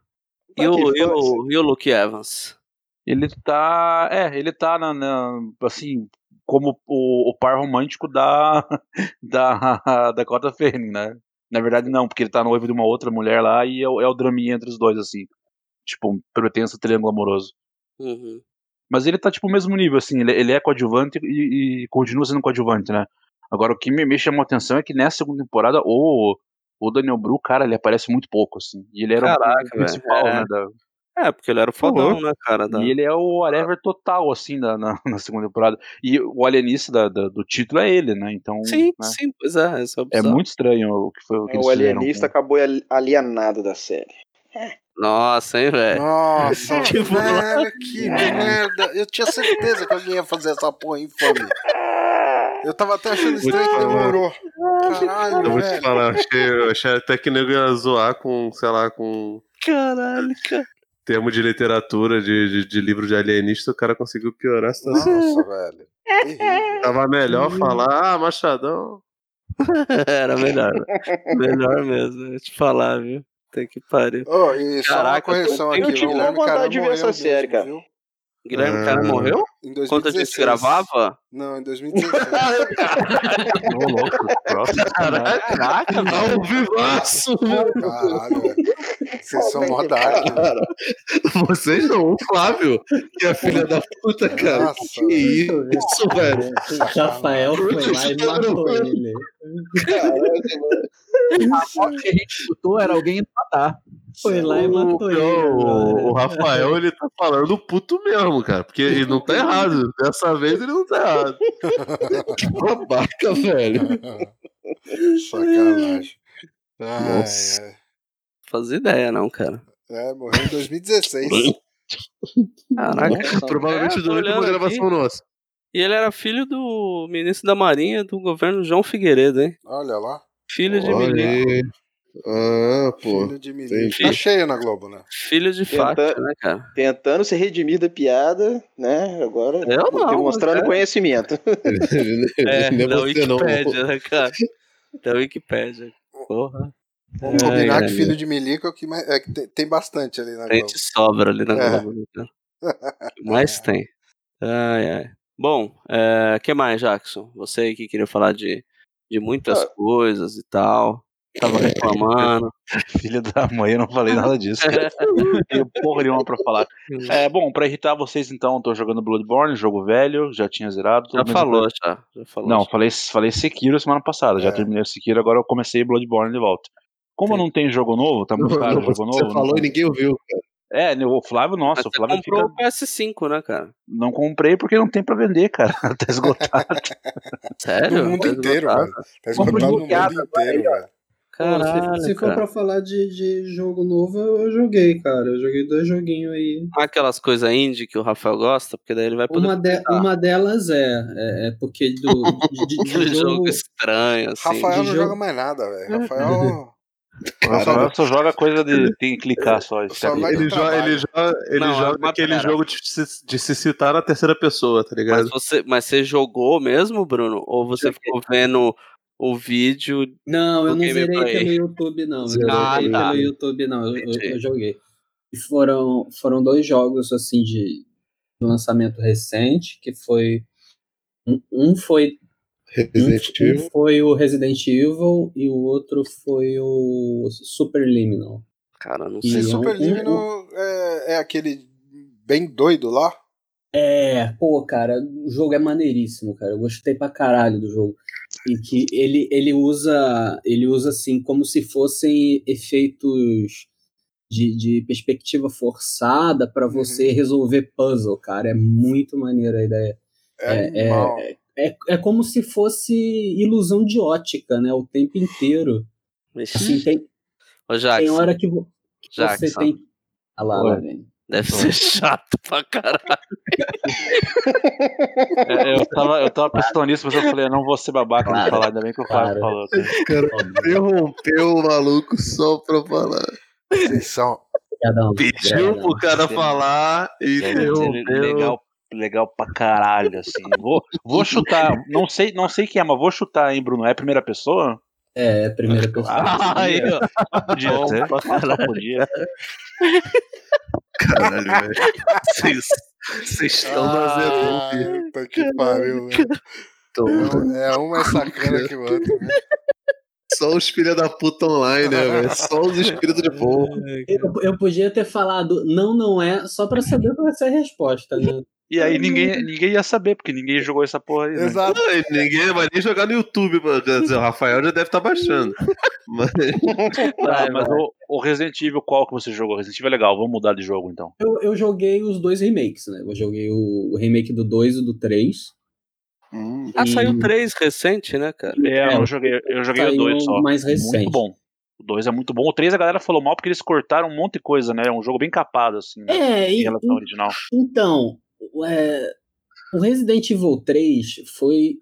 Speaker 3: E
Speaker 8: Tá
Speaker 3: o,
Speaker 8: aqui,
Speaker 3: e, o,
Speaker 8: foda-se.
Speaker 3: e o Luke Evans?
Speaker 9: Ele tá. É, ele tá na. na- assim, como o, o par romântico da. <laughs> Da da <laughs> Dakota Fanning, né? Na verdade, não, porque ele tá noivo de uma outra mulher lá e é, o- é o draminha entre os dois, assim. Tipo, um pretenso triângulo amoroso.
Speaker 3: Uhum.
Speaker 9: Mas ele tá, tipo, o mesmo nível, assim. Ele, ele é coadjuvante e, e continua sendo coadjuvante, né? Agora, o que me, me chamou a atenção é que nessa segunda temporada, o, o Daniel Bru, cara, ele aparece muito pouco, assim. E ele era
Speaker 3: Caraca,
Speaker 9: o principal,
Speaker 3: velho, é.
Speaker 9: né? da-
Speaker 3: É, porque ele era o fodão, né, cara? da-
Speaker 9: e ele é o whatever total, assim, na, na, <laughs> na segunda temporada. E o alienista da- da- do título é ele, né? Então.
Speaker 3: Sim,
Speaker 9: né,
Speaker 3: sim, pois é. Isso é,
Speaker 9: É
Speaker 3: bizarro.
Speaker 9: muito estranho o que foi o que
Speaker 8: É,
Speaker 9: eles
Speaker 8: o
Speaker 9: fizeram.
Speaker 8: alienista acabou ali- alienado da <laughs> série.
Speaker 3: Nossa, hein, velho.
Speaker 6: Nossa,
Speaker 3: Que
Speaker 6: velho, que merda. Eu tinha certeza que alguém ia fazer essa porra infame. Eu tava até achando
Speaker 10: Vou te
Speaker 6: estranho que
Speaker 10: falar.
Speaker 6: demorou.
Speaker 10: Eu
Speaker 6: Caralho,
Speaker 10: vou te
Speaker 6: velho.
Speaker 10: falar, eu achei, eu achei até que nego ia zoar com, sei lá, com
Speaker 3: Caralho, cara. <laughs>
Speaker 10: termo de literatura, de, de, de livro de alienista, o cara conseguiu piorar a situação.
Speaker 6: <laughs> Nossa, velho. Terrível.
Speaker 10: Tava melhor falar, ah, Machadão.
Speaker 3: Era melhor. né? melhor mesmo, eu ia te falar, viu? Tem que pariu.
Speaker 6: Ô, e só uma
Speaker 3: Caraca, eu
Speaker 6: correção
Speaker 3: tenho
Speaker 6: aqui.
Speaker 3: tido
Speaker 6: o
Speaker 3: uma
Speaker 6: Guilherme
Speaker 8: vontade
Speaker 6: Caramba
Speaker 8: de ver essa
Speaker 6: morreu
Speaker 8: série,
Speaker 6: mesmo,
Speaker 8: cara.
Speaker 6: viu?
Speaker 3: Guilherme, cara,
Speaker 10: Ah.
Speaker 3: morreu?
Speaker 6: Em
Speaker 3: Enquanto a
Speaker 6: 2016.
Speaker 3: gente gravava?
Speaker 6: Não, em 2016.
Speaker 9: Ô, louco. Nossa, né?
Speaker 3: Caraca,
Speaker 10: Ao vivaço, meu
Speaker 6: Caralho, velho. Vocês são mó dark, né? velho.
Speaker 10: cara. Vocês não, o Flávio, que é filha da puta, cara.
Speaker 6: Nossa,
Speaker 10: que isso, velho.
Speaker 5: O Rafael foi lá e matou ele.
Speaker 7: que <laughs> a gente escutou era alguém matar.
Speaker 5: Foi lá e
Speaker 10: O,
Speaker 5: matou ele.
Speaker 10: o, o
Speaker 5: agora.
Speaker 10: Rafael, ele tá falando puto mesmo, cara. Porque ele não tá errado. Dessa vez ele não tá <laughs> errado. Que babaca, velho.
Speaker 6: Sacanagem. Ai,
Speaker 10: Nossa.
Speaker 6: ai.
Speaker 3: Fazia ideia, não, cara.
Speaker 6: É, morreu em 2016.
Speaker 3: Caraca.
Speaker 10: Provavelmente
Speaker 3: É, tô
Speaker 10: durante uma
Speaker 3: olhando
Speaker 10: gravação nossa.
Speaker 3: E ele era filho do ministro da Marinha do governo João Figueiredo, hein?
Speaker 6: Olha lá.
Speaker 3: Filho de
Speaker 10: Olha
Speaker 3: ministro.
Speaker 10: aí. Ah, <laughs> pô.
Speaker 6: Filho de menino. Tá
Speaker 3: entendi.
Speaker 6: cheio na Globo, né?
Speaker 3: Filho de
Speaker 8: Tenta-
Speaker 3: faca, né, cara?
Speaker 8: Tentando se redimir da piada, né? Agora
Speaker 3: Eu não,
Speaker 8: demonstrando
Speaker 3: cara.
Speaker 8: conhecimento.
Speaker 3: É,
Speaker 10: Nem
Speaker 3: da
Speaker 10: você, não.
Speaker 3: Wikipédia, né, cara? Da Wikipédia.
Speaker 9: <laughs>
Speaker 3: Porra.
Speaker 6: Vamos
Speaker 3: Ai,
Speaker 6: combinar
Speaker 3: ai,
Speaker 6: que filho de milico é o que mais- é que tem, tem bastante ali na
Speaker 3: Tem
Speaker 6: Globo.
Speaker 3: de sobra ali na
Speaker 6: É.
Speaker 3: Globo. né, cara? O que mais tem. Ai, ai. Bom, o que mais, Jackson? Você aí que queria falar de, de muitas
Speaker 8: Ah.
Speaker 3: coisas e tal. Tava reclamando.
Speaker 9: Filha da mãe, eu não falei nada disso. cara. Não tenho porra nenhuma pra falar. É, bom, pra irritar vocês, então, eu tô jogando Bloodborne, jogo velho, já tinha zerado.
Speaker 3: <laughs> Já
Speaker 9: mas eu-
Speaker 3: falou, já. Já falou.
Speaker 9: Não,
Speaker 3: já.
Speaker 9: falei, falei Sekiro semana passada, já
Speaker 6: É.
Speaker 9: terminei o Sekiro, agora eu comecei Bloodborne de volta. Como eu não tenho jogo novo, tá
Speaker 3: <laughs>
Speaker 9: muito caro o jogo
Speaker 10: Você
Speaker 9: novo.
Speaker 10: falou
Speaker 9: não-
Speaker 10: e ninguém ouviu.
Speaker 9: É, né, o Flávio,
Speaker 3: Mas
Speaker 9: nossa, o
Speaker 3: você
Speaker 9: Flávio fica...
Speaker 3: comprou o PS5, né, cara?
Speaker 9: Não comprei porque não tem pra vender, cara. <laughs> Tá
Speaker 6: <laughs>
Speaker 9: esgotado.
Speaker 3: Sério?
Speaker 6: No mundo
Speaker 3: Tá
Speaker 6: inteiro,
Speaker 3: esgotado?
Speaker 6: velho.
Speaker 8: né?
Speaker 6: Tá esgotado no
Speaker 7: desbloqueado
Speaker 6: mundo inteiro, velho.
Speaker 5: Pô, se-
Speaker 3: Caralho,
Speaker 5: se, for
Speaker 3: cara.
Speaker 5: pra falar de, de jogo novo, eu, eu joguei, cara. Eu joguei dois joguinhos aí.
Speaker 3: Aquelas coisas indie que o Rafael gosta, porque daí ele vai poder
Speaker 5: Uma, de-
Speaker 3: comentar.
Speaker 5: uma delas é, é, é porque <laughs> do, de, de- de
Speaker 3: aquele jogo...
Speaker 5: jogo.
Speaker 3: estranho, assim.
Speaker 6: Rafael
Speaker 5: de
Speaker 6: não
Speaker 5: jogo. Uhum.
Speaker 6: joga mais nada, velho.
Speaker 5: <laughs>
Speaker 6: Rafael
Speaker 9: O Rafael só joga coisa de. Tem que clicar só. isso
Speaker 6: só
Speaker 9: é-
Speaker 6: vai
Speaker 10: Ele
Speaker 6: no
Speaker 10: joga,
Speaker 6: trabalho.
Speaker 10: ele joga, ele
Speaker 3: Não,
Speaker 10: joga
Speaker 3: mas
Speaker 10: aquele
Speaker 3: pera.
Speaker 10: jogo de se, de se citar na terceira pessoa, tá
Speaker 3: Mas
Speaker 10: ligado?
Speaker 3: você, mas você jogou mesmo, Bruno? Ou você ficou vendo o vídeo?
Speaker 5: Não, eu
Speaker 3: do
Speaker 5: não
Speaker 3: gameplay.
Speaker 5: zerei pelo YouTube, não. Eu não
Speaker 10: Ah,
Speaker 5: zerei
Speaker 3: tá.
Speaker 5: pelo YouTube, não. Eu, eu-
Speaker 3: Entendi.
Speaker 5: eu joguei. E foram, foram dois jogos, assim, de de lançamento recente, que foi. um- Um foi, um,
Speaker 10: Resident
Speaker 5: um
Speaker 10: Evil.
Speaker 5: foi o Resident Evil e o outro foi o Superliminal.
Speaker 3: Cara, não sei.
Speaker 6: Esse
Speaker 5: E
Speaker 6: Super
Speaker 5: um-
Speaker 6: Limino é, é aquele bem doido lá.
Speaker 5: É, pô, cara, o jogo é maneiríssimo, cara. Eu gostei pra caralho do jogo. E que ele, ele usa, ele usa assim como se fossem efeitos de, de perspectiva forçada
Speaker 10: Uhum.
Speaker 5: pra você resolver puzzle, cara. É muito maneiro a ideia. É, é,
Speaker 6: animal.
Speaker 5: é, é como se fosse ilusão de ótica, né? O tempo inteiro. Assim, tem,
Speaker 3: Ô,
Speaker 10: tá,
Speaker 5: tem
Speaker 3: Jackson,
Speaker 5: hora que vo- você
Speaker 3: Jackson,
Speaker 5: tem. Ah lá, lá vem.
Speaker 3: deve ser <laughs> chato pra caralho.
Speaker 9: É, Eu tava, eu tava pensando nisso, mas eu falei, eu não vou ser babaca de falar, ainda bem que o
Speaker 5: Claro.
Speaker 9: Fábio falou.
Speaker 10: Interrompeu o maluco só pra falar.
Speaker 6: Vocês são.
Speaker 5: Cada um.
Speaker 10: Pediu
Speaker 5: Cada um.
Speaker 10: pro cara falar e
Speaker 9: Deve ser
Speaker 10: interrompeu.
Speaker 3: um-
Speaker 9: legal, legal pra caralho, assim. Vou, vou chutar, não sei, não sei quem é, mas vou chutar, hein, Bruno? É a primeira pessoa?
Speaker 5: É, é a primeira pessoa.
Speaker 6: Ah,
Speaker 9: Ai, ó. podia ser. Só podia.
Speaker 10: Caralho, velho. Vocês vocês estão na
Speaker 6: Ah,
Speaker 10: Zenobia.
Speaker 6: puta que pariu, velho.
Speaker 10: então.
Speaker 6: É é um mais sacana que o outro. né?
Speaker 10: Só os filha da puta online, né, velho? Só os espíritos de porra.
Speaker 5: Eu, eu podia ter falado não, não é, só pra saber qual vai ser a resposta,
Speaker 9: <laughs>
Speaker 5: né?
Speaker 9: E aí ninguém, ninguém ia saber, porque ninguém jogou essa porra aí. Né?
Speaker 6: Exato.
Speaker 10: Não, e ninguém vai nem jogar no YouTube, mano. Quer dizer, o Rafael já deve estar baixando. Mas
Speaker 9: Ah, mas o, o Resident Evil, qual que você jogou? Resident Evil é legal, vamos mudar de jogo então.
Speaker 5: Eu, eu joguei os dois remakes, né? Eu joguei o, o remake do 2 e do 3.
Speaker 3: Ah,
Speaker 10: Hum.
Speaker 5: E-
Speaker 3: saiu três recente, né, cara?
Speaker 9: É, eu joguei, eu joguei o
Speaker 5: saiu
Speaker 9: 2 só.
Speaker 5: mais
Speaker 9: Muito
Speaker 5: recente.
Speaker 9: bom. O 2 é muito bom. O 3 a galera falou mal porque eles cortaram um monte de coisa, né? É um jogo bem capado, assim, né?
Speaker 5: É,
Speaker 9: em
Speaker 5: e,
Speaker 9: relação ao original.
Speaker 5: então, é, o Resident Evil 3 foi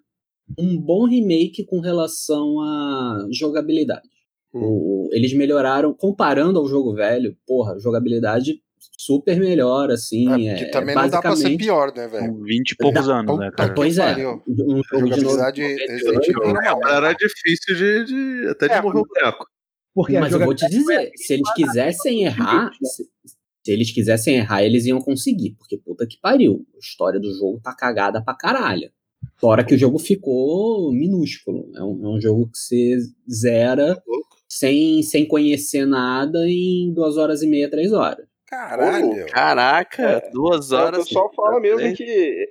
Speaker 5: um bom remake com relação à jogabilidade.
Speaker 6: Hum.
Speaker 5: O- o- eles melhoraram, comparando ao jogo velho, porra, jogabilidade super melhor, assim.
Speaker 6: É,
Speaker 5: é,
Speaker 6: que também não dá pra ser
Speaker 5: basicamente-
Speaker 6: pior, né, velho?
Speaker 9: Com 20 e poucos anos, né, cara?
Speaker 5: Pois é,
Speaker 6: pariu.
Speaker 5: um jogo de novo. né,
Speaker 6: Jogabilidade Resident Evil é uma merda.
Speaker 10: era difícil de, de- até de
Speaker 6: É,
Speaker 10: morrer o boneco.
Speaker 7: Porque a
Speaker 5: Mas eu vou te
Speaker 7: jogabilidade não é
Speaker 5: dizer, se eles quisessem errar,
Speaker 7: né?
Speaker 5: se, se eles quisessem errar, eles iam conseguir, porque puta que pariu, a história do jogo tá cagada pra caralho. Fora que o jogo ficou minúsculo. É um, é um jogo que você zera sem, sem conhecer nada em duas horas e meia, três horas.
Speaker 6: Caralho.
Speaker 3: Caraca, duas
Speaker 8: É,
Speaker 3: horas.
Speaker 8: o pessoal fala mesmo que,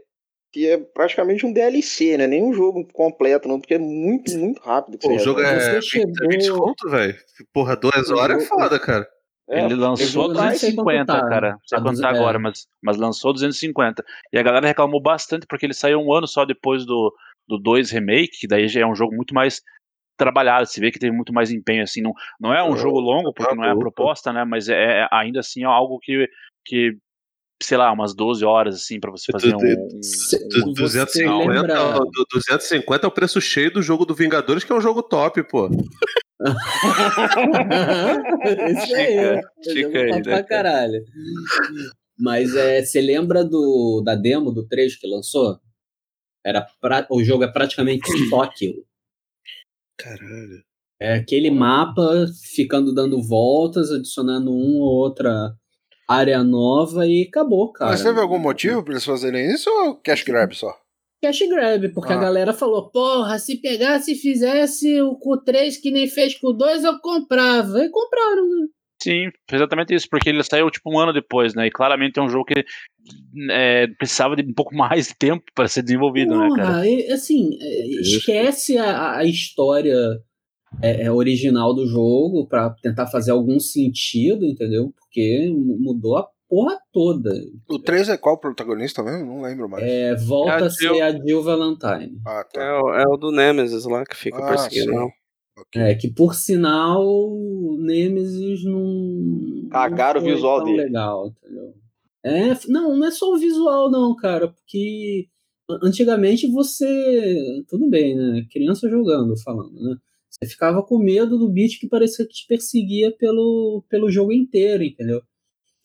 Speaker 8: que é praticamente um DLC, né? Nem um jogo completo, não, porque é muito, muito rápido. que
Speaker 10: Pô, o
Speaker 8: você
Speaker 10: jogo
Speaker 8: joga.
Speaker 10: é
Speaker 5: Você
Speaker 10: 20,
Speaker 5: chegou-
Speaker 10: 20 conto, velho. Porra, duas
Speaker 8: O
Speaker 10: horas é
Speaker 8: jogo-
Speaker 10: foda, cara.
Speaker 9: É, Ele
Speaker 5: eu
Speaker 9: lançou
Speaker 5: não sei
Speaker 9: 250,
Speaker 5: quanto tá.
Speaker 9: cara. Não sei
Speaker 5: Tá
Speaker 9: quanto tá
Speaker 5: duze- é.
Speaker 9: agora, mas, mas lançou 250. E a galera reclamou bastante porque ele saiu um ano só depois do, do 2 Remake, que daí já é um jogo muito mais trabalhado. Se vê que teve muito mais empenho, assim. Não, não é um
Speaker 10: É,
Speaker 9: jogo longo, porque não é a
Speaker 10: maluco.
Speaker 9: proposta, né? Mas é, é ainda assim é algo que, que, sei lá, umas 12 horas, assim, pra você fazer um. um-
Speaker 5: Se-
Speaker 10: Du-
Speaker 5: Você
Speaker 10: 250,
Speaker 5: lembra-
Speaker 10: não, du- 250 é o preço cheio do jogo do Vingadores, que é um jogo top, pô.
Speaker 5: Isso aí.
Speaker 3: Chica,
Speaker 5: eu
Speaker 3: chica
Speaker 5: jogo
Speaker 3: aí,
Speaker 5: pra-
Speaker 3: né,
Speaker 5: pra
Speaker 3: cara?
Speaker 5: caralho. Mas é, você lembra do, da demo do 3 que lançou? Era pra- o jogo é praticamente só aquilo.
Speaker 10: Caralho.
Speaker 5: É aquele mapa ficando dando voltas, adicionando um ou outra área nova e acabou, cara.
Speaker 6: Mas teve algum motivo pra eles fazerem isso ou cash grab só?
Speaker 5: Cash grab, porque
Speaker 6: Ah.
Speaker 5: a galera falou: porra, se pegasse e fizesse o com o 3 que nem fez com o 2, eu comprava. E compraram, né?
Speaker 9: Sim, foi exatamente isso, porque ele saiu tipo um ano depois, né? E claramente é um jogo que é, precisava de um pouco <laughs> mais de tempo pra ser desenvolvido, né, cara?
Speaker 5: Porra, e- assim, é, esquece a, a história é, é, original do jogo pra tentar fazer algum sentido, entendeu? Porque mu- mudou a porra toda.
Speaker 6: O 3 é qual protagonista mesmo? Não lembro mais.
Speaker 5: É, volta
Speaker 3: É a
Speaker 5: a ser a Jill Valentine.
Speaker 6: Ah, tá.
Speaker 3: É o, é o do Nemesis lá que fica
Speaker 6: Ah,
Speaker 3: perseguindo.
Speaker 6: sim.
Speaker 3: não.
Speaker 6: Ok.
Speaker 5: É, que por sinal, o Nemesis não.
Speaker 8: Cagaram
Speaker 5: não foi
Speaker 8: o visual
Speaker 5: tão
Speaker 8: dele.
Speaker 5: legal, entendeu? É, f- não, não é só o visual, não, cara, porque a- antigamente você. Tudo bem, né? Criança jogando, falando, né? Você ficava com medo do bicho que parecia que te perseguia pelo, pelo jogo inteiro, entendeu?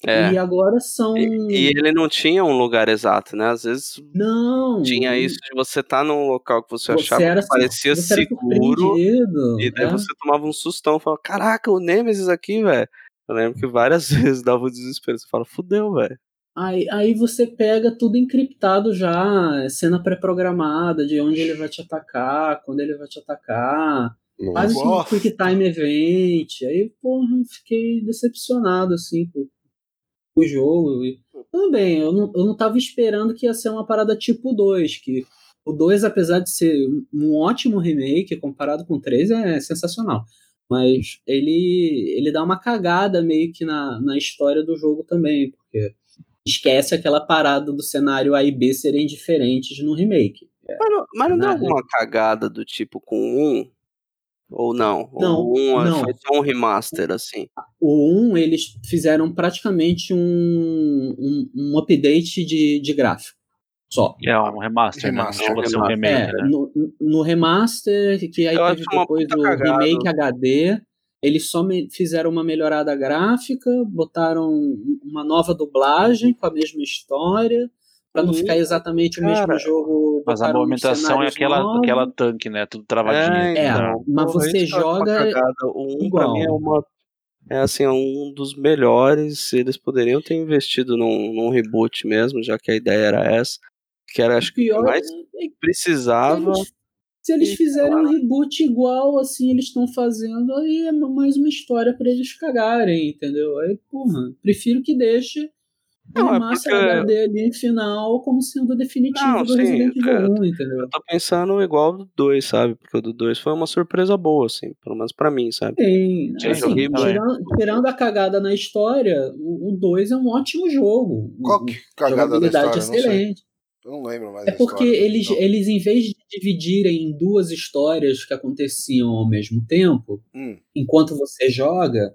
Speaker 3: É.
Speaker 5: E agora são.
Speaker 3: E, e ele não tinha um lugar exato, né? Às vezes
Speaker 5: Não!
Speaker 3: tinha isso de você estar num local que você, achava
Speaker 5: Uhum. era,
Speaker 3: que parecia
Speaker 5: você era
Speaker 3: seguro
Speaker 5: surpreendido,
Speaker 3: e daí
Speaker 5: é.
Speaker 3: você tomava um sustão e falava: Caraca, o Nemesis aqui, velho. Eu lembro que várias <laughs> vezes dava um desespero. Você fala: Fudeu, velho.
Speaker 5: Aí, aí você pega tudo encriptado já, cena pré-programada de onde ele vai te atacar, quando ele vai te atacar. Faz isso no
Speaker 6: Nossa.
Speaker 5: um Quick Time Event. Aí, porra, eu fiquei decepcionado, assim, com com o jogo. E, tudo bem, eu não, eu não tava esperando que ia ser uma parada tipo 2, que o 2, apesar de ser um- um ótimo remake, comparado com o 3, é sensacional. Mas ele, ele dá uma cagada meio que na, na história do jogo também, porque esquece aquela parada do cenário A e B serem diferentes no remake.
Speaker 3: Mas não, mas não deu
Speaker 5: Nada.
Speaker 3: alguma cagada do tipo com um? Ou não?
Speaker 5: Não,
Speaker 3: Ou um
Speaker 5: não.
Speaker 3: foi só um remaster, assim.
Speaker 5: O 1, eles fizeram praticamente um, um, um update de, de gráfico. Só.
Speaker 9: É um remaster,
Speaker 6: Remaster,
Speaker 9: né? Não chegou a ser um
Speaker 3: remaster.
Speaker 9: remake,
Speaker 5: É,
Speaker 9: né?
Speaker 5: no, no remaster, que aí
Speaker 3: Eu
Speaker 5: teve
Speaker 3: acho uma
Speaker 5: depois
Speaker 3: puta
Speaker 5: o
Speaker 3: cagada.
Speaker 5: remake HD, eles só me- fizeram uma melhorada gráfica, botaram uma nova dublagem com a mesma história, pra não
Speaker 3: Ih,
Speaker 5: ficar exatamente o
Speaker 3: cara.
Speaker 5: mesmo jogo.
Speaker 9: Mas a
Speaker 5: botaram um uns
Speaker 9: movimentação é
Speaker 5: cenários
Speaker 9: aquela,
Speaker 5: novos.
Speaker 9: aquela tanque, né? Tudo travadinho.
Speaker 5: É,
Speaker 3: então,
Speaker 5: mas você
Speaker 3: isso que eu acho uma
Speaker 5: joga
Speaker 3: cagada. O 1 pra
Speaker 5: igual.
Speaker 3: mim é uma. É assim, é um dos melhores. Eles poderiam ter investido num, num reboot mesmo, já que a ideia era essa. Que era, acho
Speaker 5: O
Speaker 3: que o que
Speaker 5: pior
Speaker 3: mais
Speaker 5: é Se
Speaker 3: precisava.
Speaker 5: eles, se eles
Speaker 3: e
Speaker 5: fizerem
Speaker 3: claro.
Speaker 5: um reboot igual assim eles estão fazendo, aí é mais uma história pra eles cagarem, entendeu? Aí, porra, prefiro que deixe o
Speaker 3: Não, é
Speaker 5: remaster
Speaker 3: porque-
Speaker 5: HD ali final como sendo definitivo
Speaker 3: Não,
Speaker 5: do
Speaker 3: sim, é.
Speaker 5: Resident
Speaker 3: eu-
Speaker 5: Evil 1, entendeu?
Speaker 3: Eu tô pensando igual do 2, sabe? Porque o do 2 foi uma surpresa boa, assim. Pelo menos pra mim, sabe?
Speaker 5: Tem,
Speaker 9: Sim,
Speaker 5: assim,
Speaker 3: joguei também.
Speaker 5: tirando, tirando a cagada na história, o 2 é um ótimo jogo.
Speaker 6: Qual que é cagada da
Speaker 5: Jogabilidade é
Speaker 6: história? Não sei.
Speaker 5: excelente.
Speaker 6: Eu não lembro mais
Speaker 5: É
Speaker 6: da história.
Speaker 5: porque eles,
Speaker 6: Não.
Speaker 5: eles, em vez de dividirem em duas histórias que aconteciam ao mesmo tempo,
Speaker 6: Hum,
Speaker 5: enquanto você joga,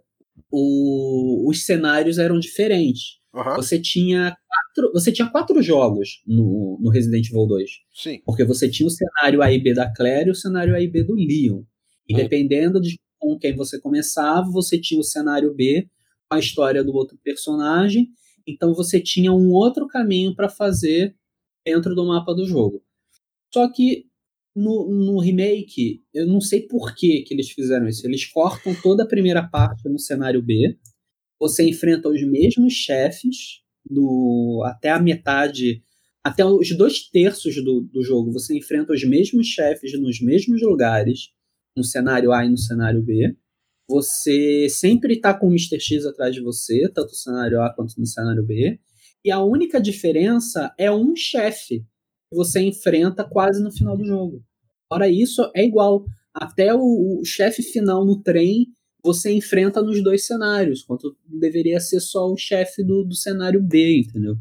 Speaker 5: o- os cenários eram diferentes.
Speaker 6: aham,
Speaker 5: Você tinha quatro, você tinha quatro jogos no, no Resident Evil 2.
Speaker 6: Sim.
Speaker 5: Porque você tinha o cenário A e B da Claire e o cenário A e B do Leon. E
Speaker 3: Hum.
Speaker 5: dependendo de com quem você começava, você tinha o cenário B com a história do outro personagem. Então você tinha um outro caminho para fazer dentro do mapa do jogo. Só que no, no remake, eu não sei por que, que eles fizeram isso. Eles cortam toda a primeira parte no cenário B. Você enfrenta os mesmos chefes do, até a metade até os dois terços do, do jogo você enfrenta os mesmos chefes nos mesmos lugares, no cenário A e no cenário B. Você sempre tá com o Mr. X atrás de você, tanto no cenário A quanto no cenário B. E a única diferença é um chefe que você enfrenta quase no final do jogo. Ora, isso é igual. Até o, o chefe final no trem você enfrenta nos dois cenários, quanto deveria ser só o chefe do, do cenário B, entendeu?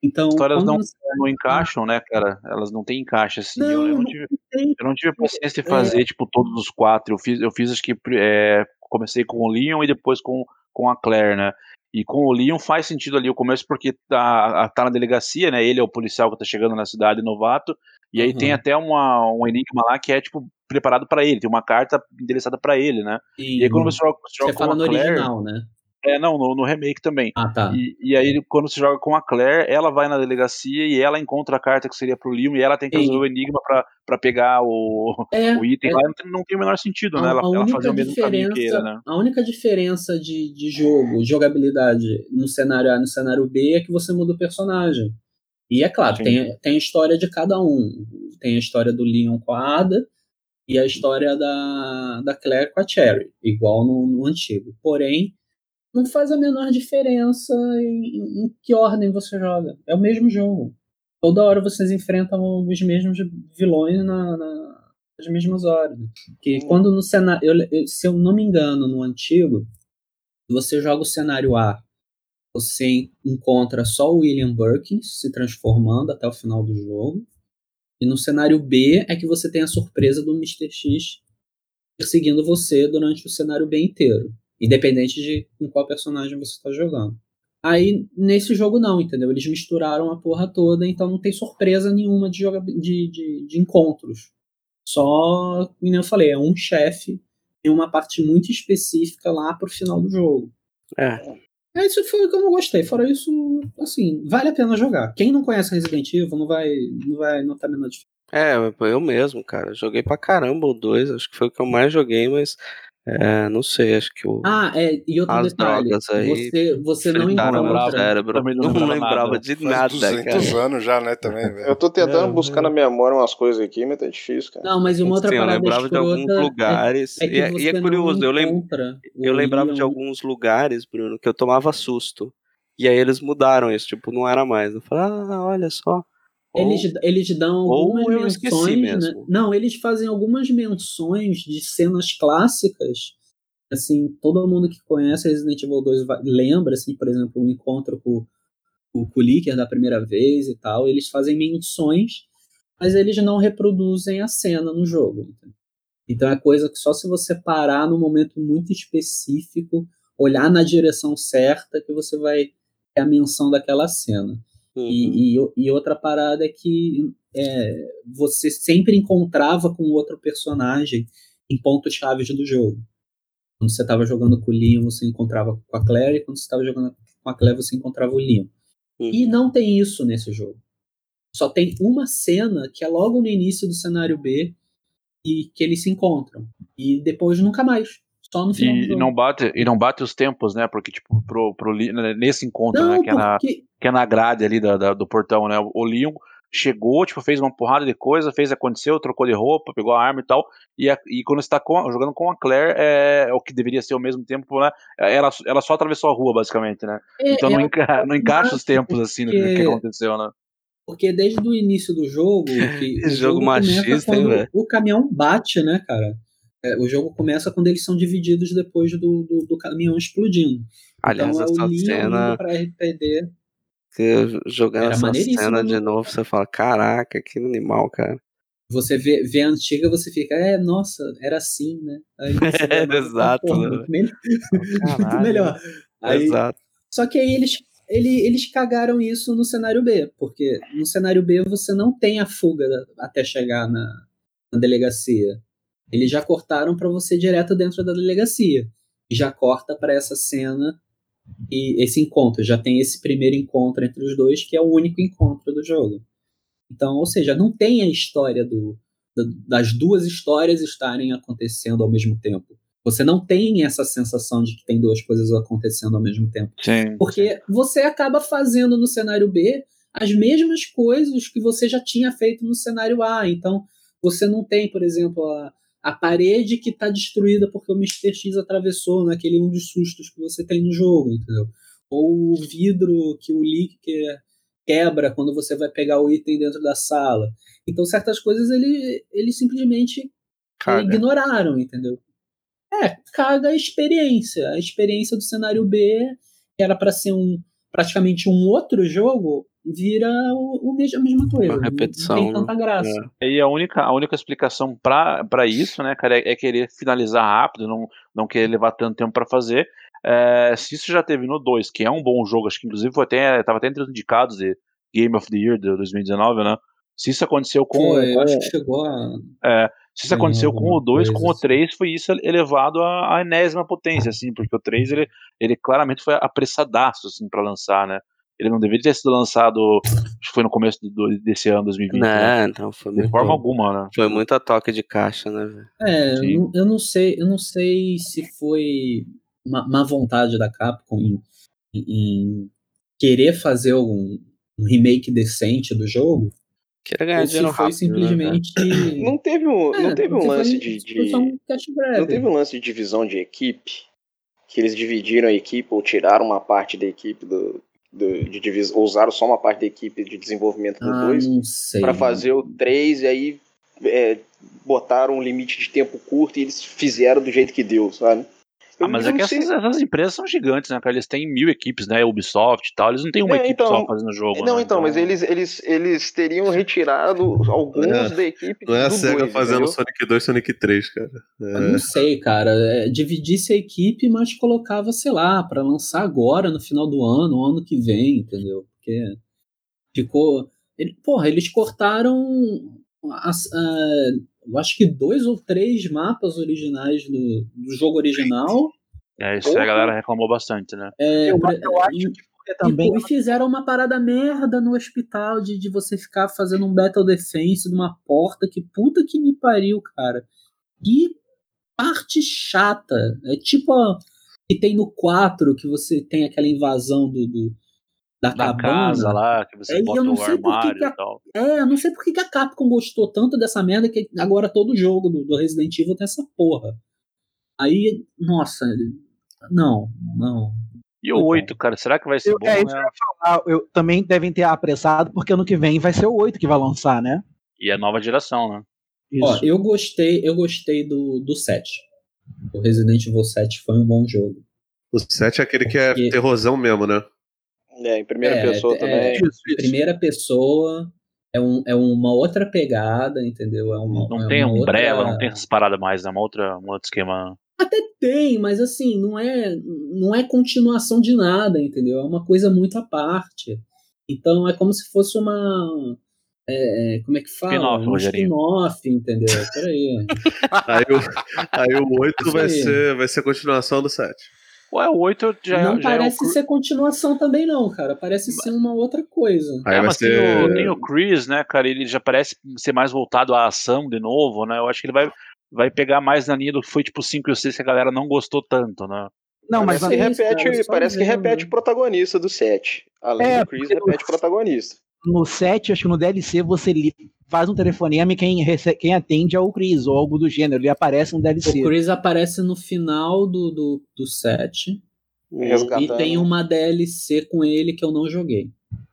Speaker 5: Então,
Speaker 9: Histórias
Speaker 5: quando
Speaker 9: não-
Speaker 5: você-
Speaker 9: Não encaixam, né, cara? Elas não têm encaixe, assim. Eu- eu,
Speaker 5: Não,
Speaker 9: não
Speaker 5: não
Speaker 9: tive,
Speaker 5: tem. é.
Speaker 9: eu não tive paciência de fazer, tipo, todos os quatro. Eu fiz, eu fiz acho que é, comecei com o Leon e depois com, com a Claire, né? E com o Leon faz sentido ali o começo, porque tá, tá na delegacia, né? Ele é o policial que tá chegando na cidade, novato. E aí
Speaker 5: Aham.
Speaker 9: tem até uma, um enigma lá que é, tipo, preparado pra ele. Tem uma carta endereçada pra ele, né? E aí quando você joga, você joga
Speaker 5: Você
Speaker 9: com
Speaker 5: fala
Speaker 9: a
Speaker 5: no
Speaker 9: Claire...
Speaker 5: original, né?
Speaker 9: É, não, no, no remake também.
Speaker 5: Ah, tá.
Speaker 9: E, e aí, quando se joga com a Claire, ela vai na delegacia e ela encontra a carta que seria pro Leon e ela tem que
Speaker 5: Sim.
Speaker 9: resolver o enigma pra, pra pegar o,
Speaker 5: É,
Speaker 9: o item
Speaker 5: é,
Speaker 9: lá. Não tem, não tem o menor sentido, né?
Speaker 5: a,
Speaker 9: Ela,
Speaker 5: a
Speaker 9: ela
Speaker 5: única
Speaker 9: fazer o mesmo caminho que ele,
Speaker 5: diferença,
Speaker 9: né?
Speaker 5: a única diferença de, de jogo, de jogabilidade no cenário A e no cenário B é que você muda o personagem. E é claro,
Speaker 9: Sim.
Speaker 5: tem, tem a história de cada um. Tem a história do Leon com a Ada e a história da, da Claire com a Cherry, igual no, no antigo. Porém, não faz a menor diferença em, em- em que ordem você joga. É o mesmo jogo. Toda hora vocês enfrentam os mesmos vilões na, na, nas mesmas horas. Que quando no cenário. eu- eu- se eu não me engano, no antigo, você joga o cenário A você encontra só o William Burkins se transformando até o final do jogo. E no cenário B é que você tem a surpresa do Mr. X perseguindo você durante o cenário B inteiro. Independente de com qual personagem você está jogando. Aí, nesse jogo não, entendeu? Eles misturaram a porra toda, então não tem surpresa nenhuma de, joga- de, de, de encontros. Só, como eu falei, é um chefe em uma parte muito específica lá pro final do jogo.
Speaker 3: É.
Speaker 5: É, isso foi o que eu não gostei. Fora isso, assim, vale a pena jogar. Quem não conhece Resident Evil não vai, não vai notar a menor diferença.
Speaker 3: É, eu mesmo, cara. Joguei pra caramba o 2. Acho que foi o que eu mais joguei, mas. é, não sei, acho que o.
Speaker 5: Ah, é, e outro
Speaker 3: As
Speaker 5: detalhe.
Speaker 3: drogas aí é.
Speaker 5: você você não
Speaker 3: fritaram meu
Speaker 5: encontra.
Speaker 3: cérebro.
Speaker 9: Também não lembrava nada.
Speaker 3: de
Speaker 6: Faz
Speaker 3: nada,
Speaker 6: 200
Speaker 3: cara.
Speaker 6: anos já, né, também, velho.
Speaker 8: Eu tô tentando
Speaker 3: É,
Speaker 8: buscar na memória umas coisas aqui, mas tá difícil, cara.
Speaker 5: Não, mas uma outra
Speaker 3: Sim, eu
Speaker 5: parada
Speaker 3: lembrava de alguns
Speaker 5: escrota é,
Speaker 3: lugares.
Speaker 5: é
Speaker 3: e, é,
Speaker 5: que
Speaker 3: e é
Speaker 5: você
Speaker 3: curioso, eu,
Speaker 5: não
Speaker 3: lem,
Speaker 5: encontra. o
Speaker 3: eu lembrava de
Speaker 5: Leon.
Speaker 3: alguns lugares, Bruno, que eu tomava susto. E aí eles mudaram isso, tipo, não era mais. Eu falei, ah, olha só. Ou-
Speaker 5: Eles, eles dão
Speaker 3: ou
Speaker 5: algumas
Speaker 3: eu esqueci
Speaker 5: menções. né?
Speaker 3: mesmo.
Speaker 5: Não, eles fazem algumas menções de cenas clássicas assim, todo mundo que conhece Resident Evil 2 vai- lembra, assim, por exemplo, o encontro com, com o Licker da primeira vez e tal, eles fazem menções, mas eles não reproduzem a cena no jogo. entendeu? Então é coisa que só se você parar num momento muito específico, olhar na direção certa, que você vai ter a menção daquela cena.
Speaker 9: Uhum.
Speaker 5: E, e- e outra parada é que é, você sempre encontrava com outro personagem em pontos chaves do jogo. Quando você estava jogando com o Leon, você encontrava com a Claire, e quando você estava jogando com a Claire, você encontrava o Leon.
Speaker 9: Uhum.
Speaker 5: E não tem isso nesse jogo. Só tem uma cena que é logo no início do cenário B e que eles se encontram. E depois nunca mais. Só no final do
Speaker 9: E, e
Speaker 5: um jogo.
Speaker 9: não bate, e não bate os tempos, né? Porque, tipo, pro, pro, Li- né, nesse encontro, né? Que é, na,
Speaker 5: porque-
Speaker 9: que é na grade ali da, da- do portão, né? O Leon chegou, tipo, fez uma porrada de coisa, fez aconteceu, trocou de roupa, pegou a arma e tal. E, a- e quando você tá com a- jogando com a Claire, é, é o que deveria ser ao mesmo tempo, né? Ela, ela só atravessou a rua, basicamente, né?
Speaker 5: É,
Speaker 9: então não,
Speaker 5: ela-
Speaker 9: enca, não encaixa os tempos, assim, no que,
Speaker 5: porque-
Speaker 9: que aconteceu, né?
Speaker 5: Porque desde o início do
Speaker 3: <laughs>
Speaker 5: jogo. Que o
Speaker 3: Esse jogo
Speaker 5: começa
Speaker 3: machista, hein,
Speaker 5: quando
Speaker 3: velho?
Speaker 5: O caminhão bate, né, cara? É, o jogo começa quando eles são divididos depois do, do, do caminhão explodindo.
Speaker 3: Aliás,
Speaker 5: então, é o
Speaker 3: essa
Speaker 5: Leon
Speaker 3: cena-
Speaker 5: indo pra RPD.
Speaker 3: Que eu- jogando
Speaker 5: Era
Speaker 3: essa
Speaker 5: maneiríssimo,
Speaker 3: cena
Speaker 5: né?
Speaker 3: de novo, você fala, caraca, que animal, cara.
Speaker 5: Você vê, vê a antiga, você fica, é, nossa, era assim, né? Aí você
Speaker 3: <laughs>
Speaker 5: vê a nova,
Speaker 3: Exato,
Speaker 5: pô,
Speaker 3: né,
Speaker 5: <laughs> muito melhor. <laughs> muito
Speaker 3: Caralho.
Speaker 5: melhor. Aí,
Speaker 3: Exato.
Speaker 5: Só que aí eles, ele- eles cagaram isso no cenário B, porque no cenário B você não tem a fuga da- até chegar na, na delegacia. Eles já cortaram pra você direto dentro da delegacia. E já corta pra essa cena e esse encontro. Já tem esse primeiro encontro entre os dois, que é o único encontro do jogo. Então, ou seja, não tem a história do, da- das duas histórias estarem acontecendo ao mesmo tempo. Você não tem essa sensação de que tem duas coisas acontecendo ao mesmo tempo.
Speaker 9: Sim.
Speaker 5: Porque você acaba fazendo no cenário B as mesmas coisas que você já tinha feito no cenário A. Então, você não tem, por exemplo, a, a parede que está destruída porque o Mr. X atravessou naquele um dos sustos que você tem no jogo, entendeu? Ou o vidro que o Lick quebra quando você vai pegar o item dentro da sala. Então, certas coisas ele, ele simplesmente
Speaker 3: Caga.
Speaker 5: ignoraram, entendeu? É, caga a experiência. A experiência do cenário B, que era pra ser um praticamente um outro jogo, vira o, o mesmo, a mesma coisa.
Speaker 3: Uma
Speaker 5: Não-
Speaker 3: repetição,
Speaker 5: Não tem tanta
Speaker 3: né?
Speaker 5: graça.
Speaker 8: É.
Speaker 9: E a única, a única explicação pra pra isso, né, cara, é, é querer finalizar rápido, não, não querer levar tanto tempo pra fazer. É, se isso já teve no 2, que é um bom jogo, acho que inclusive foi até, tava até entre os indicados de Game of the Year de 2019, né? Se isso aconteceu com.
Speaker 5: Foi, eu
Speaker 9: com-
Speaker 5: acho que chegou a.
Speaker 9: é, se isso
Speaker 5: Ganhou
Speaker 9: aconteceu com o
Speaker 5: alguma
Speaker 9: 2, com
Speaker 5: coisa,
Speaker 9: o 3, foi isso elevado à, à enésima potência, assim, porque o 3 ele, ele claramente foi apressadaço, assim, pra lançar, né? Ele não deveria ter sido lançado, acho que foi no começo do- do- desse ano, 2020. né?
Speaker 3: Não, então foi
Speaker 9: De
Speaker 3: muito.
Speaker 9: forma alguma, né?
Speaker 3: Foi muito a toque de caixa, né, velho?
Speaker 5: É,
Speaker 9: Sim.
Speaker 5: eu não- eu não sei, eu não sei se foi uma má vontade da Capcom em, em- em querer fazer um, um remake decente do jogo,
Speaker 3: Queria ganhar
Speaker 5: ou se
Speaker 3: dinheiro
Speaker 5: foi
Speaker 3: É, rápido. Né,
Speaker 5: simplesmente.
Speaker 8: Não teve um,
Speaker 5: É,
Speaker 8: não teve um
Speaker 5: porque foi-
Speaker 8: lance de.
Speaker 5: foi
Speaker 8: de-
Speaker 5: só um cash grab.
Speaker 8: Não teve um lance de divisão de equipe? Que eles dividiram a equipe ou tiraram uma parte da equipe do. do de divis, ou usaram só uma parte da equipe de desenvolvimento do
Speaker 5: Ah,
Speaker 8: 2
Speaker 5: não sei.
Speaker 8: pra fazer o 3 e aí é, botaram um limite de tempo curto e eles fizeram do jeito que deu, sabe? Eu
Speaker 9: Ah, mas
Speaker 8: não
Speaker 9: é que
Speaker 8: sei-
Speaker 9: essas, essas empresas são gigantes, né, cara? Eles têm mil equipes, né? Ubisoft e tal. Eles não têm uma
Speaker 8: É,
Speaker 9: equipe
Speaker 8: então,
Speaker 9: só fazendo jogo.
Speaker 8: Não,
Speaker 9: né?
Speaker 8: então, mas eles, eles, eles teriam
Speaker 5: <laughs>
Speaker 8: retirado alguns
Speaker 10: É.
Speaker 8: da equipe
Speaker 10: Não é a
Speaker 8: do
Speaker 10: SEGA
Speaker 8: dois,
Speaker 10: fazendo
Speaker 8: entendeu?
Speaker 10: Sonic 2 Sonic 3, cara.
Speaker 5: Eu Ah,
Speaker 7: É.
Speaker 5: não sei, cara. É, dividisse a equipe, mas colocava, sei lá, pra lançar agora, no final do ano, ou ano que vem, entendeu? Porque ficou. Ele, porra, eles cortaram. as- ah, eu acho que dois ou três mapas originais do, do jogo original.
Speaker 9: É, isso aí a galera reclamou bastante, né?
Speaker 5: É,
Speaker 7: Eu,
Speaker 5: pre-
Speaker 7: eu acho que porque também.
Speaker 5: E, pô, e fizeram uma parada merda no hospital de, de você ficar fazendo um battle defense de uma porta que puta que me pariu, cara. E parte chata. É tipo a, que tem no 4 que você tem aquela invasão do, do- da,
Speaker 9: Da
Speaker 5: cabana.
Speaker 9: casa lá, que
Speaker 5: É,
Speaker 9: você
Speaker 5: e
Speaker 9: bota
Speaker 5: eu não
Speaker 9: o
Speaker 5: sei por que
Speaker 9: armário
Speaker 5: que a-
Speaker 9: e tal.
Speaker 5: É, eu não sei por que que a Capcom gostou tanto dessa merda que agora todo jogo do, do Resident Evil tem essa porra. Aí, nossa, não, não.
Speaker 9: E o 8, cara, será que vai ser
Speaker 7: Eu-
Speaker 9: bom,
Speaker 7: é isso que eu
Speaker 9: né?
Speaker 7: ia falar. Eu, também devem ter apressado, porque ano que vem vai ser o 8 que vai lançar, né?
Speaker 9: E a nova é geração, né?
Speaker 7: Isso.
Speaker 5: Ó, eu gostei, eu gostei do, do 7. O Resident Evil 7 foi um bom jogo.
Speaker 4: O 7 é aquele que é
Speaker 5: Porque-
Speaker 4: terrorzão mesmo, né?
Speaker 8: É, em primeira
Speaker 5: É,
Speaker 8: pessoa
Speaker 5: é,
Speaker 8: também.
Speaker 7: Isso, isso.
Speaker 5: Primeira pessoa é, um, é uma outra pegada, entendeu? É uma,
Speaker 9: Não
Speaker 5: é
Speaker 9: tem
Speaker 5: uma
Speaker 9: umbrella,
Speaker 5: outra-
Speaker 9: não tem essas paradas mais, né? Uma outra, um outro esquema.
Speaker 5: Até tem, mas assim, não é, não é continuação de nada, entendeu? É uma coisa muito à parte. Então é como se fosse uma. é, é, como é que fala?
Speaker 9: Spin-off,
Speaker 5: um
Speaker 9: Rogerinho.
Speaker 5: spin-off, entendeu? Peraí.
Speaker 4: Aí o, aí o 8
Speaker 5: Isso
Speaker 4: vai
Speaker 5: aí.
Speaker 4: ser, vai ser continuação do 7.
Speaker 9: Ué, é, o 8 <laughs> já,
Speaker 5: não
Speaker 9: já
Speaker 5: parece
Speaker 9: é o Cru-
Speaker 5: ser continuação também, não, cara. Parece ser uma outra coisa.
Speaker 4: Aí
Speaker 9: é,
Speaker 4: vai
Speaker 9: mas tem,
Speaker 4: ser.
Speaker 9: o, tem o Chris, né, cara? Ele já parece ser mais voltado à ação de novo, né? Eu acho que ele vai, vai pegar mais na linha do que foi tipo 5 e o 6 que a galera não gostou tanto, né?
Speaker 7: Não, mas
Speaker 8: parece que
Speaker 5: é isso,
Speaker 8: repete,
Speaker 5: cara, só
Speaker 8: parece que
Speaker 5: vendo,
Speaker 8: repete
Speaker 5: né?
Speaker 8: o protagonista do set. Além
Speaker 7: É,
Speaker 8: do Chris,
Speaker 7: porque-
Speaker 8: repete o protagonista.
Speaker 7: no 7, acho que no DLC, você li- faz um telefonema e quem, rece- quem atende é o Chris ou algo do gênero. Ele aparece no
Speaker 5: O
Speaker 7: DLC.
Speaker 5: Chris aparece no final do, do, do set. E
Speaker 8: Resgatando.
Speaker 5: tem um- uma DLC com ele que eu não joguei.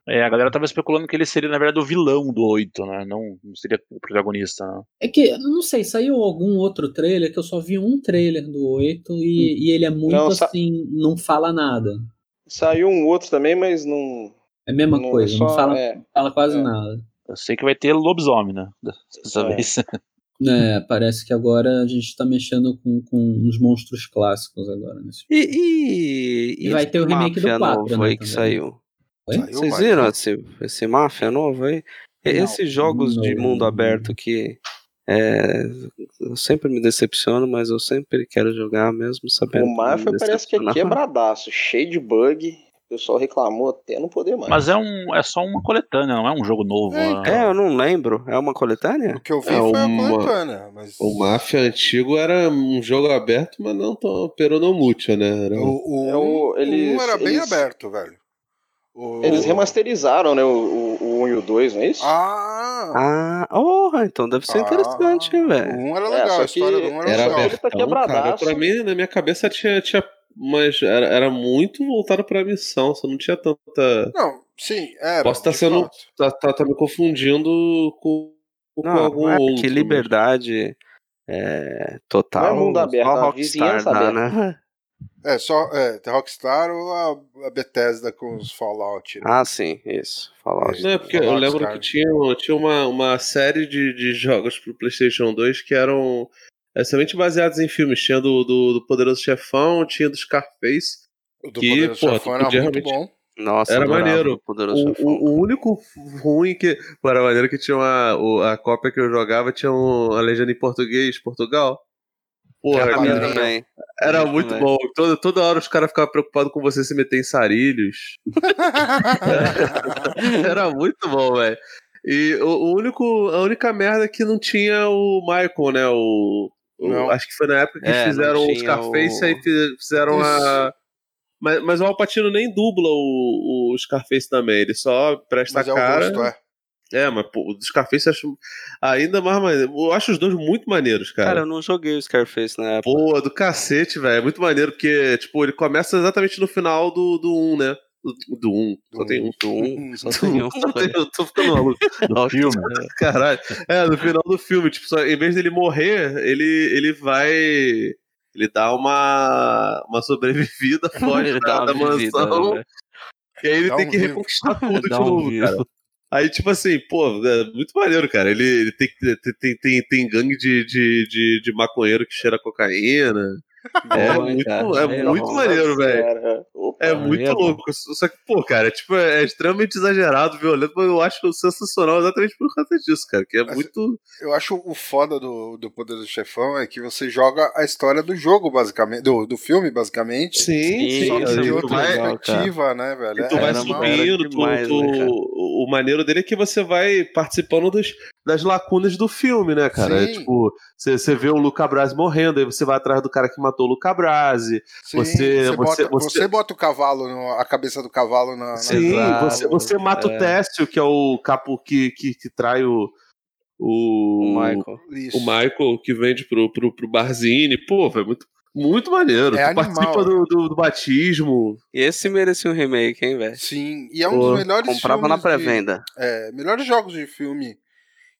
Speaker 9: É, a galera tava especulando que ele seria, na verdade, o vilão do 8, né? Não, não seria o protagonista, né?
Speaker 5: É que, eu não sei, saiu algum outro trailer que eu só vi um trailer do 8 e, e ele é muito
Speaker 8: Não, sa-
Speaker 5: assim, não fala nada.
Speaker 8: Saiu um outro também, mas não.
Speaker 5: É a mesma
Speaker 8: não
Speaker 5: coisa,
Speaker 8: só-
Speaker 5: não fala,
Speaker 8: é,
Speaker 5: fala quase
Speaker 8: é.
Speaker 5: nada.
Speaker 9: Eu sei que vai ter lobisomem, né? Dessa
Speaker 8: É.
Speaker 9: vez. <laughs>
Speaker 5: É, parece que agora a gente tá mexendo com, com uns monstros clássicos agora. Nesse...
Speaker 3: E, e,
Speaker 5: E vai
Speaker 3: esse
Speaker 5: ter o remake do
Speaker 3: Mafia
Speaker 5: quatro,
Speaker 3: novo
Speaker 5: né,
Speaker 3: aí que
Speaker 5: também.
Speaker 3: saiu.
Speaker 5: Oi?
Speaker 6: Saiu,
Speaker 3: Vocês
Speaker 6: vai.
Speaker 3: viram esse, esse Mafia novo aí? E-
Speaker 5: Não,
Speaker 3: Esses jogos de
Speaker 5: não.
Speaker 3: mundo aberto que é, eu sempre me decepciono, mas eu sempre quero jogar mesmo sabendo.
Speaker 8: O
Speaker 3: que vou me
Speaker 8: Mafia parece que é
Speaker 3: decepcionar.
Speaker 8: quebradaço, cheio de bug. O pessoal reclamou até não poder mais.
Speaker 9: Mas é, um, é só uma coletânea, não é um jogo novo.
Speaker 6: É,
Speaker 9: né?
Speaker 3: É, eu não lembro. É uma coletânea?
Speaker 6: O que eu vi
Speaker 4: É
Speaker 6: foi a
Speaker 4: uma-
Speaker 6: coletânea, mas.
Speaker 4: O Mafia antigo era um jogo aberto, mas não tão peronomútil, né? Era um-
Speaker 6: O, o,
Speaker 8: É o-
Speaker 6: um-
Speaker 8: eles-
Speaker 6: um era bem
Speaker 8: eles-
Speaker 6: aberto, velho. O-
Speaker 8: Eles remasterizaram, né? O, o, o 1 e o 2, não é isso?
Speaker 6: Ah!
Speaker 3: Ah, oh, então deve ser
Speaker 6: ah,
Speaker 3: interessante, hein, velho.
Speaker 6: O um era
Speaker 8: É,
Speaker 6: legal,
Speaker 8: só
Speaker 6: a história
Speaker 8: que-
Speaker 6: do um era,
Speaker 4: Era
Speaker 8: só que
Speaker 6: legal.
Speaker 8: ele tá
Speaker 4: aberto. cara.
Speaker 8: quebradaço.
Speaker 4: Pra mim, na minha cabeça tinha. tinha mas era, era muito voltado pra missão, só não tinha tanta.
Speaker 6: Não, sim, era.
Speaker 4: Posso tá
Speaker 6: de
Speaker 4: sendo-
Speaker 6: fato.
Speaker 4: Tá, tá, tá me confundindo com, com
Speaker 3: Não,
Speaker 4: algum
Speaker 3: é,
Speaker 4: outro. né?
Speaker 3: que liberdade é, total.
Speaker 8: Não é mundo aberto,
Speaker 3: só
Speaker 8: é uma
Speaker 3: Rockstar
Speaker 8: vizinhança
Speaker 3: dá,
Speaker 8: aberta.
Speaker 3: né?
Speaker 6: É, só é, The Rockstar ou a, a Bethesda com os Fallout. né?
Speaker 3: Ah, sim, isso. Falar.
Speaker 4: Não, é porque eu lembro que tinha, um, tinha uma, uma série de, de jogos pro PlayStation 2 que eram extremamente baseados em filmes. Tinha do, do, do Poderoso Chefão, tinha do Scarface.
Speaker 6: O do
Speaker 4: que,
Speaker 6: Poderoso
Speaker 4: pô, tu
Speaker 6: Chefão era muito
Speaker 4: podia
Speaker 6: bom.
Speaker 3: Nossa,
Speaker 4: Era
Speaker 3: adorava
Speaker 4: maneiro.
Speaker 3: o Poderoso
Speaker 4: O,
Speaker 3: Chefão.
Speaker 4: o, o único ruim que. pô, Era maneiro que tinha uma, o- a cópia que eu jogava tinha um, a legenda em português, Portugal. Porra,
Speaker 6: Era
Speaker 3: Pra mim
Speaker 4: cara,
Speaker 6: maneiro
Speaker 4: era,
Speaker 3: também.
Speaker 4: era
Speaker 3: Também.
Speaker 4: muito bom. Toda, toda hora os caras ficavam preocupados com você se meter em
Speaker 3: <laughs>
Speaker 4: sarilhos. Era muito bom, velho. E o, o único, a única merda é que não tinha o Michael, né? O, o-
Speaker 6: Não.
Speaker 4: acho que foi na época que
Speaker 3: É, não
Speaker 4: fizeram o
Speaker 3: tinha
Speaker 4: Scarface
Speaker 3: o-
Speaker 4: aí fi- fizeram a. Mas, mas o Alpatino nem dubla o, o Scarface também, ele só presta
Speaker 6: Mas é
Speaker 4: a
Speaker 6: o
Speaker 4: cara.
Speaker 6: gosto, é.
Speaker 4: é, mas pô, o do Scarface eu acho ainda mais maneiro. Eu acho os dois muito maneiros,
Speaker 3: Cara,
Speaker 4: cara.
Speaker 3: eu não joguei o Scarface na época.
Speaker 4: Pô, do cacete, velho. É muito maneiro, porque, tipo, ele começa exatamente no final do 1, do um, né? Do- Do 1, um. só
Speaker 6: Do
Speaker 4: tem um.
Speaker 3: Do um, só
Speaker 4: Do
Speaker 3: tem um.
Speaker 4: um, só tem um. <laughs> Eu tô ficando maluco. <laughs>
Speaker 9: Do filme.
Speaker 3: né?
Speaker 4: Caralho. É, no final do filme, tipo, só, em vez dele morrer, ele, ele vai. Ele dá uma,
Speaker 3: <laughs>
Speaker 4: uma sobrevivida fora
Speaker 3: Ele dá
Speaker 4: da, da
Speaker 3: uma vivida,
Speaker 4: mansão.
Speaker 3: né?
Speaker 4: E aí ele
Speaker 6: Dá
Speaker 4: tem
Speaker 6: um
Speaker 4: que
Speaker 6: vivo. <laughs>
Speaker 4: reconquistar tudo de
Speaker 9: Dá um
Speaker 4: novo,
Speaker 9: vivo.
Speaker 4: cara. Aí, tipo assim, pô, é muito maneiro, cara. Ele, ele tem, que- tem, tem, tem, tem gangue de, de, de, de maconheiro que cheira cocaína. <laughs> É
Speaker 3: Bom, hein,
Speaker 4: muito-
Speaker 3: cara?
Speaker 4: é
Speaker 3: Aí
Speaker 4: muito
Speaker 3: bom.
Speaker 4: maneiro. velho.
Speaker 8: Cara, opa.
Speaker 4: É
Speaker 3: Ah,
Speaker 4: muito
Speaker 3: é bom.
Speaker 4: louco. Só que, pô, cara, é, tipo, é extremamente exagerado, violento, mas eu acho sensacional exatamente por causa disso, cara. Que é
Speaker 6: Mas-
Speaker 4: muito.
Speaker 6: Eu acho o foda do, do Poder do Chefão é que você joga a história do jogo, basicamente. Do, do filme, basicamente.
Speaker 4: Sim, é
Speaker 3: sim,
Speaker 6: Só que
Speaker 3: sim,
Speaker 6: de
Speaker 3: muito
Speaker 6: outra
Speaker 3: legal,
Speaker 6: perspectiva, né, velho?
Speaker 4: E tu
Speaker 6: É,
Speaker 4: vai
Speaker 3: Era-
Speaker 6: uma-
Speaker 4: subindo,
Speaker 3: era
Speaker 4: tu-
Speaker 3: demais,
Speaker 4: tu-
Speaker 3: né, cara?
Speaker 4: o maneiro dele é que você vai participando dos- das lacunas do filme, né, cara? É,
Speaker 6: Sim.
Speaker 4: tipo, você você vê o Luca Brasi morrendo, aí você vai atrás do cara que matou o Luca Brasi.
Speaker 6: Sim,
Speaker 4: você- você-
Speaker 6: bota,
Speaker 4: você-
Speaker 6: você bota o cavalo, no- a cabeça do cavalo na. na-
Speaker 4: Sim,
Speaker 6: ah,
Speaker 3: Exato,
Speaker 4: você, você mata
Speaker 3: é.
Speaker 4: o Técio, que é o capo que, que, que trai o.
Speaker 3: O
Speaker 4: O,
Speaker 3: Michael.
Speaker 6: Isso.
Speaker 4: o Michael que vende pro, pro, pro Barzini. Pô, foi muito, muito maneiro.
Speaker 6: É
Speaker 4: tu
Speaker 6: animal.
Speaker 4: participa do, do, do batismo.
Speaker 3: E esse merecia um remake, hein, velho?
Speaker 6: Sim, e é um
Speaker 4: Pô,
Speaker 6: dos melhores
Speaker 3: Comprava
Speaker 6: filmes
Speaker 3: na
Speaker 6: de-
Speaker 3: pré-venda.
Speaker 6: é, melhores jogos de filme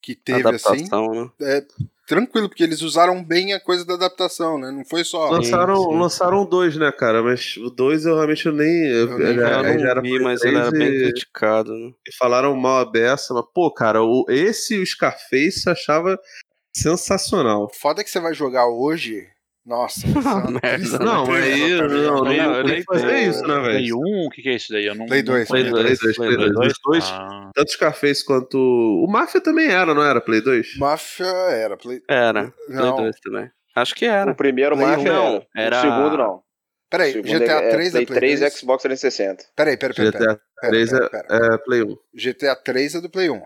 Speaker 6: que teve, assim.
Speaker 3: Adaptação, né?
Speaker 6: É, tranquilo, porque eles usaram bem a coisa da adaptação, né? Não foi só.
Speaker 4: Lançaram, lançaram dois, né, cara? Mas o dois eu realmente eu nem. Eu,
Speaker 6: nem-
Speaker 4: ele-
Speaker 6: eu
Speaker 4: ele
Speaker 3: Eu
Speaker 4: era
Speaker 3: não vi, mas
Speaker 4: Play
Speaker 3: ele era
Speaker 4: 3
Speaker 3: bem
Speaker 4: e-
Speaker 3: criticado. Né?
Speaker 4: e falaram mal a beça, mas, pô, cara, o, esse e o Scarface eu achava sensacional.
Speaker 6: Foda é que você vai jogar hoje.
Speaker 4: <laughs>
Speaker 6: Nossa, isso é uma
Speaker 3: merda.
Speaker 6: tristeza,
Speaker 4: Não,
Speaker 6: né?
Speaker 4: aí. Não, não,
Speaker 9: Play-
Speaker 4: não,
Speaker 9: Play-
Speaker 4: tem que fazer isso, né,
Speaker 9: Play
Speaker 4: velho?
Speaker 9: 1, o que, que é isso daí? Eu não,
Speaker 6: Play
Speaker 9: não-
Speaker 6: 2.
Speaker 3: Play
Speaker 6: né?
Speaker 3: 2,
Speaker 4: dois,
Speaker 3: Play
Speaker 4: Play
Speaker 3: 2.
Speaker 4: dois, dois.
Speaker 9: Ah,
Speaker 4: Tanto o Scarface quanto. O Mafia também era, não era? Play 2?
Speaker 6: Máfia era. Play...
Speaker 3: Era, É, Play
Speaker 6: Ah. Não.
Speaker 3: 2 também. Acho que
Speaker 8: O
Speaker 3: era.
Speaker 8: primeiro
Speaker 6: Play
Speaker 8: Mafia
Speaker 3: um.
Speaker 8: era.
Speaker 3: Era-
Speaker 8: O segundo não.
Speaker 6: Peraí,
Speaker 8: O segundo
Speaker 6: GTA
Speaker 8: é- é
Speaker 6: 3 é,
Speaker 8: Play
Speaker 6: Play
Speaker 8: 3
Speaker 6: 3?
Speaker 8: e Xbox 360.
Speaker 6: Peraí, peraí, peraí. peraí,
Speaker 4: GTA
Speaker 6: peraí,
Speaker 4: 3 é,
Speaker 6: peraí, peraí.
Speaker 4: é Play 1.
Speaker 6: GTA 3 é do Play 1.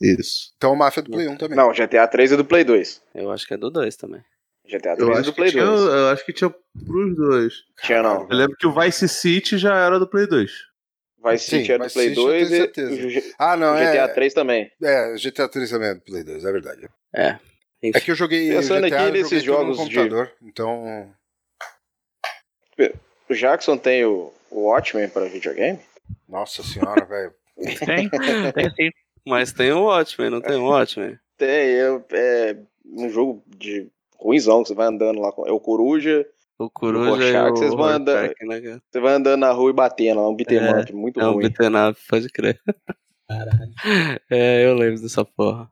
Speaker 4: Isso.
Speaker 6: Então o Máfia é do Play 1 também.
Speaker 8: Não, GTA 3 é do Play 2.
Speaker 3: Eu acho que é do 2 também.
Speaker 8: GTA 3
Speaker 4: Eu
Speaker 8: é
Speaker 4: acho,
Speaker 8: do
Speaker 4: que
Speaker 8: Play
Speaker 4: tinha,
Speaker 8: 2.
Speaker 4: eu acho que tinha pros dois.
Speaker 8: Tinha não.
Speaker 4: Eu lembro que o Vice City já era do Play 2.
Speaker 8: Vai
Speaker 6: Sim,
Speaker 8: City era
Speaker 6: Vice
Speaker 8: do Play
Speaker 6: City eu
Speaker 8: 2
Speaker 6: tenho
Speaker 8: e
Speaker 6: certeza.
Speaker 8: o G-
Speaker 6: Ah, não,
Speaker 8: GTA
Speaker 6: é.
Speaker 8: 3 também.
Speaker 6: É, GTA 3 também é do Play 2, é verdade.
Speaker 3: É. Enfim.
Speaker 6: É que eu joguei GTA,
Speaker 8: Pensando aqui
Speaker 6: eu joguei
Speaker 8: nesses
Speaker 6: tudo no
Speaker 8: jogos de-
Speaker 6: computador, então...
Speaker 8: O Jackson tem o, o Watchmen para videogame?
Speaker 6: Nossa senhora, velho.
Speaker 9: tem, tem sim.
Speaker 3: <laughs> Mas tem o Watchmen, não tem o Watchmen?
Speaker 8: Tem, eu- é um jogo de ruinzão que você vai andando lá com. É o Coruja,
Speaker 3: O Coruja e
Speaker 8: Rorschach,
Speaker 3: o
Speaker 8: vocês vão andando-
Speaker 3: Rorschach, né, cara?
Speaker 8: você vai andando na rua e batendo lá, um beat'em
Speaker 3: É,
Speaker 8: up muito
Speaker 3: É o
Speaker 8: ruim.
Speaker 3: Bitenap, pode crer.
Speaker 5: Caralho.
Speaker 3: É, eu lembro dessa porra.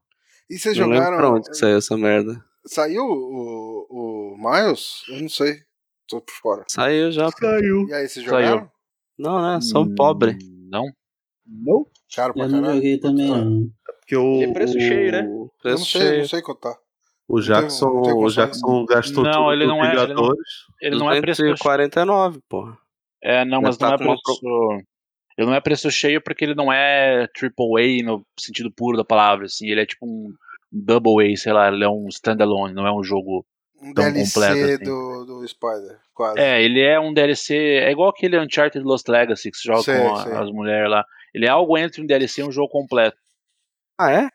Speaker 6: E vocês
Speaker 3: não lembro pra
Speaker 6: jogaram...
Speaker 3: onde que saiu essa merda.
Speaker 6: Saiu o, o Miles? Eu não sei. Tô por fora.
Speaker 3: Saiu já. pô.
Speaker 4: Saiu.
Speaker 6: E aí, vocês
Speaker 9: Saiu.
Speaker 6: jogaram?
Speaker 3: Não, né? Só
Speaker 9: Hum.
Speaker 3: um pobre.
Speaker 9: Não.
Speaker 5: Não?
Speaker 6: Caro pra
Speaker 5: Eu não
Speaker 6: caralho. Tá.
Speaker 5: joguei também, não.
Speaker 4: Porque o,
Speaker 8: E preço
Speaker 4: o-
Speaker 8: cheio, né?
Speaker 6: Eu
Speaker 3: Preço
Speaker 6: não sei, eu
Speaker 3: cheio.
Speaker 6: não sei contar.
Speaker 4: O Jackson,
Speaker 6: Não tem- não tem
Speaker 4: o Jackson gastou
Speaker 9: Não,
Speaker 4: tudo
Speaker 9: ele
Speaker 4: com
Speaker 9: não é- ele não-
Speaker 4: Vingadores.
Speaker 9: Ele não é preço.
Speaker 3: 249, porra.
Speaker 9: É, não,
Speaker 3: Mas
Speaker 9: mas
Speaker 3: tá
Speaker 9: não é
Speaker 3: com uma
Speaker 9: preço. Ele não é preço cheio porque ele não é AAA no sentido puro da palavra, assim. Ele é tipo um Double A, sei lá, ele é um standalone, não é um jogo.
Speaker 6: Um
Speaker 9: Tão
Speaker 6: DLC
Speaker 9: completo, assim.
Speaker 6: do, do Spider, quase.
Speaker 9: É, ele é um DLC, é igual aquele Uncharted Lost Legacy que se joga
Speaker 6: Sei,
Speaker 9: com a-
Speaker 6: sei.
Speaker 9: as mulheres lá. Ele é algo entre um DLC e um jogo completo.
Speaker 3: Ah, é?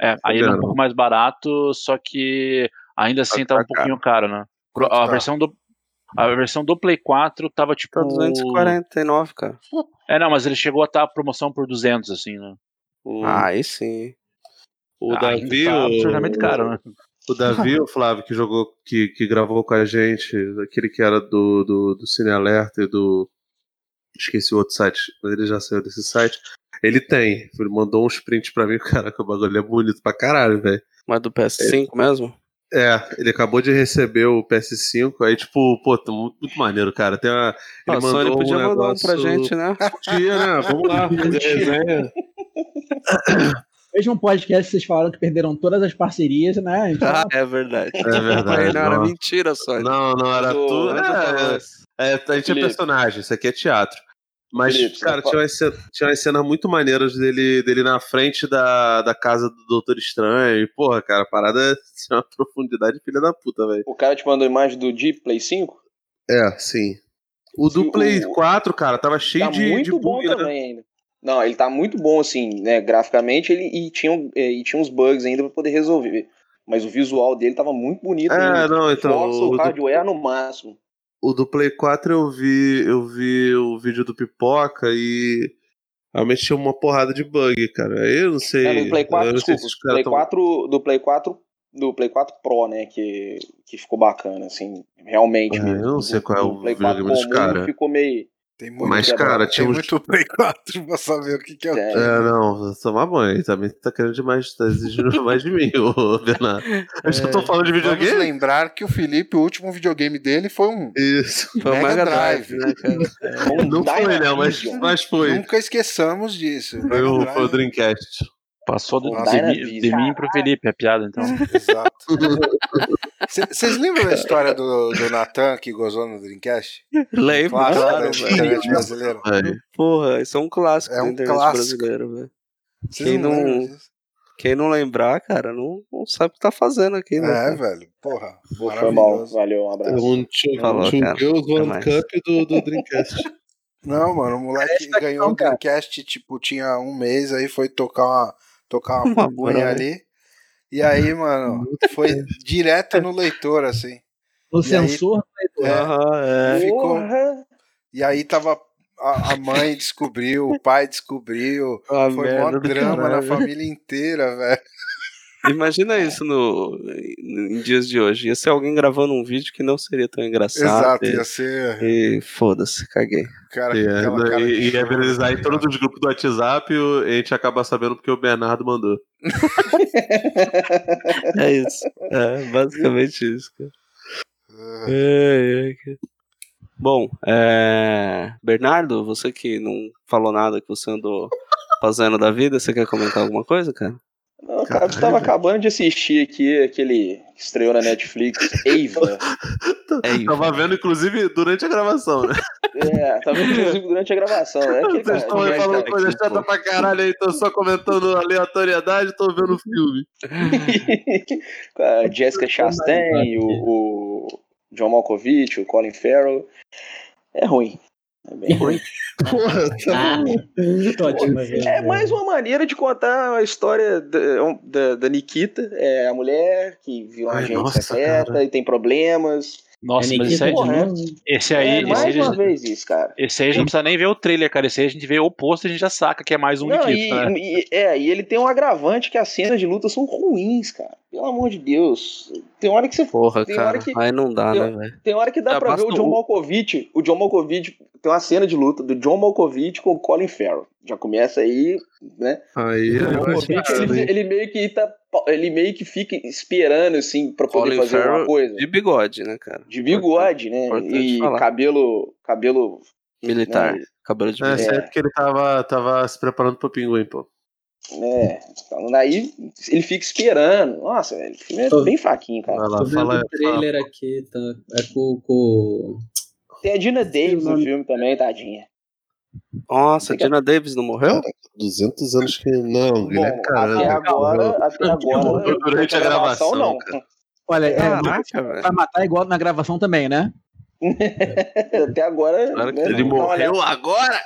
Speaker 9: É, aí ele é um
Speaker 4: vendo?
Speaker 9: pouco mais barato, só que ainda assim tá,
Speaker 4: tá
Speaker 9: um pouquinho caro, né?
Speaker 6: Quanto
Speaker 9: A
Speaker 6: tá?
Speaker 9: versão do a versão do Play 4 tava tipo
Speaker 3: Tá 249, cara.
Speaker 9: É, não, mas ele chegou a estar a promoção por 200 assim, né? O-
Speaker 3: Ah, aí sim.
Speaker 4: O
Speaker 9: Ah,
Speaker 4: Davi,
Speaker 9: tá absurdamente
Speaker 4: o,
Speaker 9: caro, né?
Speaker 4: o Davi, o Flávio, que jogou, que, que gravou com a gente, aquele que era do, do, do Cine Alerta e do. Esqueci o outro site, mas ele já saiu desse site. Ele tem. Ele mandou uns prints pra mim, <laughs> caraca, o bagulho é bonito pra caralho, velho.
Speaker 3: Mas do PS5 mesmo?
Speaker 4: É, ele acabou de receber o PS5, aí, tipo, pô, tá muito, muito maneiro, cara. Tem uma. Ele
Speaker 3: Ah,
Speaker 4: mandou
Speaker 3: Sony podia
Speaker 4: um
Speaker 3: mandar um
Speaker 4: negócio...
Speaker 3: pra
Speaker 4: <laughs>
Speaker 3: gente, né?
Speaker 4: Podia, né? Vamos lá, fazer resenha.
Speaker 7: Veja um podcast, vocês falaram que perderam todas as parcerias, né? Então,
Speaker 3: Ah, é verdade.
Speaker 4: É verdade.
Speaker 3: Mas não, era
Speaker 4: não.
Speaker 3: mentira, Sony.
Speaker 4: Não, não, era
Speaker 8: Mandou,
Speaker 4: tudo.
Speaker 8: mandou
Speaker 4: é, É, a gente
Speaker 8: Felipe.
Speaker 4: é personagem, isso aqui é teatro. Mas,
Speaker 8: Felipe,
Speaker 4: cara,
Speaker 8: você
Speaker 4: tinha umas, cen- tinha umas cenas muito maneiras dele, dele na frente da, da casa do Doutor Estranho. E, porra, cara, a parada é <laughs> tinha uma profundidade filha da puta, velho.
Speaker 8: O cara te mandou imagem do Deep Play 5?
Speaker 4: É, sim. O
Speaker 8: E
Speaker 4: do
Speaker 8: o-
Speaker 4: Play 4, cara, tava cheio
Speaker 8: tá
Speaker 4: de, de
Speaker 8: muito bom
Speaker 4: bug, né?
Speaker 8: também ainda. Não, ele tá muito bom, assim, né, graficamente, ele, e, tinha, um- é, e tinha uns bugs ainda pra poder resolver. Mas o visual dele tava muito bonito.
Speaker 4: É,
Speaker 8: né?
Speaker 4: não, então.
Speaker 8: Força, o
Speaker 4: O do,
Speaker 8: hardware é no máximo.
Speaker 4: o do Play 4 eu vi, eu vi o vídeo do Pipoca e. Realmente tinha uma porrada de bug, cara. Aí Eu não sei.
Speaker 8: Não, do É, Play 4,
Speaker 4: eu não sei
Speaker 8: desculpa,
Speaker 4: se os
Speaker 8: do Play
Speaker 4: caras tão-
Speaker 8: 4, do Play 4, do Play 4 Pro, né, que, que ficou bacana, assim, realmente
Speaker 4: Ah,
Speaker 8: mesmo.
Speaker 4: eu não sei
Speaker 8: Do-
Speaker 4: qual é
Speaker 8: do
Speaker 4: o
Speaker 8: Play 4
Speaker 4: videogame dos
Speaker 8: comum
Speaker 4: cara.
Speaker 8: ficou meio...
Speaker 6: Tem muito,
Speaker 4: Mas,
Speaker 8: quebra-
Speaker 4: cara,
Speaker 6: tem
Speaker 4: tinha um uns
Speaker 6: muito Play 4 pra saber o que, que é. o-
Speaker 8: É,
Speaker 4: É, não, tomar banho. Também tá querendo demais,
Speaker 6: <laughs>
Speaker 4: tá exigindo mais de mim, ô Bernardo. Eu já tô falando de
Speaker 6: É, Vamos
Speaker 4: videogame?
Speaker 6: lembrar que o Felipe, o último videogame dele foi um
Speaker 4: Isso.
Speaker 3: Foi o
Speaker 6: Mega
Speaker 3: Mega
Speaker 6: Drive.
Speaker 3: Drive, né, cara?
Speaker 4: <laughs>
Speaker 8: um
Speaker 4: Não foi, né? Mas,
Speaker 8: Dynavision.
Speaker 4: mas foi.
Speaker 6: Nunca esqueçamos disso.
Speaker 4: Foi
Speaker 6: Mega
Speaker 4: o,
Speaker 6: Drive.
Speaker 4: foi o Dreamcast.
Speaker 9: Passou do,
Speaker 8: Nossa,
Speaker 9: de, mim-
Speaker 8: Dynavision.
Speaker 9: de mim pro Felipe, a piada, então.
Speaker 8: É
Speaker 6: Exato. Vocês lembram da história do, do Natan que gozou no Dreamcast?
Speaker 3: Lembro,
Speaker 6: Um Clássico
Speaker 3: claro,
Speaker 6: da
Speaker 3: velho.
Speaker 6: internet brasileira.
Speaker 4: Aí.
Speaker 3: Porra, isso é um clássico
Speaker 6: É um
Speaker 3: da internet
Speaker 6: clássico.
Speaker 3: brasileira, velho.
Speaker 6: Vocês
Speaker 3: Quem não-
Speaker 6: lembram disso?
Speaker 3: Quem não lembrar, cara, não, não sabe o que tá fazendo aqui, né?
Speaker 6: É,
Speaker 3: cara?
Speaker 6: velho. Porra.
Speaker 8: Foi mal,
Speaker 6: Maravilhoso.
Speaker 8: valeu, um
Speaker 4: É
Speaker 8: abraço.
Speaker 4: um two,
Speaker 3: Falou,
Speaker 4: two
Speaker 3: cara.
Speaker 4: Girls
Speaker 3: Até
Speaker 4: One
Speaker 3: mais.
Speaker 4: Cup do, do Dreamcast.
Speaker 6: Não, mano, o moleque ganhou o Dreamcast, tipo, tinha um mês, aí foi tocar uma, tocar uma,
Speaker 3: Uma
Speaker 6: pupunha
Speaker 3: broia.
Speaker 6: ali. E aí, mano, foi direto no leitor, assim.
Speaker 7: no
Speaker 6: E aí-
Speaker 7: sensor,
Speaker 6: É,
Speaker 3: <laughs> Aham, é.
Speaker 6: ficou.
Speaker 8: Porra!
Speaker 6: E aí tava. A, a mãe descobriu, o pai descobriu.
Speaker 3: Uma
Speaker 6: Foi mó
Speaker 3: merda do
Speaker 6: drama na
Speaker 3: caralho.
Speaker 6: família inteira, velho.
Speaker 3: Imagina
Speaker 6: É.
Speaker 3: isso no, em dias de hoje. Ia ser alguém gravando um vídeo que não seria tão engraçado.
Speaker 6: Exato,
Speaker 4: é,
Speaker 6: ia ser.
Speaker 3: E, e foda-se, caguei.
Speaker 6: Cara,
Speaker 10: E,
Speaker 6: aquela
Speaker 4: né,
Speaker 6: cara de
Speaker 10: e, e é
Speaker 6: choro.
Speaker 10: viralizar em todos os grupos do WhatsApp, o- a gente acaba sabendo porque o Bernardo mandou.
Speaker 3: É isso.
Speaker 6: <laughs>
Speaker 3: É basicamente isso, cara. Ai, ai, É, cara. Bom, é... Bernardo, você que não falou nada que você andou fazendo da vida, você quer comentar alguma coisa, cara?
Speaker 8: Não, cara, eu tava acabando de assistir aqui aquele que estreou na Netflix,
Speaker 4: <laughs>
Speaker 8: Eva.
Speaker 4: Então,
Speaker 3: É isso.
Speaker 10: Tava vendo, inclusive, durante a gravação, né?
Speaker 8: É, tava inclusive durante a gravação, né? Aquele
Speaker 10: Vocês
Speaker 8: cara,
Speaker 10: estão
Speaker 3: vai
Speaker 10: falando
Speaker 3: dar
Speaker 10: coisa
Speaker 3: aqui,
Speaker 10: chata
Speaker 3: pô.
Speaker 10: pra caralho aí, tô só comentando aleatoriedade, tô vendo o filme.
Speaker 8: com <laughs> a Jessica Chastain, o, o John Malkovich, o Colin Farrell. É ruim. É bem ruim.
Speaker 10: Porra, tá
Speaker 5: Ah, ótimo.
Speaker 8: É mais uma maneira de contar a história da, da- da Nikita, é a mulher que virou uma
Speaker 10: Ai,
Speaker 8: agente
Speaker 10: nossa,
Speaker 8: secreta e tem problemas.
Speaker 5: é
Speaker 9: Nossa, mas esse aí,
Speaker 5: né?
Speaker 9: esse aí,
Speaker 8: é
Speaker 9: esse aí,
Speaker 8: mais uma
Speaker 9: a gente-
Speaker 8: vez isso, cara.
Speaker 9: esse aí a gente não precisa nem ver o trailer, cara. Esse aí a gente vê o posto e a gente já saca que é mais um
Speaker 8: Não,
Speaker 9: Nikita, né?
Speaker 8: e, e- é, e ele tem um agravante que as cenas de luta são ruins, cara. Pelo amor de Deus. Tem hora que você
Speaker 3: Porra,
Speaker 8: Tem
Speaker 3: cara.
Speaker 8: hora que-
Speaker 3: Aí não dá,
Speaker 8: tem-
Speaker 3: né, velho?
Speaker 8: Tem hora que dá
Speaker 3: Ah,
Speaker 8: pra ver
Speaker 3: basta
Speaker 8: o John
Speaker 3: o-
Speaker 8: Malkovich. O John Malkovich tem uma cena de luta do John Malkovich com o Colin Farrell. Já começa aí, né?
Speaker 10: Aí,
Speaker 8: O Malkovich, ele, ele meio que tá, ele meio que fica esperando assim pra poder
Speaker 3: Colin
Speaker 8: fazer alguma
Speaker 3: Farrell
Speaker 8: coisa.
Speaker 3: De bigode, né, cara?
Speaker 8: De bigode, né?
Speaker 3: importante
Speaker 8: E
Speaker 3: falar.
Speaker 8: cabelo, cabelo,
Speaker 3: Militar.
Speaker 8: né?
Speaker 3: Cabelo de
Speaker 10: É,
Speaker 3: militar.
Speaker 10: certo que ele tava, tava se preparando pro pinguim, pô.
Speaker 8: É, então, daí ele fica esperando. Nossa, velho, o filme é bem fraquinho, cara.
Speaker 10: Vai lá,
Speaker 5: Tô vendo
Speaker 10: fala.
Speaker 5: o trailer aqui, tá? É com, com...
Speaker 8: Tem a Dina Davis no
Speaker 5: nome.
Speaker 8: filme também, tadinha.
Speaker 3: Nossa, Dina Davis não morreu?
Speaker 10: 200 anos que. Não,
Speaker 8: Bom, até agora, até agora,
Speaker 10: Durante a gravação,
Speaker 8: não.
Speaker 7: Olha, é,
Speaker 3: Caraca, velho.
Speaker 7: vai matar igual na gravação também, né?
Speaker 8: É, Até agora.
Speaker 3: Claro que
Speaker 8: né,
Speaker 10: Ele
Speaker 8: dá uma olhada.
Speaker 10: morreu agora?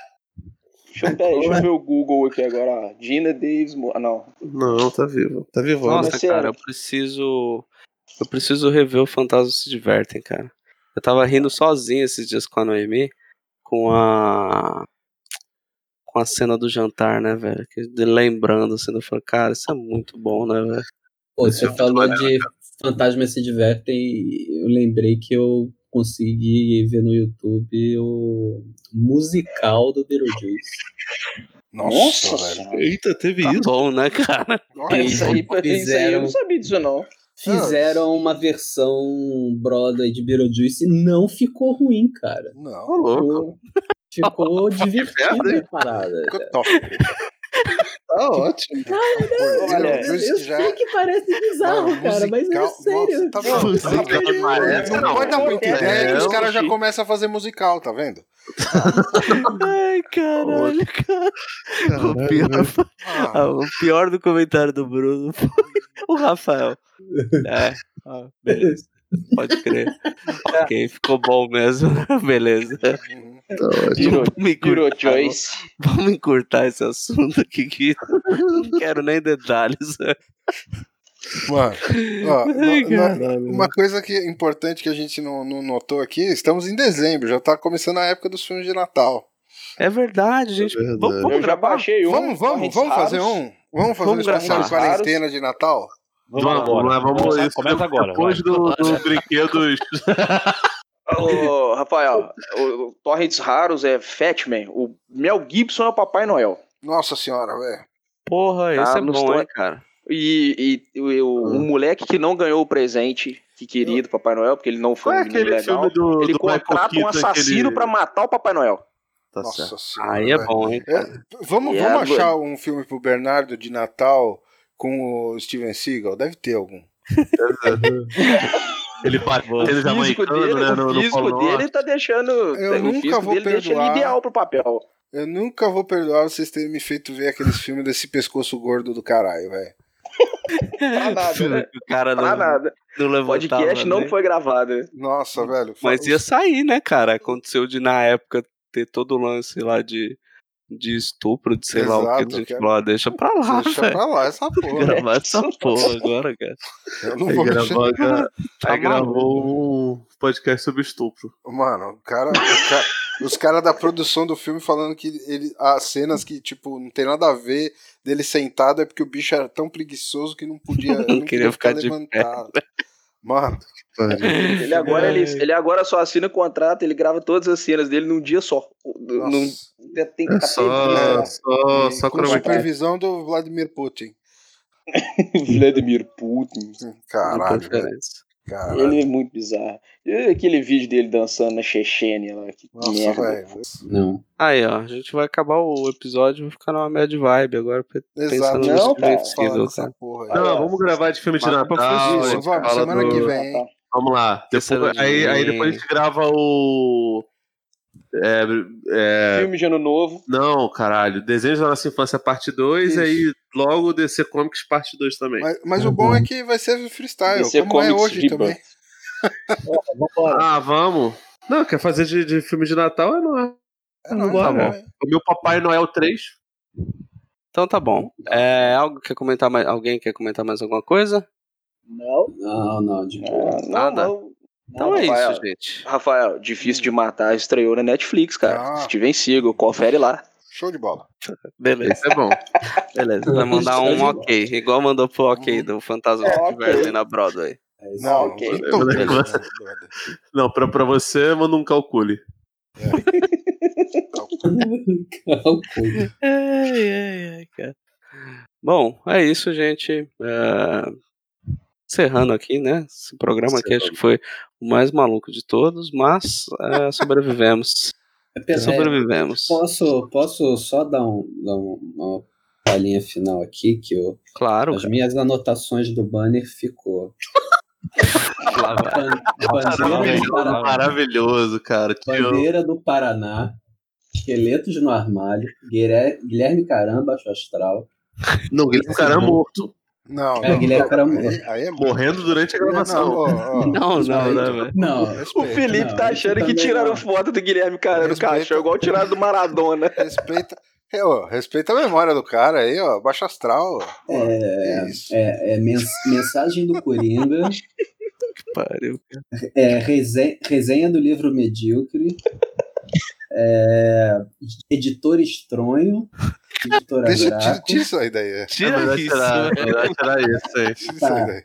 Speaker 8: Deixa eu, peraí, deixa eu ver o Google aqui agora. ó. Gina Davis. Mo- Ah, não.
Speaker 10: Não, tá vivo. Tá vivo.
Speaker 3: Nossa,
Speaker 8: Você-
Speaker 3: cara, eu preciso. Eu preciso rever o Fantasma Se Divertem, cara. Eu tava rindo sozinho esses dias com a Noemi, com a. Com a cena do jantar, né, velho? Que- de- Lembrando, assim, eu falei, cara, isso é muito bom, né, velho?
Speaker 5: Pô,
Speaker 10: é
Speaker 5: você falou de fantasmas se divertem e eu lembrei que eu consegui ver no YouTube o musical do Beetlejuice.
Speaker 6: Nossa,
Speaker 8: Nossa
Speaker 6: velho.
Speaker 8: Senhora.
Speaker 10: né? Eita, teve
Speaker 3: Tá
Speaker 10: isso.
Speaker 3: bom, né, cara?
Speaker 6: Nossa.
Speaker 8: Isso aí, isso aí eu
Speaker 5: Fizeram.
Speaker 8: não sabia disso, não.
Speaker 10: Ah,
Speaker 5: Fizeram uma versão Broadway de Beetlejuice e não ficou ruim, cara.
Speaker 10: Ô,
Speaker 6: Não,
Speaker 10: louco. <laughs>
Speaker 5: Ficou
Speaker 10: merda,
Speaker 5: divertida
Speaker 10: hein?
Speaker 5: a parada.
Speaker 6: fica top.
Speaker 10: Tá ótimo.
Speaker 8: Olha,
Speaker 6: Beetlejuice
Speaker 5: Eu
Speaker 6: já-
Speaker 5: sei que parece bizarro,
Speaker 6: Não,
Speaker 5: cara, mas é
Speaker 6: musical-
Speaker 5: sério.
Speaker 6: Nossa, tá vendo?
Speaker 10: Musical
Speaker 6: Tá vendo?
Speaker 4: é,
Speaker 10: parece,
Speaker 6: Não
Speaker 10: não.
Speaker 6: pode dar muita
Speaker 10: É,
Speaker 6: ideia que os
Speaker 10: eu
Speaker 6: caras já
Speaker 10: achei.
Speaker 6: começam a fazer musical, tá vendo?
Speaker 3: Ai, caralho, cara.
Speaker 10: Tá
Speaker 3: O pior,
Speaker 6: Ah,
Speaker 3: ah, o pior do comentário do Bruno foi <laughs> o <laughs> Rafael. É, ah, beleza. Pode <laughs> crer. ok, ficou bom mesmo. <laughs> Beleza.
Speaker 6: uhum.
Speaker 8: Tirou,
Speaker 3: Me
Speaker 8: tirou Joyce.
Speaker 3: <laughs> Vamos encurtar esse assunto aqui que não quero nem detalhes.
Speaker 6: Mano, ó,
Speaker 3: Ai,
Speaker 6: no- no-
Speaker 3: caralho.
Speaker 6: uma coisa que é importante que a gente não, não notou aqui, estamos em dezembro, já tá começando a época dos filmes de Natal.
Speaker 3: <laughs> É verdade, gente.
Speaker 10: É verdade.
Speaker 3: Vamos, vamos
Speaker 8: Eu já
Speaker 3: gravar.
Speaker 8: baixei um.
Speaker 6: Vamos, vamos,
Speaker 8: Correntes
Speaker 6: vamos fazer
Speaker 8: Raros.
Speaker 6: um? Vamos fazer um
Speaker 3: Vamos
Speaker 6: especial de
Speaker 8: gravar.
Speaker 6: quarentena de Natal?
Speaker 9: Vamos lá,
Speaker 10: Vamos lá, vamos
Speaker 9: Começa-
Speaker 10: isso.
Speaker 9: Começa agora. vai.
Speaker 10: Depois do, do brinquedos.
Speaker 8: Ô, Rafael, o, o Torrents Raros é Fatman. O Mel Gibson é o Papai Noel.
Speaker 6: Nossa senhora, velho.
Speaker 3: Porra,
Speaker 8: Tá,
Speaker 3: esse é
Speaker 8: nos
Speaker 3: bom,
Speaker 8: to-
Speaker 3: hein, cara.
Speaker 8: E, e o, o-
Speaker 10: Ah.
Speaker 8: o moleque que não ganhou o presente que queria do Papai Noel, porque ele não foi
Speaker 10: Qual é
Speaker 8: um menino
Speaker 10: aquele
Speaker 8: legal.
Speaker 10: filme do.
Speaker 8: Ele
Speaker 10: do Michael
Speaker 8: contrata um
Speaker 10: Keaton,
Speaker 8: assassino
Speaker 10: aquele-
Speaker 8: pra matar o Papai Noel.
Speaker 10: Tá certo.
Speaker 6: Nossa senhora.
Speaker 3: Aí é
Speaker 6: velho.
Speaker 3: bom, hein,
Speaker 6: É,
Speaker 3: cara.
Speaker 6: vamos,
Speaker 8: Yeah,
Speaker 6: vamos achar um filme pro Bernardo de Natal com o Steven Seagal? Deve ter algum.
Speaker 10: <laughs> Ele bateu
Speaker 8: O
Speaker 10: ele já
Speaker 8: físico dele,
Speaker 10: mancando, né? No,
Speaker 8: o
Speaker 10: no
Speaker 8: físico
Speaker 10: Polo <laughs>
Speaker 8: dele
Speaker 10: Norte.
Speaker 8: tá deixando.
Speaker 6: Eu
Speaker 8: o
Speaker 6: nunca
Speaker 8: físico
Speaker 6: vou
Speaker 8: dele deixa ele
Speaker 6: perdoar.
Speaker 8: ideal pro papel.
Speaker 6: Eu nunca vou perdoar vocês terem me feito ver aqueles filmes desse pescoço gordo do caralho, velho.
Speaker 3: <laughs>
Speaker 8: Pra nada, né?
Speaker 3: O cara
Speaker 8: Pra
Speaker 3: não,
Speaker 8: nada.
Speaker 3: Tá não
Speaker 8: O
Speaker 3: levantava.
Speaker 8: podcast não
Speaker 3: né?
Speaker 8: foi gravado.
Speaker 6: Nossa, velho. fa-
Speaker 3: Mas ia sair, né, cara? Aconteceu de, na época, ter todo o lance lá de, de estupro, de sei lá o que.
Speaker 6: Exato,
Speaker 3: A gente
Speaker 6: cara.
Speaker 3: falou, ah, deixa pra lá,
Speaker 6: <laughs> Deixa
Speaker 3: velho.
Speaker 6: pra lá essa porra.
Speaker 3: Gravar essa porra agora, cara.
Speaker 6: Eu não
Speaker 10: Aí
Speaker 6: vou mexer.
Speaker 10: gravou,
Speaker 3: Tá
Speaker 10: aí
Speaker 3: maluco.
Speaker 10: gravou um podcast sobre estupro.
Speaker 6: Mano, o cara, o ca- o cara, Os caras da produção do filme falando que ele, as cenas que, tipo, não tem nada a ver dele sentado é porque o bicho era tão preguiçoso que não
Speaker 3: <laughs>
Speaker 6: podia, não
Speaker 3: queria ficar de pé.
Speaker 6: levantado. Mano,
Speaker 3: <laughs>
Speaker 10: Tá,
Speaker 6: é
Speaker 8: Ele agora, ele, ele agora só assina contrato, ele grava todas as cenas dele num dia só. Num,
Speaker 6: nossa.
Speaker 8: tem que
Speaker 10: É
Speaker 6: <laughs>
Speaker 8: estar
Speaker 10: só, só, só
Speaker 6: com
Speaker 10: cromatismo.
Speaker 6: supervisão do Vladimir Putin.
Speaker 8: Vladimir Putin.
Speaker 6: Caralho, velho,
Speaker 3: Diferença.
Speaker 6: caralho.
Speaker 8: Ele é muito bizarro. E aquele vídeo dele dançando na Chechênia lá,
Speaker 3: é
Speaker 8: que
Speaker 6: Nossa,
Speaker 8: merda.
Speaker 6: velho.
Speaker 5: Não.
Speaker 3: Aí, ó, a gente vai acabar o episódio e vai ficar numa mad vibe agora. porque
Speaker 6: Exato,
Speaker 3: Pensando
Speaker 8: não,
Speaker 6: não,
Speaker 8: cara.
Speaker 3: Falando
Speaker 6: cara.
Speaker 3: essa
Speaker 6: porra
Speaker 10: Não, vamos gravar de filme de
Speaker 3: Mas
Speaker 10: Natal.
Speaker 3: pra fugir,
Speaker 10: a gente
Speaker 6: vamos,
Speaker 10: fala
Speaker 6: semana
Speaker 10: do-
Speaker 6: que vem, hein?
Speaker 10: Vamos lá.
Speaker 3: Terceiro
Speaker 10: Depois, aí,
Speaker 3: dia.
Speaker 10: aí depois a gente grava o. É, é,
Speaker 8: Filme de ano novo.
Speaker 10: não, caralho. Desenhos da Nossa Infância, parte 2,
Speaker 6: Isso.
Speaker 10: aí logo DC Comics, parte 2 também.
Speaker 6: Mas, mas o bom é que vai ser freestyle,
Speaker 8: Vai ser
Speaker 6: como é
Speaker 8: Comics
Speaker 6: hoje
Speaker 8: Rebirth.
Speaker 6: também.
Speaker 7: Vambora.
Speaker 10: Ah, vamos. Não, quer fazer de, de filme de Natal? É, não é.
Speaker 6: É, não,
Speaker 10: Tá
Speaker 6: é, não
Speaker 10: bom.
Speaker 6: é.
Speaker 10: O meu Papai Noel 3.
Speaker 3: Então tá bom. É, algo quer comentar mais, alguém quer comentar mais alguma coisa?
Speaker 8: Não,
Speaker 5: Não, não, de boa. <laughs>
Speaker 8: não,
Speaker 3: nada.
Speaker 8: não.
Speaker 3: Então
Speaker 8: Não,
Speaker 3: é
Speaker 8: Rafael.
Speaker 3: isso, gente.
Speaker 8: Rafael, Difícil
Speaker 5: Hum.
Speaker 8: de Matar estreou na Netflix, cara.
Speaker 6: Ah.
Speaker 8: Steven Seagal, confere lá.
Speaker 6: Show de bola.
Speaker 3: Beleza,
Speaker 10: Esse é bom.
Speaker 3: beleza. Vai mandar um ok, igual mandou pro
Speaker 6: Uhum.
Speaker 3: ok do Fantasma
Speaker 8: É,
Speaker 3: que
Speaker 8: ok.
Speaker 3: tiver ali na Broadway.
Speaker 5: É isso.
Speaker 6: Não,
Speaker 8: ok.
Speaker 6: não tô
Speaker 10: Então, Beleza.
Speaker 6: <laughs> brincando.
Speaker 10: Não, pra, pra você, manda um calcule.
Speaker 6: É.
Speaker 5: É um Calcule.
Speaker 10: É
Speaker 3: Ai, ai, ai, cara. Bom, é isso, gente. É, Encerrando aqui, né? Esse programa aqui acho que foi o mais maluco de todos, mas é, sobrevivemos.
Speaker 5: Apesar-
Speaker 3: Sobrevivemos.
Speaker 5: Posso, posso só dar, um, dar um- uma palhinha final aqui, que eu-
Speaker 3: Claro,
Speaker 5: as minhas anotações do banner ficou.
Speaker 3: cara, <laughs> lá vai.
Speaker 5: Ban- bandeira,
Speaker 9: Parabéns,
Speaker 5: do
Speaker 10: Tá
Speaker 5: Paraná,
Speaker 10: Maravilhoso, cara. Te amo.
Speaker 5: bandeira do Paraná, esqueletos no armário, Guilher- Guilherme Caramba, Baixo Astral.
Speaker 10: Não, Guilherme Caramba morto.
Speaker 6: Não,
Speaker 5: É,
Speaker 6: não,
Speaker 5: Guilherme
Speaker 6: não,
Speaker 5: Caramuru.
Speaker 6: Aí, aí é morrer.
Speaker 10: Morrendo durante a gravação.
Speaker 3: Não, não, né, velho?
Speaker 5: Não,
Speaker 8: O Felipe
Speaker 5: Não,
Speaker 8: tá
Speaker 5: isso
Speaker 8: achando que
Speaker 5: também
Speaker 8: tiraram
Speaker 5: não.
Speaker 8: foto do Guilherme Cara do
Speaker 6: Respeita.
Speaker 8: cachorro, igual tiraram do Maradona.
Speaker 6: Respeita, é, ó, respeita a memória do cara aí, ó. Baixa astral. ó. Pô,
Speaker 5: é,
Speaker 6: que isso.
Speaker 5: é, é mens- mensagem do Coringa,
Speaker 3: Pariu.
Speaker 5: é, resen- resenha do livro Medíocre, é, editor estranho, editora
Speaker 6: Deixa, tira,
Speaker 5: Graco.
Speaker 6: tira isso aí daí. é.
Speaker 10: É
Speaker 3: Tira
Speaker 10: melhor
Speaker 3: isso.
Speaker 10: tirar,
Speaker 4: <laughs>
Speaker 10: é melhor tirar isso aí.
Speaker 6: Tira isso aí daí.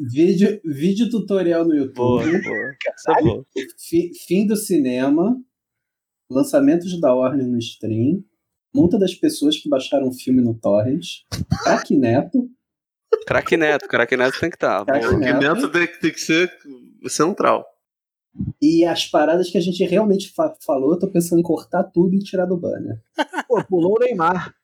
Speaker 5: Vídeo, vídeo tutorial no
Speaker 3: Boa,
Speaker 5: YouTube,
Speaker 3: boa. Isso é boa.
Speaker 5: fi- fim do cinema, lançamentos da Warner no stream, multa das pessoas que baixaram o filme no Torrent, Crack Neto,
Speaker 3: <laughs> Craque Neto, Craque Neto tem que tá, estar.
Speaker 5: Craque
Speaker 3: boa.
Speaker 10: Porque dentro tem, que- tem que ser um central.
Speaker 5: e as paradas que a gente realmente fa- falou, eu tô pensando em cortar tudo e tirar do banner.
Speaker 7: Pô, pulou o Neymar.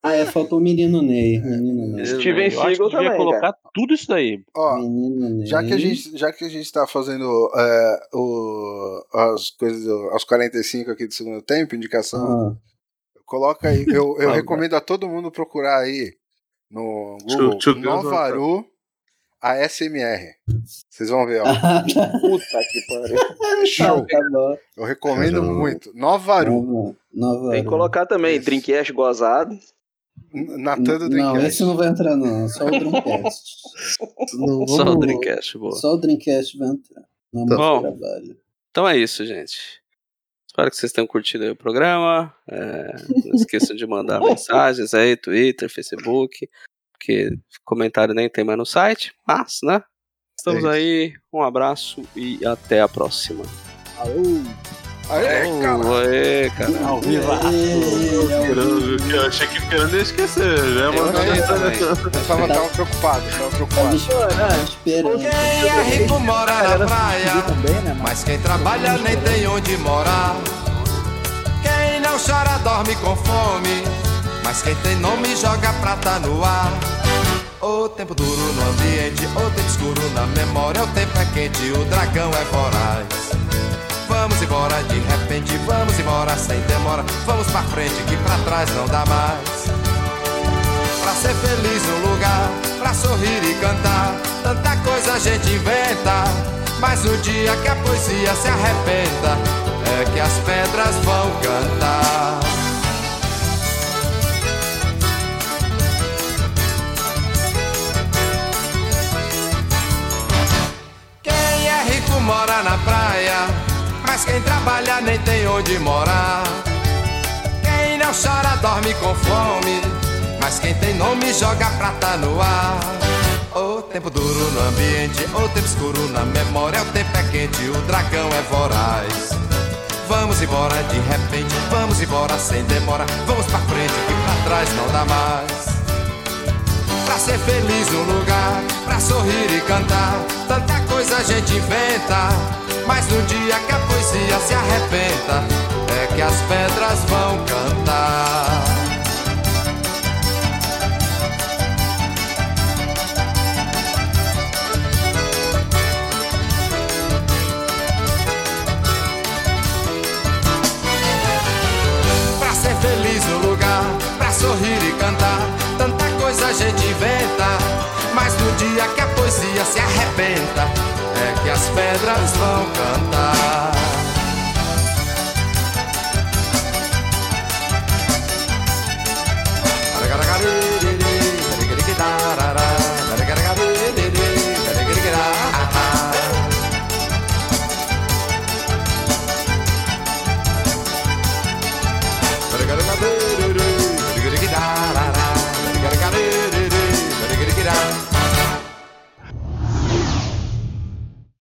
Speaker 5: Ah, é, faltou o menino
Speaker 6: É,
Speaker 5: Ney. Menino Ney.
Speaker 3: né?
Speaker 8: Steven
Speaker 9: Eu acho que
Speaker 8: Seagal
Speaker 9: devia
Speaker 8: também,
Speaker 9: colocar
Speaker 8: cara.
Speaker 9: tudo isso daí.
Speaker 6: Ó,
Speaker 5: Menino Ney.
Speaker 6: já que a gente, já que a gente tá fazendo é, o, as coisas do- aos 45 aqui do segundo tempo, indicação,
Speaker 5: Ah,
Speaker 6: coloca aí. Eu, eu
Speaker 5: <laughs>
Speaker 3: Ah,
Speaker 6: recomendo a todo mundo procurar aí no
Speaker 10: Tio-
Speaker 6: Google
Speaker 10: tio Gus,
Speaker 6: Novaru ASMR. Vocês vão ver, ó.
Speaker 5: tá, <laughs>
Speaker 8: Puta que pariu.
Speaker 6: É <laughs> show.
Speaker 5: tá bom.
Speaker 6: Eu recomendo
Speaker 10: Caramba.
Speaker 6: muito. Novaru.
Speaker 5: Nova, nova.
Speaker 8: Tem que colocar também,
Speaker 6: Isso.
Speaker 8: Dreamcast gozado.
Speaker 6: Natan do
Speaker 5: Não,
Speaker 6: Dreamcast.
Speaker 5: esse não vai entrar, não. Só o
Speaker 6: <laughs>
Speaker 5: Dreamcast.
Speaker 10: Não,
Speaker 3: Só o
Speaker 10: vamos-
Speaker 3: Dreamcast, boa.
Speaker 5: Só o Dreamcast vai entrar. Não
Speaker 10: Tá
Speaker 3: bom.
Speaker 5: muito trabalho.
Speaker 3: Então é isso, gente. Espero que vocês tenham curtido aí o programa. É, não esqueçam de mandar mensagens aí, Twitter, Facebook, porque comentário nem tem mais no site. Mas, né? Estamos
Speaker 10: É
Speaker 3: aí. Um abraço e até a próxima.
Speaker 6: Aê, cara.
Speaker 3: Aê, cara.
Speaker 9: Ao vivo.
Speaker 5: Ei, é o
Speaker 10: Esperando- Eu achei que querendo esquecer, né?
Speaker 3: Eu
Speaker 10: Mas-
Speaker 3: achei também.
Speaker 6: Eu tava, tava preocupado, eu tava
Speaker 5: Tava
Speaker 6: preocupado.
Speaker 5: esperando. esperando.
Speaker 2: Quem é rico mora na praia,
Speaker 7: Também, né,
Speaker 2: mas quem trabalha nem tem onde morar. Quem não chora dorme com fome, mas quem tem nome joga prata no ar. O tempo duro no ambiente, o tempo escuro na memória, o tempo é quente, o dragão é voraz. Vamos embora de repente, vamos embora sem demora, vamos pra frente que pra trás não dá mais. Pra ser feliz no lugar, pra sorrir e cantar. Tanta coisa a gente inventa, mas o dia que a poesia se arrebenta é que as pedras vão cantar. Quem é rico mora na praia, mas
Speaker 3: Mas quem trabalha nem tem onde morar. Quem não chora dorme com fome. Mas quem tem nome joga prata no ar. O tempo duro no ambiente, o tempo escuro na memória. O tempo é quente, o dragão é voraz. Vamos embora de repente, vamos embora sem demora. Vamos pra frente, que pra trás não dá mais. Pra ser feliz um lugar, pra sorrir e cantar. Tanta coisa a gente inventa, mas no dia que a poesia se arrebenta, é que as pedras vão cantar. Pra ser feliz no lugar, pra sorrir e cantar. Tanta coisa a gente inventa, mas no dia que a poesia se arrebenta, é que as pedras vão cantar.